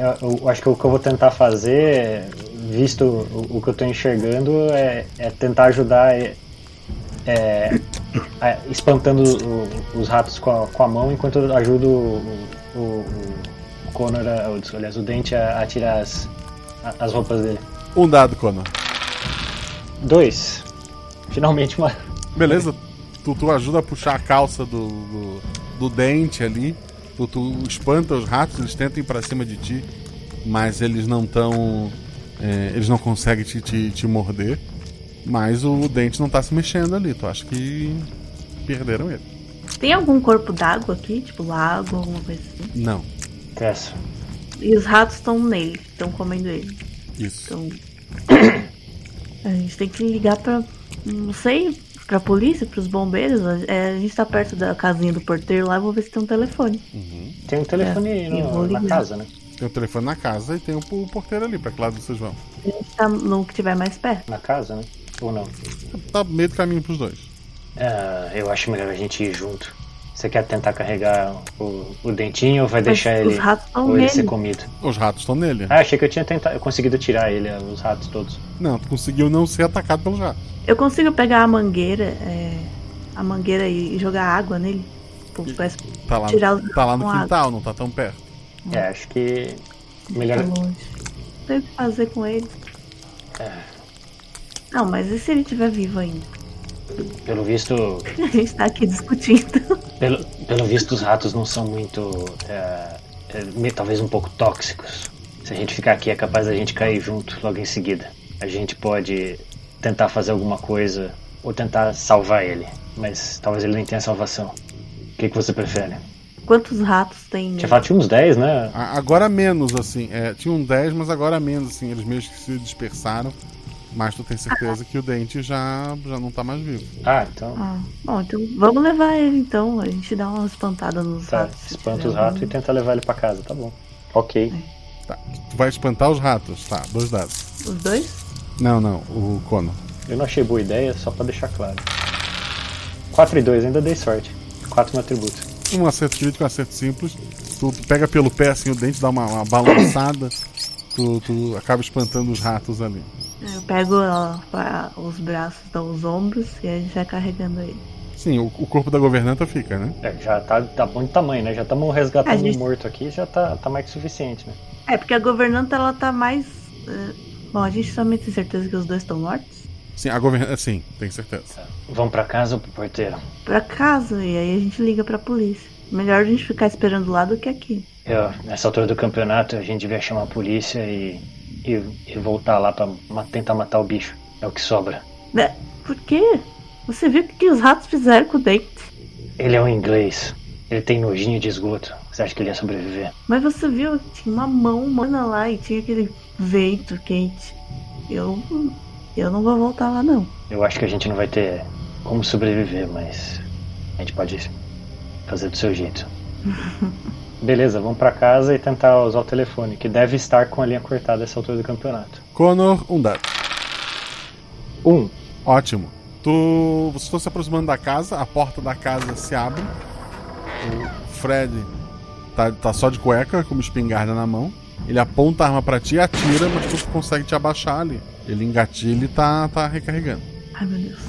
É, Eu, eu acho que o que eu vou tentar fazer, visto o, o que eu tô enxergando, é, é tentar ajudar é, é, a- espantando o- os ratos com a, com a mão enquanto eu ajudo o, o, o Connor, a, o- aliás, o Dente a, a tirar as, a- as roupas dele. Um dado, Connor. Dois. Finalmente uma. Beleza, tu, tu ajuda a puxar a calça do, do, do Dente ali. Tu, tu espanta os ratos, eles tentam ir pra cima de ti, mas eles não tão. é, eles não conseguem te, te, te morder. Mas o Dente não tá se mexendo ali. Tu acha que perderam ele. Tem algum corpo d'água aqui? Tipo lago, alguma coisa assim? Não. Tessa. E os ratos estão nele, estão comendo ele. Isso. Então. A gente tem que ligar pra. Não sei, pra polícia, pros bombeiros. A- é, a gente tá perto da casinha do porteiro lá, eu vou ver se tem um telefone. Tem um telefone É, eu vou no, na ligar. casa, né? Uhum. Tem o telefone na casa e tem o, o porteiro ali. Pra que lado vocês vão? A gente tá no que tiver mais perto. Na casa, né? Ou não? Tá meio do caminho pros dois. Ah, eu acho melhor a gente ir junto. Você quer tentar carregar o, o dentinho ou vai Mas deixar os ele, ratos tão ou ele ser nele. comido? Os ratos estão nele. Ah, achei que eu tinha tentado, conseguido tirar ele, os ratos todos. Não, tu conseguiu não ser atacado pelos ratos. Eu consigo pegar a mangueira, é, a mangueira e e jogar água nele? Tipo, parece Tá lá, tirar o- tá lá no com água. quintal, não tá tão perto. É, acho que. Tá Melhor. né? Não sei o que fazer com ele. É. Não, mas e se ele estiver vivo ainda? Pelo visto. A gente tá aqui discutindo. Pelo, pelo visto, os ratos não são muito. é, é, me- talvez um pouco tóxicos. Se a gente ficar aqui, é capaz da gente cair junto logo em seguida. A gente pode tentar fazer alguma coisa ou tentar salvar ele. Mas talvez ele nem tenha salvação. O que, que você prefere? Quantos ratos tem? Tinha falado que tinha uns 10, né? A- Agora menos, assim. É, tinha um 10, mas agora menos, assim. Eles meio que se dispersaram. Mas tu tem certeza que o dente já, já não tá mais vivo. Ah, então. Ah, bom, então vamos levar ele então. A gente dá uma espantada nos Tá, ratos. se espanta tiver os ratos e algum. tenta levar ele pra casa, tá bom. Ok. É. Tá, Tu vai espantar os ratos. Tá, dois dados. Os dois? Não, não, o Cono. Eu não achei boa ideia, só pra deixar claro. 4 e 2, ainda dei sorte. 4 no atributo. Um acerto crítico, um acerto simples. Tu, tu pega pelo pé, assim, o dente dá uma, uma balançada. Tu, tu acaba espantando os ratos ali. Eu pego ó, pra- os braços, dou os ombros e a gente vai carregando ele. Sim, o, o corpo da governanta fica, né? É, já tá, tá bom de tamanho, né? Já estamos resgatando A gente- um morto aqui, já tá, tá mais que suficiente, né? É, porque a governanta ela tá mais. eh, Bom, a gente somente tem certeza que os dois estão mortos. Sim, a assim. governanta. Sim, tenho certeza. Vamos pra casa ou pro porteiro? Pra casa, e aí a gente liga pra polícia. Melhor a gente ficar esperando lá do que aqui. Eu, nessa altura do campeonato, a gente devia chamar a polícia e, e, e voltar lá pra ma- tentar matar o bicho. É o que sobra. Né? Por quê? Você viu o que, que os ratos fizeram com o dente? Ele é um inglês. Ele tem nojinho de esgoto. Você acha que ele ia sobreviver? Mas você viu, tinha uma mão humana lá e tinha aquele vento quente. Eu. Eu não vou voltar lá, não. Eu acho que a gente não vai ter como sobreviver, mas a gente pode fazer do seu jeito. Beleza, vamos pra casa e tentar usar o telefone, que deve estar com a linha cortada essa altura do campeonato. Connor, um dado. Um. Ótimo. Tu. Vocês estão se aproximando da casa, a porta da casa se abre. O Fred tá, tá só de cueca, com uma espingarda na mão. Ele aponta a arma pra ti e atira, mas tu consegue te abaixar ali. Ele engatilha e tá, tá recarregando. Ai meu Deus.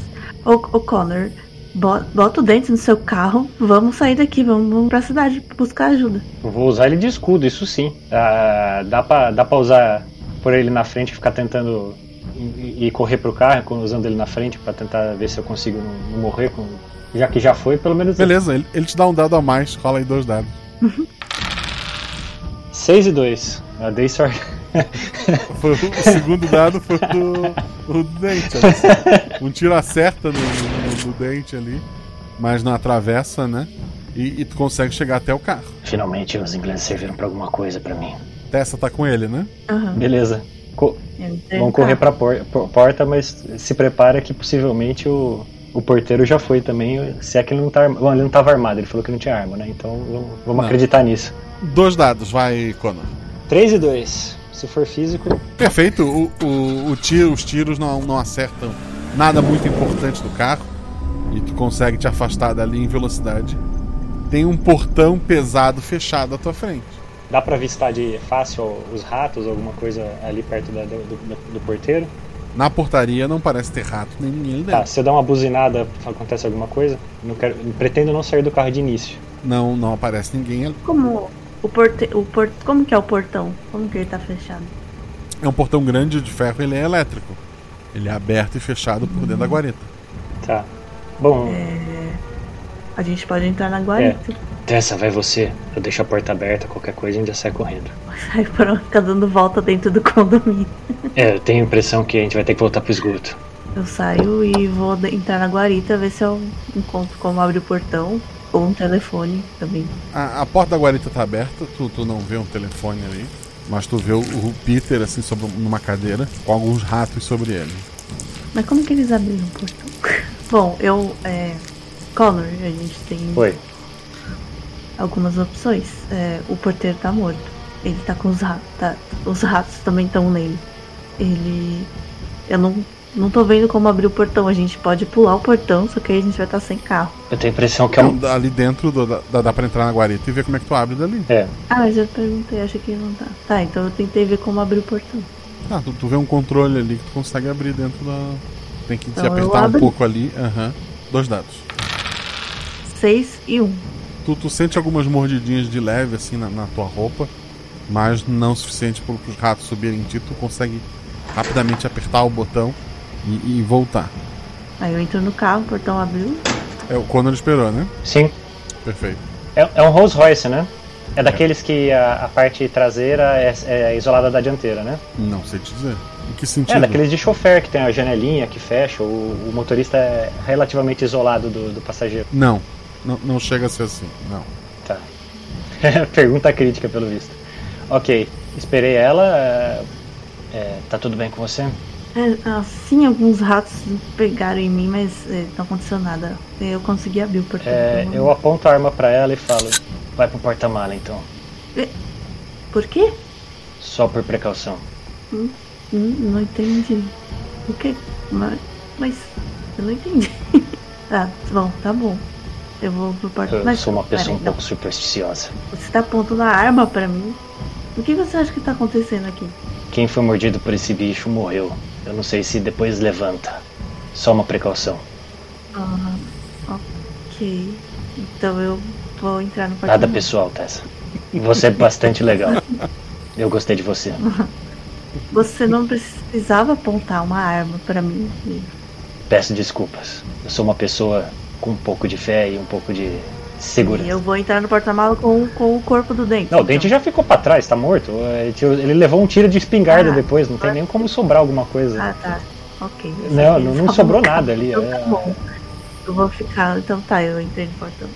Ô, ô Connor, bo- bota o dente no seu carro, vamos sair daqui, vamos, vamos pra cidade buscar ajuda. Eu vou usar ele de escudo, isso sim. Ah, dá, pra, dá pra usar por ele na frente e ficar tentando e, e correr pro carro, com- usando ele na frente pra tentar ver se eu consigo não, não morrer. com- já que já foi, pelo menos. Beleza, ele, ele te dá um dado a mais, rola aí dois dados. 6 e 2. Eu dei sorte. Foi o segundo dado foi do, o do dente. olha só. Um tiro acerta no, no- no dente ali, mas não atravessa, né? E, e tu consegue chegar até o carro. Finalmente os ingleses serviram pra alguma coisa pra mim. Tessa tá com ele, né? Aham. É, tá. Beleza. Co- Entrei Vão no correr carro. pra por- por- porta, mas se prepara que possivelmente o, o porteiro já foi também. Se é que ele não tá armado. Bom, ele não tava armado, ele falou que não tinha arma, né? Então vamos, vamos Não. acreditar nisso. Dois dados, vai, Conan. 3 e 2. Se for físico. Perfeito, o, o- o tiro- os tiros não, não acertam nada muito importante do carro. E tu consegue te afastar dali em velocidade. Tem um portão pesado fechado à tua frente. Dá pra avistar de fácil os ratos, alguma coisa ali perto da- do, do- do porteiro? Na portaria não parece ter rato nem ninguém ali dentro. Tá, se eu dar uma buzinada, acontece alguma coisa? Não quero, pretendo não sair do carro de início. Não, não aparece ninguém ali. Como o porte, o por, como que é o portão? Como que ele tá fechado? É um portão grande de ferro, ele é elétrico. Ele é aberto e fechado por dentro da guarita. Tá. Bom, É, A gente pode entrar na guarita. É. Tessa, vai você. Eu deixo a porta aberta, qualquer coisa a gente já sai correndo. Aí foram ficar dando volta dentro do condomínio. É, eu tenho a impressão que a gente vai ter que voltar pro esgoto. Eu saio e vou de- entrar na guarita, ver se eu encontro como abrir o portão. Ou um telefone também. A, a porta da guarita tá aberta, tu, tu não vê um telefone ali, mas tu vê o, o Peter assim sobre numa cadeira, com alguns ratos sobre ele. Mas como que eles abriram o portão? Bom, eu. É, Connor, a gente tem Oi. algumas opções. É, o porteiro tá morto. Ele tá com os ratos. os ratos também estão nele. Ele. Eu não, não tô vendo como abrir o portão. A gente pode pular o portão, só que aí a gente vai estar sem carro. Eu tenho a impressão que é Então, um. dá- ali dentro do- da- dá, dá pra entrar na guarita e ver como é que tu abre dali. É. Ah, mas eu perguntei, acho que não tá. Tá, então eu tentei ver como abrir o portão. Ah, tu, tu vê um controle ali que tu consegue abrir dentro da. Tem que Então, te eu apertar um abro. pouco ali. Aham. Dois dados. 6 e 1. Um. Tu, tu sente algumas mordidinhas de leve assim na, na tua roupa, mas não o suficiente para os ratos subirem em ti. Tu consegue rapidamente apertar o botão e, e voltar. Aí eu entro no carro, o portão abriu. É o Conor esperou, né? Sim. Perfeito. É, é um Rolls Royce, né? É daqueles que a, a parte traseira é, é isolada da dianteira, né? Não sei te dizer. Em que sentido? É daqueles de chofer que tem a janelinha que fecha, o, o motorista é relativamente isolado do, do passageiro. Não, não, não chega a ser assim, não. Tá. Pergunta crítica, pelo visto. Ok, esperei ela. é, tá tudo bem com você? É, assim, alguns ratos pegaram em mim, mas é, não aconteceu nada. Eu consegui abrir o portão. É, eu aponto a arma pra ela e falo: vai pro porta-mala então. "É, Por quê? Só por precaução. Hum, hum, não entendi. O quê? Mas, mas eu não entendi. ah, bom, tá bom. Eu vou pro porta-mala. Eu Mas, sou uma pessoa um peraí, não. pouco supersticiosa. Você tá apontando a arma pra mim? O que você acha que tá acontecendo aqui? Quem foi mordido por esse bicho morreu. Eu não sei se depois levanta. Só uma precaução. Ah, ok. Então eu vou entrar no quarto. Nada pessoal, Tessa. Você é bastante legal. Eu gostei de você. Você não precisava apontar uma arma pra mim. Peço desculpas. Eu sou uma pessoa com um pouco de fé e um pouco de segurança. E eu vou entrar no porta-mala com, com o corpo do dente. Não, o dente já ficou pra trás, tá morto. Ele tirou- Ele levou um tiro de espingarda depois, não tem nem como sobrar alguma coisa. Ah, tá. Ok. Não, não, não sobrou nada ali. Então é, tá bom. Eu vou ficar. Então tá, eu entrei no portão.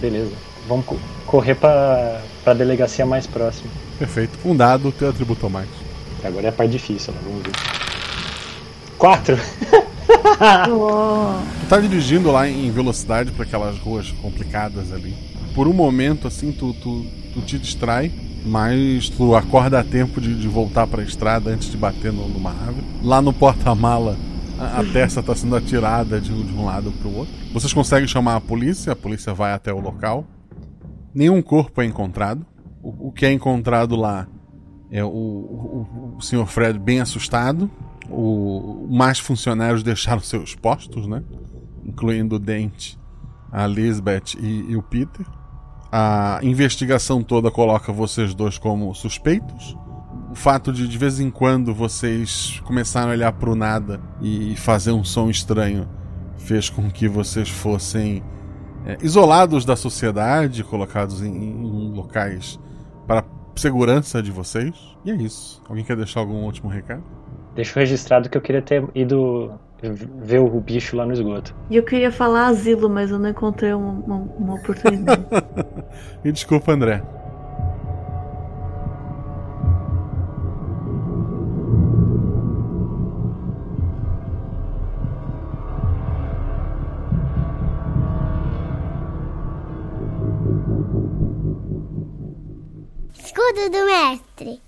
Beleza. Vamos co- correr pra, pra delegacia mais próxima. Perfeito. Um dado, teu atributo ao mais. Agora é a parte difícil, né? vamos ver. Quatro. Tu tá dirigindo lá em velocidade pra aquelas ruas complicadas ali. Por um momento, assim, tu, tu, tu te distrai, mas tu acorda a tempo de, de voltar pra estrada antes de bater no- numa árvore. Lá no porta-mala, a, a Tessa tá sendo atirada de, um- de um lado pro outro. Vocês conseguem chamar a polícia, a polícia vai até o local. Nenhum corpo é encontrado. O, o que é encontrado lá é o, o, o senhor Fred bem assustado. O, mais funcionários deixaram seus postos, né? Incluindo o Dente, a Lisbeth e, e o Peter. A investigação toda coloca vocês dois como suspeitos. O fato de de vez em quando vocês começaram a olhar pro nada e fazer um som estranho fez com que vocês fossem é, isolados da sociedade, colocados em, em locais para segurança de vocês. E é isso. Alguém quer deixar algum último recado? Deixa registrado que eu queria ter ido ver o bicho lá no esgoto. E eu queria falar asilo, mas eu não encontrei uma, uma, uma oportunidade. E desculpa, André. Escudo do mestre.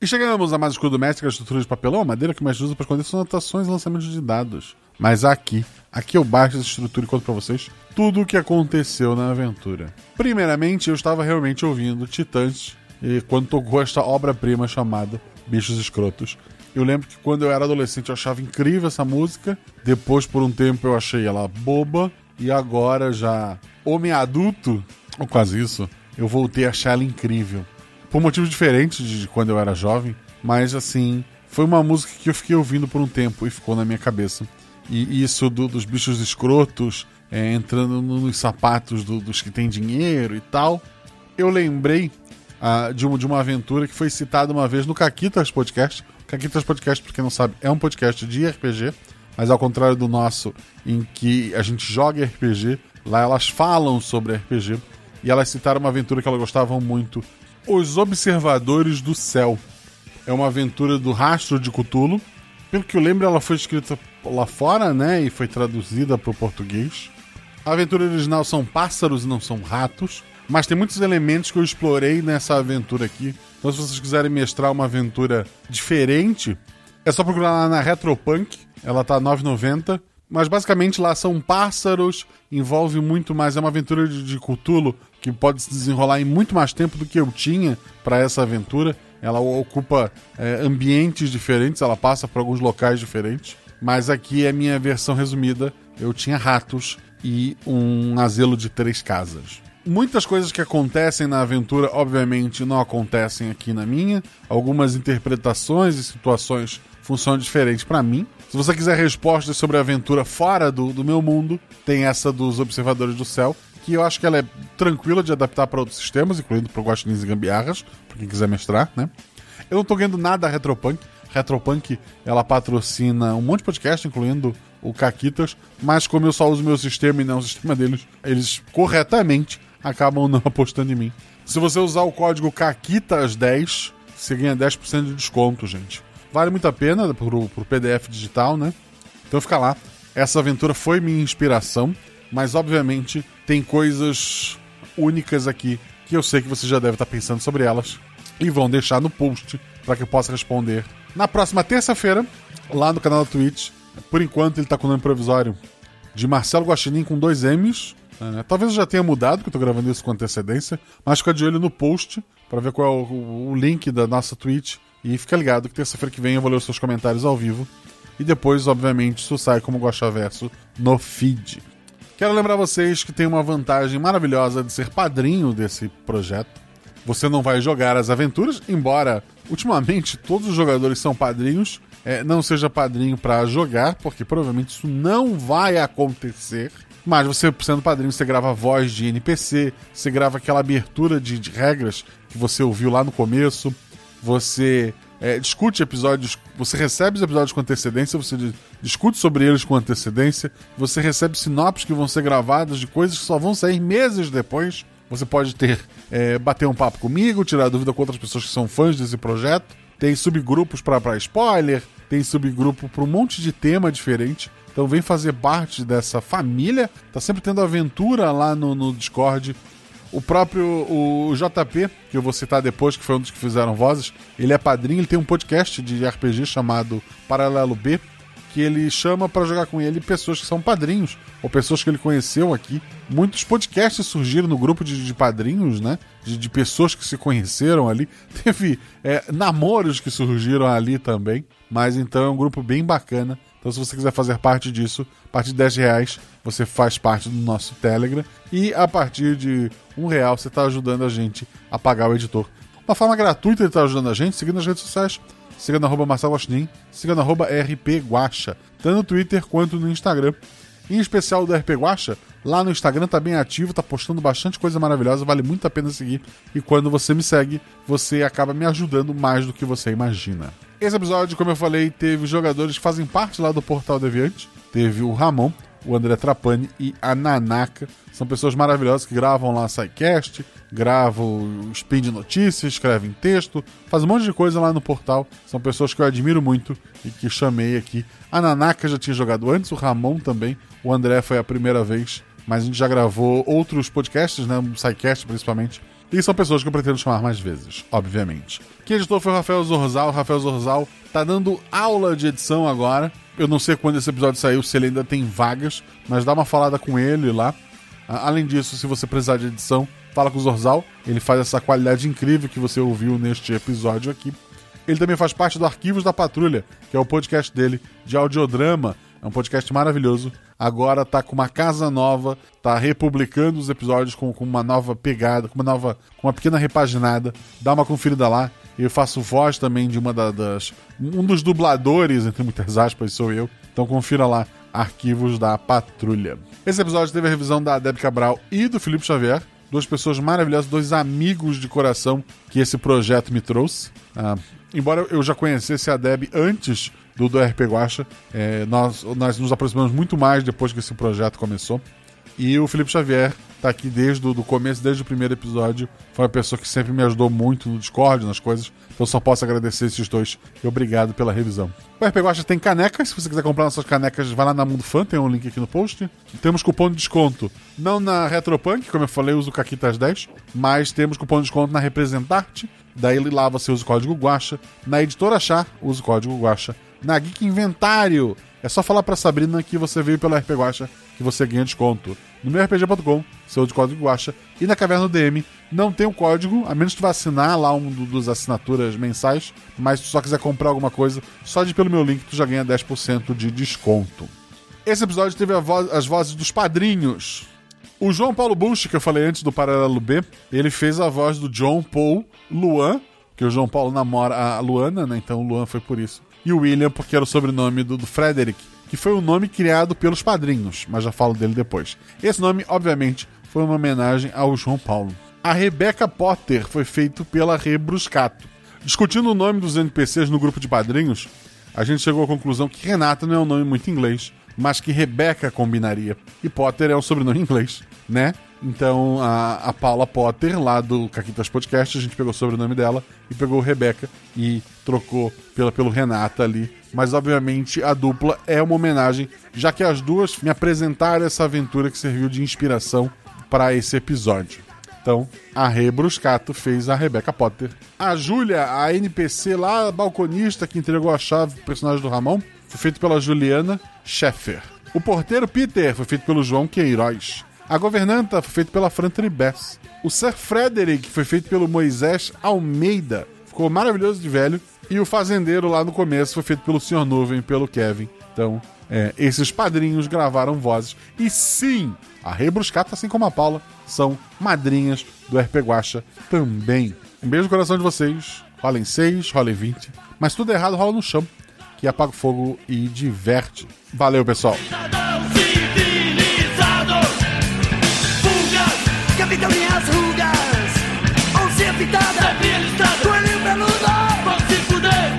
E chegamos a mais escudo do mestre, que é a estrutura de papelão, a madeira que mais usa para esconder suas anotações e lançamentos de dados. Mas aqui, aqui eu baixo essa estrutura e conto pra vocês tudo o que aconteceu na aventura. Primeiramente, eu estava realmente ouvindo Titãs e quando tocou esta obra-prima chamada Bichos Escrotos. Eu lembro que quando eu era adolescente eu achava incrível essa música, depois por um tempo eu achei ela boba e agora já homem adulto, ou quase isso, eu voltei a achar ela incrível por motivos diferentes de quando eu era jovem, mas assim, foi uma música que eu fiquei ouvindo por um tempo e ficou na minha cabeça. E isso do- dos bichos escrotos é, entrando no- nos sapatos do- dos que têm dinheiro e tal. Eu lembrei ah, de, uma, de uma aventura que foi citada uma vez no Caquitas Podcast. Caquitas Podcast, pra quem não sabe, é um podcast de RPG, mas ao contrário do nosso, em que a gente joga RPG, lá elas falam sobre RPG. E elas citaram uma aventura que elas gostavam muito, os Observadores do Céu. É uma aventura do Rastro de Cthulhu. Pelo que eu lembro, ela foi escrita lá fora, né? E foi traduzida para o português. A aventura original são pássaros e não são ratos. Mas tem muitos elementos que eu explorei nessa aventura aqui. Então, se vocês quiserem mestrar uma aventura diferente, é só procurar lá na Retropunk. Ela tá R$ 9,90. Mas basicamente lá são pássaros, envolve muito mais. É uma aventura de, de Cthulhu que pode se desenrolar em muito mais tempo do que eu tinha para essa aventura. Ela o- ocupa é, ambientes diferentes, ela passa por alguns locais diferentes. Mas aqui é a minha versão resumida. Eu tinha ratos e um asilo de três casas. Muitas coisas que acontecem na aventura, obviamente, não acontecem aqui na minha. Algumas interpretações e situações funcionam diferentes para mim. Se você quiser respostas sobre a aventura fora do, do meu mundo, tem essa dos Observadores do Céu, aqui eu acho que ela é tranquila de adaptar para outros sistemas, incluindo para Guaxinins e Gambiarras, para quem quiser mestrar, né? Eu não tô ganhando nada da Retropunk. Retropunk, ela patrocina um monte de podcast, incluindo o Caquitas, mas como eu só uso o meu sistema e não o sistema deles, eles corretamente acabam não apostando em mim. Se você usar o código CAQUITAS10, você ganha 10% de desconto, gente. Vale muito a pena pro, pro PDF digital, né? Então fica lá. Essa aventura foi minha inspiração, mas obviamente tem coisas únicas aqui que eu sei que você já deve estar pensando sobre elas e vão deixar no post para que eu possa responder na próxima terça-feira, lá no canal da Twitch. Por enquanto ele tá com o nome provisório de Marcelo Guaxinim com dois M's. É, talvez eu já tenha mudado, que eu tô gravando isso com antecedência, mas fica de olho no post para ver qual é o, o link da nossa Twitch. E fica ligado que terça-feira que vem eu vou ler os seus comentários ao vivo. E depois, obviamente, isso sai como Guaxaverso no feed. Quero lembrar vocês que tem uma vantagem maravilhosa de ser padrinho desse projeto. Você não vai jogar as aventuras, embora ultimamente todos os jogadores são padrinhos. É, não seja padrinho para jogar, porque provavelmente isso não vai acontecer. Mas você, sendo padrinho, você grava a voz de NPC, você grava aquela abertura de, de regras que você ouviu lá no começo, você é, discute episódios, você recebe os episódios com antecedência, você di- discute sobre eles com antecedência, você recebe sinopses que vão ser gravadas de coisas que só vão sair meses depois. Você pode ter é, bater um papo comigo, tirar dúvida com outras pessoas que são fãs desse projeto. Tem subgrupos para spoiler, tem subgrupo para um monte de tema diferente. Então vem fazer parte dessa família. Tá sempre tendo aventura lá no, no Discord. O próprio o JP, que eu vou citar depois, que foi um dos que fizeram vozes, ele é padrinho, ele tem um podcast de RPG chamado Paralelo B, que ele chama para jogar com ele pessoas que são padrinhos, ou pessoas que ele conheceu aqui. Muitos podcasts surgiram no grupo de, de padrinhos, né? De, de pessoas que se conheceram ali. Teve é, namoros que surgiram ali também. Mas então é um grupo bem bacana. Então, se você quiser fazer parte disso, a partir de 10 reais você faz parte do nosso Telegram. E a partir de um real você está ajudando a gente a pagar o editor. Uma forma gratuita de estar ajudando a gente, seguindo as redes sociais. Siga no arroba Marcelo Guaxinim, siga no arroba RP Guaxa, tanto no Twitter quanto no Instagram. Em especial do RP Guaxa, lá no Instagram tá bem ativo, tá postando bastante coisa maravilhosa, vale muito a pena seguir. E quando você me segue, você acaba me ajudando mais do que você imagina. Esse episódio, como eu falei, teve jogadores que fazem parte lá do Portal Deviante. Teve o Ramon, o André Trapani e a Nanaka. São pessoas maravilhosas que gravam lá a SciCast, gravam o spin de notícias, escrevem texto, fazem um monte de coisa lá no portal. São pessoas que eu admiro muito e que chamei aqui. A Nanaka já tinha jogado antes, o Ramon também. O André foi a primeira vez, mas a gente já gravou outros podcasts, né? O SciCast principalmente. E são pessoas que eu pretendo chamar mais vezes, obviamente. Quem editou foi o Rafael Zorzal. O Rafael Zorzal tá dando aula de edição agora. Eu não sei quando esse episódio saiu, se ele ainda tem vagas, mas dá uma falada com ele lá. A- Além disso, se você precisar de edição, fala com o Zorzal. Ele faz essa qualidade incrível que você ouviu neste episódio aqui. Ele também faz parte do Arquivos da Patrulha, que é o podcast dele de audiodrama. É um podcast maravilhoso. Agora tá com uma casa nova, tá republicando os episódios com, com uma nova pegada, com uma nova, com uma pequena repaginada. Dá uma conferida lá. Eu faço voz também de uma da- das. Um dos dubladores, entre muitas aspas, sou eu. Então confira lá, Arquivos da Patrulha. Esse episódio teve a revisão da Deb Cabral e do Felipe Xavier. Duas pessoas maravilhosas, dois amigos de coração que esse projeto me trouxe. Ah, embora eu já conhecesse a Deb antes do, do RP Guacha, é, nós, nós nos aproximamos muito mais depois que esse projeto começou. E o Felipe Xavier tá aqui desde o do começo, desde o primeiro episódio. Foi uma pessoa que sempre me ajudou muito no Discord, nas coisas. Então só posso agradecer esses dois e obrigado pela revisão. O RP Guacha tem canecas. Se você quiser comprar nossas canecas, vai lá na Mundo Fan, tem um link aqui no post. Temos cupom de desconto. Não na Retropunk, como eu falei, eu uso o Caquitas 10, mas temos cupom de desconto na Representarte. Daí lá você usa o código Guacha. Na editora Char, usa o código Guacha. Na Geek Inventário, é só falar pra Sabrina que você veio pela RP Guacha que você ganha desconto. No meu RPG.com, seu de código Guacha. E na Caverna do DM, não tem o código, a menos que tu vá assinar lá um do- dos assinaturas mensais. Mas se tu só quiser comprar alguma coisa, só de ir pelo meu link tu já ganha 10% de desconto. Esse episódio teve a voz- as vozes dos padrinhos. O João Paulo Bush, que eu falei antes do Paralelo B, ele fez a voz do John Paul Luan, que o João Paulo namora a Luana, né? Então o Luan foi por isso. E o William, porque era o sobrenome do, do Frederick, que foi um nome criado pelos padrinhos, mas já falo dele depois. Esse nome, obviamente, foi uma homenagem ao João Paulo. A Rebecca Potter foi feito pela Rebruscato. Discutindo o nome dos NPCs no grupo de padrinhos, a gente chegou à conclusão que Renata não é um nome muito inglês, mas que Rebecca combinaria. E Potter é um sobrenome inglês, né? Então a, a Paula Potter, lá do Caquitas Podcast, a gente pegou o sobrenome dela e pegou Rebeca e trocou pela, pelo Renata ali. Mas obviamente a dupla é uma homenagem, já que as duas me apresentaram essa aventura que serviu de inspiração para esse episódio. Então, a Rê Bruscato fez a Rebecca Potter. A Júlia, a NPC lá, a balconista que entregou a chave pro personagem do Ramon, foi feito pela Juliana Sheffer. O porteiro Peter foi feito pelo João Queiroz. A governanta foi feita pela Fran Tribes. O Sir Frederick foi feito pelo Moisés Almeida. Ficou maravilhoso de velho. E o fazendeiro lá no começo foi feito pelo Sr. Nuvem e pelo Kevin. Então, é, esses padrinhos gravaram vozes. E sim, a Rebruscata, assim como a Paula, são madrinhas do RP Guacha também. Um beijo no coração de vocês. Rolem 6, rolem 20. Mas tudo errado rola no chão, que apaga o fogo e diverte. Valeu, pessoal! Capitam minhas rugas Vão ser pintadas Sempre é ilustradas Coelho peludo Vão se fuder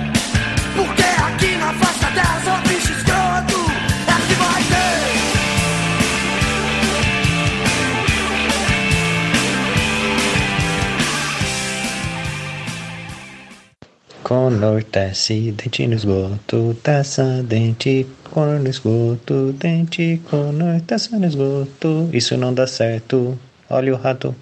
Porque aqui na faixa terra Só bicho escroto É que vai ter Conor desce, dente no esgoto, taça, dente, Conor no esgoto, dente, Conor, taça no esgoto. Isso não dá certo. Olha o rato.